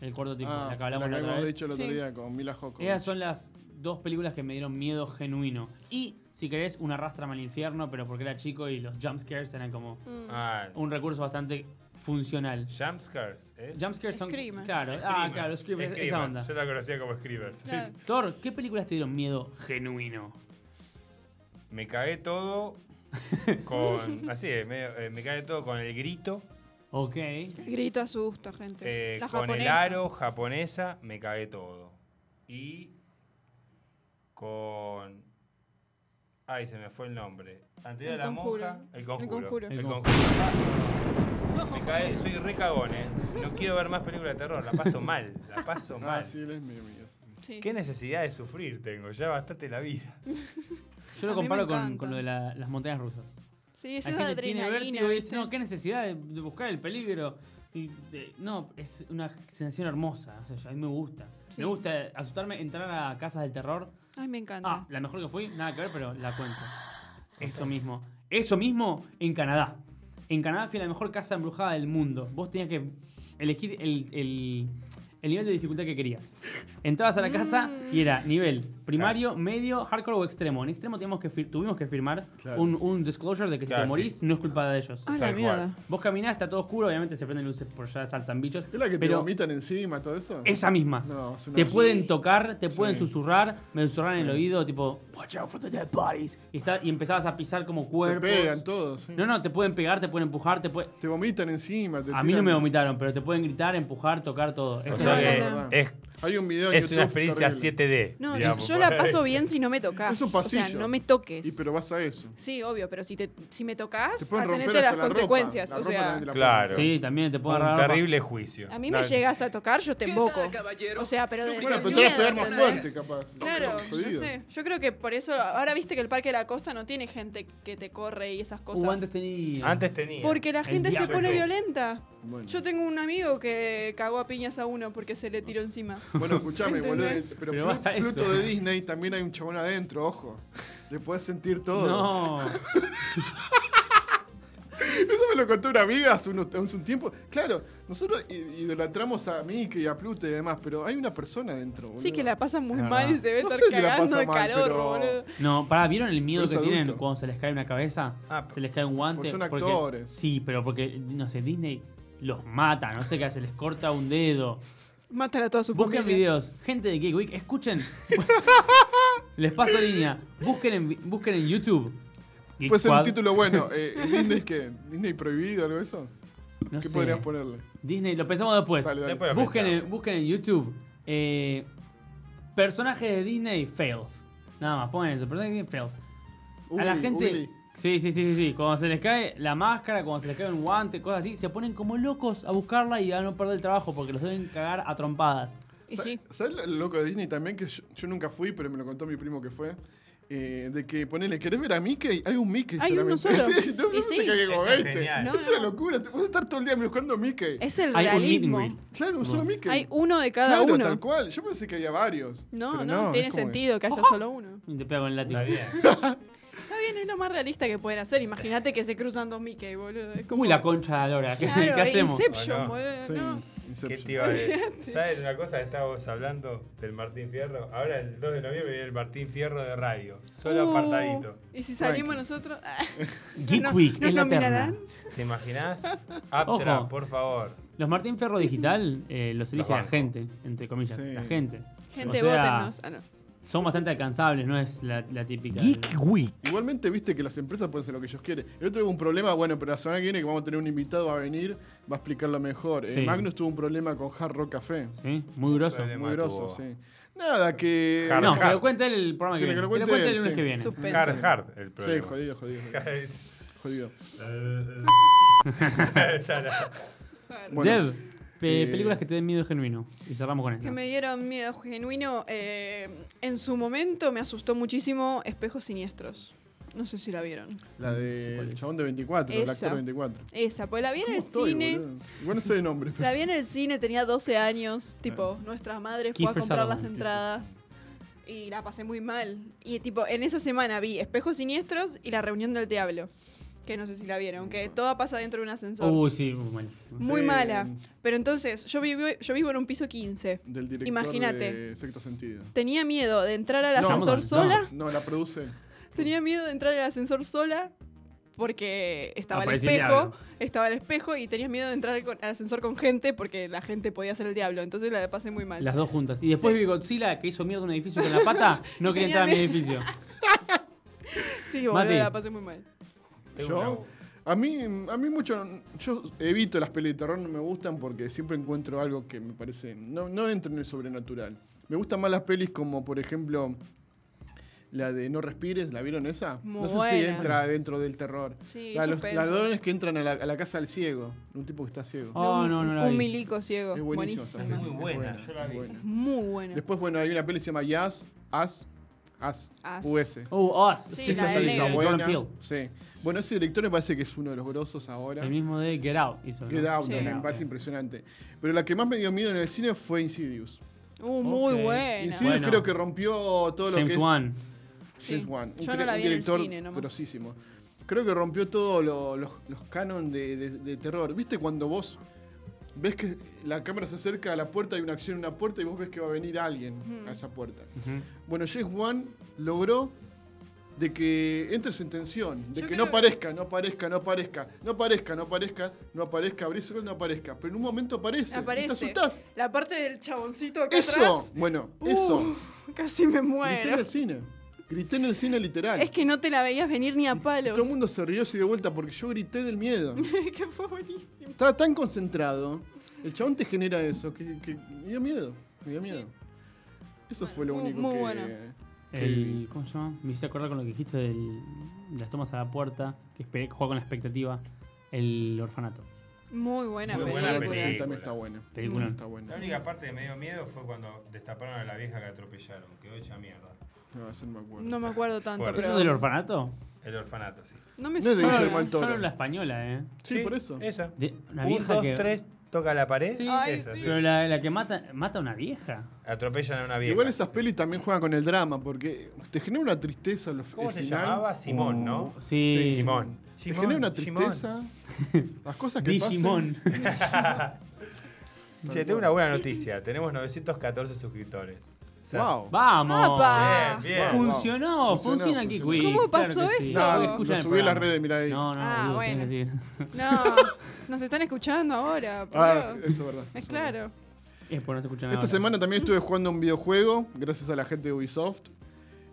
[SPEAKER 2] El cuarto *laughs* tipo,
[SPEAKER 6] Ah,
[SPEAKER 2] la que hablamos la otra
[SPEAKER 6] hemos
[SPEAKER 2] vez.
[SPEAKER 6] dicho el otro
[SPEAKER 4] Sí.
[SPEAKER 6] día con Mila Joko.
[SPEAKER 2] Esas son las dos películas que me dieron miedo genuino. Y, si querés, un arrastrame al infierno, pero porque era chico y los jumpscares eran como
[SPEAKER 4] Mm.
[SPEAKER 5] Ah,
[SPEAKER 2] un recurso bastante funcional.
[SPEAKER 5] Jumpscares, ¿eh?
[SPEAKER 2] Jumpscares son.
[SPEAKER 4] Screamers.
[SPEAKER 2] Claro, ah,
[SPEAKER 5] Screamers,
[SPEAKER 2] claro, screamers,
[SPEAKER 5] Screamers.
[SPEAKER 2] esa onda.
[SPEAKER 5] Yo la conocía como Screamers.
[SPEAKER 4] Claro.
[SPEAKER 2] Thor, ¿qué películas te dieron miedo genuino?
[SPEAKER 5] Me cagué
[SPEAKER 4] *laughs*
[SPEAKER 5] todo con. Así es, medio- eh, me, cagué todo con el grito,
[SPEAKER 2] Ok.
[SPEAKER 4] El grito asusta, gente.
[SPEAKER 5] eh,
[SPEAKER 4] la
[SPEAKER 5] con el
[SPEAKER 4] japonesa.
[SPEAKER 5] aro japonesa, me cagué todo. Y. con. Ay, se me fue el nombre. Anterior
[SPEAKER 4] El
[SPEAKER 5] a la
[SPEAKER 4] conjuro.
[SPEAKER 5] monja, el conjuro.
[SPEAKER 4] El conjuro.
[SPEAKER 5] El
[SPEAKER 2] El
[SPEAKER 5] conjuro. Ah, Me cagué, soy re cagón, ¿eh? No quiero ver más películas de terror, la paso mal, la paso
[SPEAKER 6] Ah,
[SPEAKER 5] mal.
[SPEAKER 6] sí, él es mi amigo.
[SPEAKER 4] Sí.
[SPEAKER 5] ¿Qué necesidad de sufrir tengo? Ya bastante la vida.
[SPEAKER 2] Yo
[SPEAKER 4] A mí me
[SPEAKER 2] lo comparo con,
[SPEAKER 4] encanta.
[SPEAKER 2] con lo de la- las montañas rusas.
[SPEAKER 4] Sí, es
[SPEAKER 2] Hay
[SPEAKER 4] esa
[SPEAKER 2] gente que tiene
[SPEAKER 4] adrenalina.
[SPEAKER 2] vértigo y dice,
[SPEAKER 4] ¿viste?
[SPEAKER 2] no, qué necesidad de, de buscar el peligro. Y, eh, no, es una sensación hermosa. o sea, a mí me gusta.
[SPEAKER 4] Sí.
[SPEAKER 2] Me gusta asustarme, entrar a casas del terror.
[SPEAKER 4] Ay, me encanta.
[SPEAKER 2] Ah, la mejor que fui, nada que ver, pero la cuento. Eso mismo. Eso mismo en Canadá. En Canadá fui a la mejor casa embrujada del mundo. Vos tenías que elegir el, el- el nivel de dificultad que querías. Entrabas a la casa y
[SPEAKER 6] Mm.
[SPEAKER 2] era nivel primario, medio, hardcore o extremo. En extremo teníamos que fir- tuvimos que firmar
[SPEAKER 6] Claro.
[SPEAKER 2] un, un disclosure de que si
[SPEAKER 5] Claro,
[SPEAKER 2] te
[SPEAKER 5] sí.
[SPEAKER 2] morís no es culpa de ellos.
[SPEAKER 4] Ah,
[SPEAKER 5] Tal
[SPEAKER 4] la
[SPEAKER 5] cual.
[SPEAKER 4] mierda.
[SPEAKER 2] Vos caminás, está todo oscuro, obviamente se prenden luces por allá, saltan bichos.
[SPEAKER 6] ¿Es la que te
[SPEAKER 2] pero
[SPEAKER 6] vomitan encima, todo eso?
[SPEAKER 2] esa misma.
[SPEAKER 6] No, es una
[SPEAKER 2] Te
[SPEAKER 6] mierda.
[SPEAKER 2] pueden tocar, te pueden
[SPEAKER 6] Sí.
[SPEAKER 2] susurrar, me susurran en el oído, tipo, watch out for the dead bodies. Y, está, y empezabas a pisar como
[SPEAKER 6] Te
[SPEAKER 2] cuerpos.
[SPEAKER 6] pegan todos. sí.
[SPEAKER 2] No, no, te pueden pegar, te pueden empujar, te pueden...
[SPEAKER 6] Te vomitan encima. Te
[SPEAKER 2] A mí no
[SPEAKER 6] tiran-
[SPEAKER 2] me vomitaron, pero te pueden gritar, empujar, tocar todo. Eso
[SPEAKER 5] O
[SPEAKER 2] es
[SPEAKER 5] sea
[SPEAKER 2] lo
[SPEAKER 4] no,
[SPEAKER 5] que
[SPEAKER 4] no, no.
[SPEAKER 5] es,
[SPEAKER 6] Hay un video en
[SPEAKER 5] es una
[SPEAKER 6] YouTube
[SPEAKER 5] experiencia
[SPEAKER 6] terrible.
[SPEAKER 5] 7D.
[SPEAKER 4] No,
[SPEAKER 5] digamos.
[SPEAKER 4] yo la
[SPEAKER 5] *laughs*
[SPEAKER 4] paso bien si no me tocas.
[SPEAKER 6] Es un
[SPEAKER 4] O sea,
[SPEAKER 6] pasillo.
[SPEAKER 4] no me toques.
[SPEAKER 6] Y pero vas a eso.
[SPEAKER 4] Sí, obvio, pero si, te, si me tocas,
[SPEAKER 6] Te pueden romper
[SPEAKER 4] atenete
[SPEAKER 6] hasta
[SPEAKER 4] a las
[SPEAKER 6] la ropa,
[SPEAKER 4] consecuencias.
[SPEAKER 6] la
[SPEAKER 4] o
[SPEAKER 6] ropa
[SPEAKER 4] sea,
[SPEAKER 6] también te la
[SPEAKER 5] Claro.
[SPEAKER 2] Sí, también te pueden
[SPEAKER 5] un
[SPEAKER 2] agarrar-
[SPEAKER 5] terrible juicio.
[SPEAKER 4] a mí me
[SPEAKER 5] No,
[SPEAKER 4] llegas a tocar, yo te emboco. O sea, pero de.
[SPEAKER 6] ponen. Bueno,
[SPEAKER 4] de
[SPEAKER 6] pero te vas
[SPEAKER 4] miedo,
[SPEAKER 6] a pegar más
[SPEAKER 4] ¿entendés?
[SPEAKER 6] fuerte, capaz.
[SPEAKER 4] Claro, no
[SPEAKER 6] Jodido.
[SPEAKER 4] sé. Yo creo que por eso. Ahora viste que el Parque de la Costa no tiene gente que te corre y esas cosas.
[SPEAKER 2] Uh, antes tenía...
[SPEAKER 5] Antes tenía.
[SPEAKER 4] Porque la
[SPEAKER 5] El
[SPEAKER 4] gente se
[SPEAKER 5] diablo.
[SPEAKER 4] pone violenta.
[SPEAKER 6] Bueno.
[SPEAKER 4] Yo tengo un amigo que cagó a piñas a uno porque se le tiró encima.
[SPEAKER 6] Bueno, escuchame, boludo. eh,
[SPEAKER 4] ¿Entendés?
[SPEAKER 6] Pero,
[SPEAKER 2] Pero vas a
[SPEAKER 6] Plu-
[SPEAKER 2] eso.
[SPEAKER 6] Pluto de Disney también hay un chabón adentro, ojo. Le puedes sentir todo.
[SPEAKER 2] No.
[SPEAKER 6] *laughs* Eso me lo contó una amiga hace, unos- hace un tiempo. Claro, nosotros i- idolatramos a Mickey y a Pluto y demás, pero hay una persona adentro, boludo.
[SPEAKER 4] Sí, que la pasa muy
[SPEAKER 2] Es
[SPEAKER 4] mal y
[SPEAKER 2] verdad.
[SPEAKER 4] se ve
[SPEAKER 6] No
[SPEAKER 4] estar
[SPEAKER 6] sé si la
[SPEAKER 4] cagando
[SPEAKER 6] pasa
[SPEAKER 4] de
[SPEAKER 6] mal,
[SPEAKER 4] calor,
[SPEAKER 6] pero-
[SPEAKER 4] boludo.
[SPEAKER 2] No, pará, ¿vieron el miedo
[SPEAKER 6] Pero
[SPEAKER 2] que
[SPEAKER 6] es
[SPEAKER 2] tienen
[SPEAKER 6] adulto.
[SPEAKER 2] cuando se les cae una cabeza?
[SPEAKER 5] Ah,
[SPEAKER 2] se les cae un guante.
[SPEAKER 6] Porque Pues son
[SPEAKER 2] Porque-
[SPEAKER 6] actores.
[SPEAKER 2] sí, pero porque, no sé, Disney los mata, no sé qué hace, les corta un dedo.
[SPEAKER 4] Matan a toda su
[SPEAKER 2] Busquen
[SPEAKER 4] familia.
[SPEAKER 2] videos, gente de Geek Week,
[SPEAKER 4] *laughs*
[SPEAKER 2] escuchen. Les paso línea. Busquen en, busquen en YouTube. Geek
[SPEAKER 6] Puede ser un
[SPEAKER 2] Squad.
[SPEAKER 6] título bueno.
[SPEAKER 2] *laughs*
[SPEAKER 6] Eh, ¿Disney qué? ¿Disney prohibido algo de eso?
[SPEAKER 2] No
[SPEAKER 6] ¿Qué
[SPEAKER 2] sé.
[SPEAKER 6] podrías ponerle?
[SPEAKER 2] Disney, lo pensamos después.
[SPEAKER 6] Dale, dale.
[SPEAKER 5] Después lo
[SPEAKER 2] Busquen
[SPEAKER 5] pensamos.
[SPEAKER 2] en, busquen en YouTube. eh, personajes de Disney fails. Nada más, pongan eso. Personajes de Disney fails. A la
[SPEAKER 6] Ugly,
[SPEAKER 2] gente.
[SPEAKER 6] ugly.
[SPEAKER 2] Sí, sí, sí, sí, sí. Cuando se les cae la máscara, cuando se les cae un guante, cosas así, se ponen como locos a buscarla y a no perder el trabajo porque los deben cagar a trompadas.
[SPEAKER 4] Y
[SPEAKER 6] Sa-
[SPEAKER 4] sí.
[SPEAKER 6] ¿Sabes lo- lo loco de Disney también? Que yo, yo nunca fui, pero me lo contó mi primo que fue. eh, de que ponele, ¿querés ver a Mickey? Hay un Mickey
[SPEAKER 4] Hay uno solo.
[SPEAKER 6] solamente. *laughs* Sí, no,
[SPEAKER 4] Y
[SPEAKER 6] no
[SPEAKER 4] sí.
[SPEAKER 6] te cagues como
[SPEAKER 5] Eso es
[SPEAKER 6] este.
[SPEAKER 5] genial.
[SPEAKER 4] No,
[SPEAKER 6] es una
[SPEAKER 4] no.
[SPEAKER 6] locura. Te puedes estar todo el día buscando a Mickey.
[SPEAKER 4] Es el
[SPEAKER 2] Hay un meet and
[SPEAKER 4] realismo.
[SPEAKER 2] greet.
[SPEAKER 6] Claro, un solo Mickey.
[SPEAKER 4] Hay uno de cada
[SPEAKER 6] claro,
[SPEAKER 4] uno.
[SPEAKER 6] tal cual. Yo pensé que había varios.
[SPEAKER 4] No,
[SPEAKER 6] Pero
[SPEAKER 4] no,
[SPEAKER 6] es
[SPEAKER 4] tiene
[SPEAKER 6] como-
[SPEAKER 4] sentido que haya solo uno.
[SPEAKER 2] Y te pega con el látigo.
[SPEAKER 5] Está bien.
[SPEAKER 6] *laughs*
[SPEAKER 4] Está bien, es lo más realista que pueden hacer. Imagínate que se cruzan dos Mickey, boludo. Es como-
[SPEAKER 2] Uy, la concha de la lora. ¿Qué,
[SPEAKER 4] Claro,
[SPEAKER 2] qué hacemos?
[SPEAKER 4] Inception,
[SPEAKER 5] Ah, no.
[SPEAKER 4] boludo.
[SPEAKER 6] Sí,
[SPEAKER 4] no.
[SPEAKER 5] ¿Qué
[SPEAKER 6] Inception.
[SPEAKER 5] te iba a decir? ¿Sabes una cosa? Estábamos hablando del Martín Fierro. Ahora el 2 de noviembre viene el Martín Fierro de radio. Solo
[SPEAKER 4] Uh,
[SPEAKER 5] apartadito.
[SPEAKER 4] Y si salimos nosotros. ah,
[SPEAKER 2] Geek
[SPEAKER 4] No,
[SPEAKER 2] Week
[SPEAKER 4] ¿nos
[SPEAKER 2] en la terna.
[SPEAKER 4] nominarán?
[SPEAKER 5] ¿Te
[SPEAKER 4] *laughs*
[SPEAKER 5] imaginás? Aptra,
[SPEAKER 2] Ojo.
[SPEAKER 5] por favor.
[SPEAKER 2] Los Martín Ferro Digital eh, los elige la
[SPEAKER 5] banco.
[SPEAKER 2] gente, entre comillas,
[SPEAKER 6] Sí.
[SPEAKER 2] la gente. O
[SPEAKER 4] Gente,
[SPEAKER 2] sea,
[SPEAKER 4] votennos. Ah, no.
[SPEAKER 2] Son bastante alcanzables, no es la, la típica.
[SPEAKER 1] Geek Week.
[SPEAKER 6] Igualmente, viste que las empresas pueden hacer lo que ellos quieren. El otro tuvo un problema, bueno, pero la semana que viene que vamos a tener un invitado, va a venir, va a explicarlo mejor. Eh,
[SPEAKER 2] Sí.
[SPEAKER 6] Magnus tuvo un problema con Hard Rock Café.
[SPEAKER 2] ¿sí? ¿eh? Muy grosso.
[SPEAKER 5] Problema.
[SPEAKER 6] Muy grosso,
[SPEAKER 5] tuvo.
[SPEAKER 6] sí. Nada, que.
[SPEAKER 5] Hard
[SPEAKER 2] No,
[SPEAKER 5] Rock.
[SPEAKER 2] que lo cuente el programa que
[SPEAKER 6] Que
[SPEAKER 2] viene. Que
[SPEAKER 6] lo
[SPEAKER 2] lo
[SPEAKER 6] cuente
[SPEAKER 2] cuente el
[SPEAKER 6] él,
[SPEAKER 2] lunes
[SPEAKER 6] sí.
[SPEAKER 2] que viene.
[SPEAKER 5] *laughs*
[SPEAKER 4] Suspenso.
[SPEAKER 6] *laughs*
[SPEAKER 5] Hard, hard el
[SPEAKER 6] Sí,
[SPEAKER 5] problema.
[SPEAKER 6] jodido, jodido, jodido. jodido.
[SPEAKER 5] Está la-
[SPEAKER 6] Bueno,
[SPEAKER 2] Dev, pe-
[SPEAKER 6] eh,
[SPEAKER 2] películas que te den miedo genuino. Y cerramos con
[SPEAKER 4] Que
[SPEAKER 2] esto.
[SPEAKER 4] me dieron miedo genuino. eh, en su momento me asustó muchísimo Espejos Siniestros. No sé si la vieron.
[SPEAKER 6] La del chabón de 24, el actor
[SPEAKER 4] Esa.
[SPEAKER 6] de 24.
[SPEAKER 4] Esa, pues la vi en
[SPEAKER 6] ¿Cómo
[SPEAKER 4] el
[SPEAKER 6] estoy,
[SPEAKER 4] cine.
[SPEAKER 6] boludo? Igual no sé de nombre, pero
[SPEAKER 4] La vi en el cine, tenía 12 años. Tipo, nuestra madre fue a
[SPEAKER 2] Kiefer
[SPEAKER 4] comprar las
[SPEAKER 2] Sutherland.
[SPEAKER 4] entradas. Y la pasé muy mal. Y tipo, en esa semana vi Espejos Siniestros y La Reunión del Diablo. Que no sé si la vieron, que toda pasa dentro de un ascensor.
[SPEAKER 2] Uy, Uh, sí, malísimo.
[SPEAKER 4] *laughs* Muy
[SPEAKER 6] Sí.
[SPEAKER 4] mala. Pero entonces, yo vivo, yo vivo en un piso 15.
[SPEAKER 6] del director
[SPEAKER 4] Imagínate.
[SPEAKER 6] de Sexto Sentido.
[SPEAKER 4] Tenía miedo de entrar al
[SPEAKER 6] No,
[SPEAKER 4] ascensor
[SPEAKER 2] no.
[SPEAKER 4] sola.
[SPEAKER 6] No, la produce. él.
[SPEAKER 4] Tenía miedo de entrar al ascensor sola porque estaba
[SPEAKER 2] Aparecía
[SPEAKER 4] el
[SPEAKER 2] el
[SPEAKER 4] espejo.
[SPEAKER 2] diablo.
[SPEAKER 4] estaba el espejo y tenías miedo de entrar con- al ascensor con gente porque la gente podía ser el diablo. Entonces la pasé muy mal.
[SPEAKER 2] Las dos juntas. Y después vi Godzilla que hizo mierda un edificio con la pata. No quería entrar a mi
[SPEAKER 4] *laughs* Tenía
[SPEAKER 2] edificio.
[SPEAKER 4] Sí, boludo,
[SPEAKER 2] Mati.
[SPEAKER 4] la pasé muy mal.
[SPEAKER 5] Tengo una-
[SPEAKER 6] Yo, a mí, a mí mucho, yo evito las pelis de terror, no me gustan porque siempre encuentro algo que me parece, no, no entro en el sobrenatural. Me gustan más las pelis como, por ejemplo, la de No Respires, ¿la vieron esa?
[SPEAKER 4] Muy
[SPEAKER 6] no sé si
[SPEAKER 4] buena.
[SPEAKER 6] entra dentro del terror.
[SPEAKER 4] Sí,
[SPEAKER 6] la de los
[SPEAKER 4] suspenso.
[SPEAKER 6] ladrones que entran a la, a la casa del ciego, un tipo que está ciego.
[SPEAKER 4] De
[SPEAKER 2] Oh,
[SPEAKER 4] un-
[SPEAKER 2] no, no la
[SPEAKER 4] Un
[SPEAKER 2] vi.
[SPEAKER 4] milico ciego.
[SPEAKER 6] es buenísimo. esa
[SPEAKER 4] Buenísima.
[SPEAKER 6] peli,
[SPEAKER 5] Muy
[SPEAKER 6] es
[SPEAKER 5] buena, yo la
[SPEAKER 6] es
[SPEAKER 5] vi.
[SPEAKER 6] buena.
[SPEAKER 4] Muy buena.
[SPEAKER 6] Después, bueno, hay una peli que se llama Jazz, As, As,
[SPEAKER 4] As.
[SPEAKER 6] US.
[SPEAKER 2] Oh, Oz.
[SPEAKER 4] Sí,
[SPEAKER 2] Sí, sí,
[SPEAKER 4] la
[SPEAKER 2] sí,
[SPEAKER 4] del
[SPEAKER 2] de
[SPEAKER 6] Está
[SPEAKER 4] negro.
[SPEAKER 2] Jordan
[SPEAKER 6] buena,
[SPEAKER 2] Peele.
[SPEAKER 6] Sí. Bueno, ese director me parece que es uno de los grosos ahora.
[SPEAKER 2] El mismo de Get Out hizo. ¿no?
[SPEAKER 6] Get Out
[SPEAKER 4] Sí.
[SPEAKER 6] también, me parece impresionante. Pero la que más me dio miedo en el cine fue Insidious.
[SPEAKER 4] Uh, muy
[SPEAKER 2] Ok.
[SPEAKER 4] buena.
[SPEAKER 6] Insidious
[SPEAKER 2] Bueno.
[SPEAKER 6] creo que rompió todo lo que
[SPEAKER 2] James
[SPEAKER 6] es
[SPEAKER 2] Wan.
[SPEAKER 6] James
[SPEAKER 4] Sí.
[SPEAKER 6] Wan, un,
[SPEAKER 4] Yo no
[SPEAKER 6] cre-
[SPEAKER 4] la
[SPEAKER 6] un
[SPEAKER 4] vi en el
[SPEAKER 6] director
[SPEAKER 4] cine, nomás.
[SPEAKER 6] grosísimo. Creo que rompió todos los canon de, de- de terror. ¿Viste cuando vos ves que la cámara se acerca a la puerta, hay una acción en una puerta y vos ves que va a venir alguien a esa puerta?
[SPEAKER 2] Ujú.
[SPEAKER 6] Bueno, James Wan logró de que entres en tensión, de
[SPEAKER 4] Yo
[SPEAKER 6] que
[SPEAKER 4] creo
[SPEAKER 6] no
[SPEAKER 4] que-
[SPEAKER 6] aparezca, no aparezca, no aparezca, no aparezca, no aparezca, no aparezca, abrís el no aparezca, pero en un momento aparece,
[SPEAKER 4] Aparece.
[SPEAKER 6] y te asustás.
[SPEAKER 4] La parte del chaboncito acá
[SPEAKER 6] Eso,
[SPEAKER 4] atrás.
[SPEAKER 6] bueno,
[SPEAKER 4] Uh,
[SPEAKER 6] eso.
[SPEAKER 4] Casi me
[SPEAKER 6] Grité en
[SPEAKER 4] muero.
[SPEAKER 6] el cine. Grité en el cine literal.
[SPEAKER 4] Es que no te la veías venir ni a palos.
[SPEAKER 6] Todo el mundo se rió así de vuelta porque yo grité del miedo.
[SPEAKER 4] *laughs* que fue buenísimo.
[SPEAKER 6] Estaba tan concentrado. El chabón te genera eso, que, que me dio miedo. Me dio miedo. Eso
[SPEAKER 4] Bueno,
[SPEAKER 6] fue lo
[SPEAKER 4] muy-
[SPEAKER 6] único
[SPEAKER 4] muy
[SPEAKER 6] que.
[SPEAKER 4] bueno.
[SPEAKER 6] que
[SPEAKER 2] El,
[SPEAKER 6] viví.
[SPEAKER 2] ¿Cómo se llama? Me hice acordar con lo que dijiste del, de las tomas a la puerta, que esperé, que juega con la expectativa. El orfanato.
[SPEAKER 4] Muy buena
[SPEAKER 5] Muy
[SPEAKER 4] película.
[SPEAKER 5] buena
[SPEAKER 6] Sí,
[SPEAKER 5] película.
[SPEAKER 6] también está bueno.
[SPEAKER 2] Película.
[SPEAKER 6] Está bueno.
[SPEAKER 5] La única parte que me dio miedo fue cuando destaparon a la vieja que atropellaron. Quedó hecha mierda.
[SPEAKER 6] No, eso no me acuerdo.
[SPEAKER 4] No me acuerdo tanto,
[SPEAKER 5] Fuerte.
[SPEAKER 2] ¿Eso
[SPEAKER 4] pero.
[SPEAKER 2] del orfanato?
[SPEAKER 5] El orfanato, sí.
[SPEAKER 4] No me
[SPEAKER 6] No es de
[SPEAKER 4] suena.
[SPEAKER 6] Guillermo del Toro.
[SPEAKER 2] Solo la española, ¿eh?
[SPEAKER 6] Sí, por eso.
[SPEAKER 5] Esa.
[SPEAKER 2] De- una
[SPEAKER 5] Un,
[SPEAKER 2] vieja
[SPEAKER 5] dos,
[SPEAKER 2] que.
[SPEAKER 5] tres, toca la pared.
[SPEAKER 2] Sí.
[SPEAKER 4] Ay,
[SPEAKER 5] esa,
[SPEAKER 4] sí.
[SPEAKER 5] sí.
[SPEAKER 2] Pero la, la que mata, mata a una vieja.
[SPEAKER 5] Atropellan a una vieja.
[SPEAKER 6] Igual esas pelis también juegan con el drama porque te genera una tristeza los
[SPEAKER 5] ¿Cómo
[SPEAKER 6] el
[SPEAKER 5] se
[SPEAKER 6] final. Uh,
[SPEAKER 5] llamaba? Simón, ¿no?
[SPEAKER 2] Sí.
[SPEAKER 5] Sí, Simón.
[SPEAKER 6] Te
[SPEAKER 5] Simón,
[SPEAKER 6] genera una
[SPEAKER 5] Simón.
[SPEAKER 6] tristeza.
[SPEAKER 5] *laughs*
[SPEAKER 6] Las cosas que
[SPEAKER 2] Digimon.
[SPEAKER 5] Che, tengo una buena noticia. Tenemos 914 suscriptores. O sea,
[SPEAKER 6] pasan. Wow.
[SPEAKER 2] ¡Vamos!
[SPEAKER 4] ¡Apa!
[SPEAKER 5] Bien, bien.
[SPEAKER 2] Funcionó,
[SPEAKER 6] Funcionó,
[SPEAKER 2] funciona aquí,
[SPEAKER 6] funcionó.
[SPEAKER 4] Ah, ¿Cómo pasó eso?
[SPEAKER 6] No,
[SPEAKER 4] Lo
[SPEAKER 6] lo
[SPEAKER 2] Escuchan el
[SPEAKER 6] subí a las
[SPEAKER 2] programa.
[SPEAKER 6] redes, mirá ahí.
[SPEAKER 2] No, no,
[SPEAKER 4] Ah,
[SPEAKER 2] boludo,
[SPEAKER 4] bueno.
[SPEAKER 2] tenés que decir.
[SPEAKER 4] No, nos están escuchando ahora. boludo.
[SPEAKER 6] Ah, eso es verdad.
[SPEAKER 4] es
[SPEAKER 6] eso verdad.
[SPEAKER 4] claro.
[SPEAKER 2] Es por no escuchar nada.
[SPEAKER 6] Esta
[SPEAKER 2] ahora.
[SPEAKER 6] semana también estuve jugando un videojuego, gracias a la gente de Ubisoft.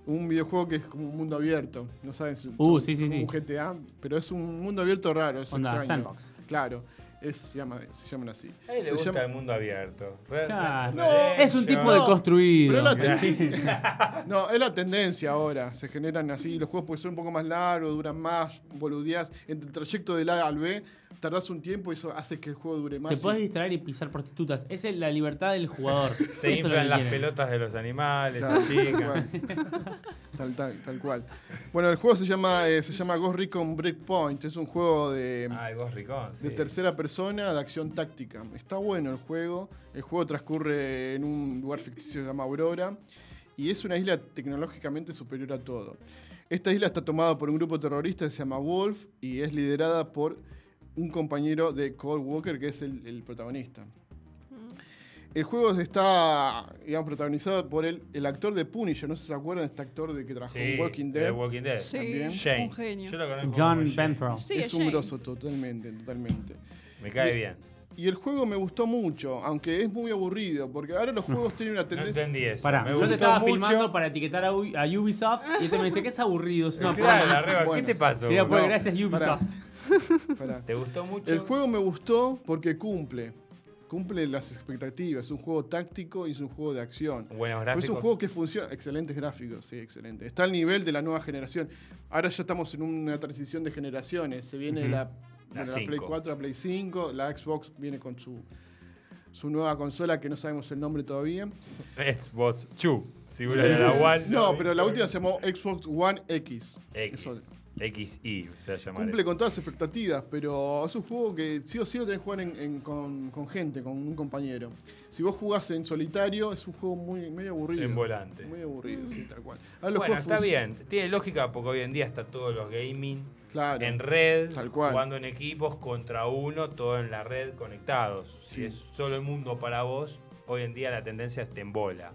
[SPEAKER 6] Un videojuego que es como un mundo abierto. No saben si
[SPEAKER 2] Uh,
[SPEAKER 6] son-
[SPEAKER 2] sí, sí,
[SPEAKER 6] como
[SPEAKER 2] sí.
[SPEAKER 6] un GTA, pero es un mundo abierto raro, es
[SPEAKER 2] Onda,
[SPEAKER 6] extraño.
[SPEAKER 2] sandbox.
[SPEAKER 6] Claro, es, se, llama, se llaman así.
[SPEAKER 5] A él le
[SPEAKER 6] Se
[SPEAKER 5] gusta
[SPEAKER 6] llama-
[SPEAKER 5] el mundo abierto.
[SPEAKER 2] Claro.
[SPEAKER 6] No,
[SPEAKER 2] Es un tipo de
[SPEAKER 6] No,
[SPEAKER 2] construido.
[SPEAKER 6] pero la ten- no, es la tendencia ahora. Se generan así los juegos porque son un poco más largos, duran más, boludeas. Entre el trayecto del A al B, tardás un tiempo y eso hace que el juego dure más.
[SPEAKER 2] Te
[SPEAKER 6] y-
[SPEAKER 2] puedes distraer y pisar prostitutas. Esa es la libertad del jugador. Eso
[SPEAKER 5] Se
[SPEAKER 2] es lo que
[SPEAKER 5] inflan las
[SPEAKER 2] quiere.
[SPEAKER 5] pelotas de los animales,
[SPEAKER 6] Claro,
[SPEAKER 5] las chicas.
[SPEAKER 6] tal cual. Tal, tal, tal cual. Bueno, el juego se llama, eh, se llama Ghost Recon Breakpoint. Es un juego de,
[SPEAKER 5] Ay, vos ricón.
[SPEAKER 6] de
[SPEAKER 5] sí.
[SPEAKER 6] tercera persona de acción táctica. Está bueno el juego. El juego transcurre en un lugar ficticio que se llama Aurora. Y es una isla tecnológicamente superior a todo. Esta isla está tomada por un grupo terrorista que se llama Wolf y es liderada por un compañero de Cold Walker que es el- el protagonista. El juego está, digamos, protagonizado por el, el actor de Punisher. No sé si se acuerdan de este actor de que trabajó en
[SPEAKER 5] Sí,
[SPEAKER 6] Walking
[SPEAKER 5] de
[SPEAKER 6] Dead.
[SPEAKER 5] Walking Dead.
[SPEAKER 4] Sí,
[SPEAKER 6] eh, También.
[SPEAKER 5] Shane.
[SPEAKER 4] un genio.
[SPEAKER 5] Yo lo conozco
[SPEAKER 2] John
[SPEAKER 5] como Shane.
[SPEAKER 2] Benthrow.
[SPEAKER 4] Sí,
[SPEAKER 6] es un
[SPEAKER 4] Shane.
[SPEAKER 6] grosso, totalmente, totalmente.
[SPEAKER 5] Me cae bien.
[SPEAKER 6] Y el juego me gustó mucho, aunque es muy aburrido, porque ahora
[SPEAKER 5] *laughs*
[SPEAKER 6] los juegos tienen una
[SPEAKER 5] No
[SPEAKER 6] tendencia.
[SPEAKER 5] entendí eso.
[SPEAKER 2] Pará,
[SPEAKER 5] me
[SPEAKER 2] yo te
[SPEAKER 5] gustó
[SPEAKER 2] estaba
[SPEAKER 5] mucho.
[SPEAKER 2] filmando para etiquetar a, Ubi- a Ubisoft y este me dice que es aburrido. Es una
[SPEAKER 5] Claro,
[SPEAKER 2] porra.
[SPEAKER 5] la reba, ¿Qué
[SPEAKER 6] Bueno.
[SPEAKER 5] te pasó?
[SPEAKER 2] Quería poner
[SPEAKER 6] No,
[SPEAKER 2] gracias Ubisoft.
[SPEAKER 6] Pará.
[SPEAKER 5] ¿Te gustó mucho?
[SPEAKER 6] El juego me gustó porque cumple. Cumple las expectativas. Es un juego táctico y es un juego de acción.
[SPEAKER 5] Buenos
[SPEAKER 6] Pero
[SPEAKER 5] Eh, gráficos.
[SPEAKER 6] es un juego que funciona. Excelentes gráficos, sí, excelente. Está al nivel de la nueva generación. Ahora ya estamos en una transición de generaciones. Se viene la Bueno, la, Play
[SPEAKER 5] cinco.
[SPEAKER 6] 4, la Play 5, la Xbox viene con su, su nueva consola que no sabemos el nombre todavía. Eh,
[SPEAKER 5] Xbox Chu. Seguro era la One.
[SPEAKER 6] No, pero la última se llamó Xbox One X.
[SPEAKER 5] X.
[SPEAKER 6] Eso-
[SPEAKER 5] XI se va a llamar.
[SPEAKER 6] Cumple con todas las expectativas, pero es un juego que sí o sí lo tenés que jugar en- en- con, con gente, con un compañero. Si vos jugás en solitario, es un juego muy medio aburrido.
[SPEAKER 5] En volante.
[SPEAKER 6] Muy aburrido, sí, tal cual. Ahora los
[SPEAKER 5] Bueno,
[SPEAKER 6] juegos
[SPEAKER 5] está
[SPEAKER 6] func-
[SPEAKER 5] bien. Tiene lógica porque hoy en día está todos los gaming
[SPEAKER 6] Claro.
[SPEAKER 5] en red,
[SPEAKER 6] Tal cual.
[SPEAKER 5] jugando en equipos contra uno, todo en la red conectados.
[SPEAKER 6] Sí.
[SPEAKER 5] Si es solo el mundo para vos, hoy en día la tendencia está en bola.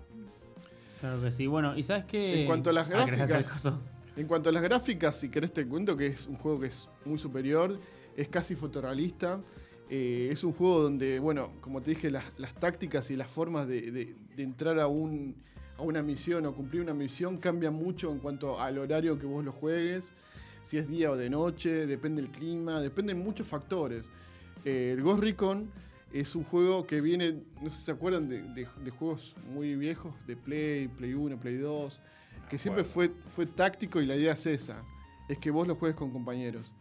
[SPEAKER 2] Claro que sí. Bueno, ¿y sabes qué?
[SPEAKER 6] En cuanto a las
[SPEAKER 2] Ah, ¿querés hacer
[SPEAKER 6] gráficas,
[SPEAKER 2] caso?
[SPEAKER 6] En cuanto a las gráficas, si querés te cuento que es un juego que es muy superior, es casi fotorrealista. eh, es un juego donde, bueno, como te dije, las, las tácticas y las formas de, de- de entrar a, un, a una misión o cumplir una misión cambian mucho en cuanto al horario que vos lo juegues, si es día o de noche, depende el clima, dependen muchos factores. Eh, el Ghost Recon es un juego que viene, no sé si se acuerdan de, de- de juegos muy viejos, de Play, Play 1, Play 2, que siempre fue, fue táctico y la idea es esa, es que vos lo juegues con compañeros.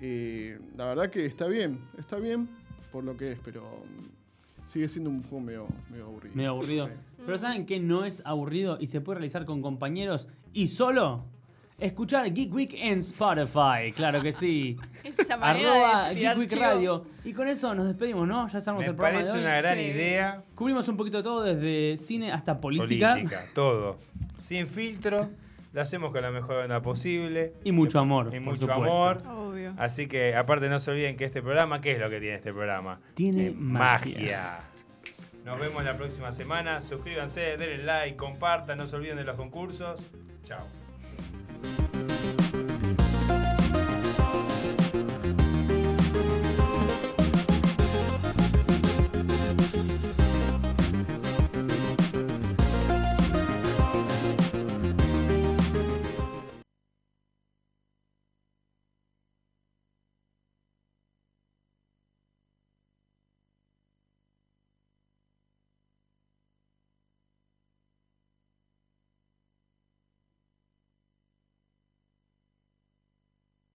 [SPEAKER 6] Eh, la verdad que está bien, está bien por lo que es, pero mm, sigue siendo un juego medio, medio aburrido.
[SPEAKER 2] Medio aburrido.
[SPEAKER 6] Sí.
[SPEAKER 2] Pero ¿saben qué no es aburrido y se puede realizar con compañeros y solo? Escuchar Geek Week en Spotify, claro que sí.
[SPEAKER 4] *laughs* Esa manera
[SPEAKER 2] Arroba
[SPEAKER 4] de tirar
[SPEAKER 2] Geek Week
[SPEAKER 4] chivo.
[SPEAKER 2] Radio. Y con eso nos despedimos, ¿no? Ya estamos
[SPEAKER 5] Me
[SPEAKER 2] el programa de
[SPEAKER 5] parece
[SPEAKER 2] hoy.
[SPEAKER 5] una gran
[SPEAKER 4] Sí.
[SPEAKER 5] idea.
[SPEAKER 2] Cubrimos un poquito de todo, desde cine hasta política.
[SPEAKER 5] política, todo. Sin filtro, lo hacemos con la mejor onda posible.
[SPEAKER 2] Y mucho amor.
[SPEAKER 5] Y
[SPEAKER 2] por
[SPEAKER 5] mucho
[SPEAKER 2] supuesto.
[SPEAKER 5] amor.
[SPEAKER 4] Obvio.
[SPEAKER 5] Así que, aparte, no se olviden que este programa, ¿qué es lo que tiene este programa?
[SPEAKER 2] Tiene
[SPEAKER 5] Eh,
[SPEAKER 2] magia.
[SPEAKER 5] Nos vemos la próxima semana. Suscríbanse, denle like, compartan, no se olviden de los concursos. Chao.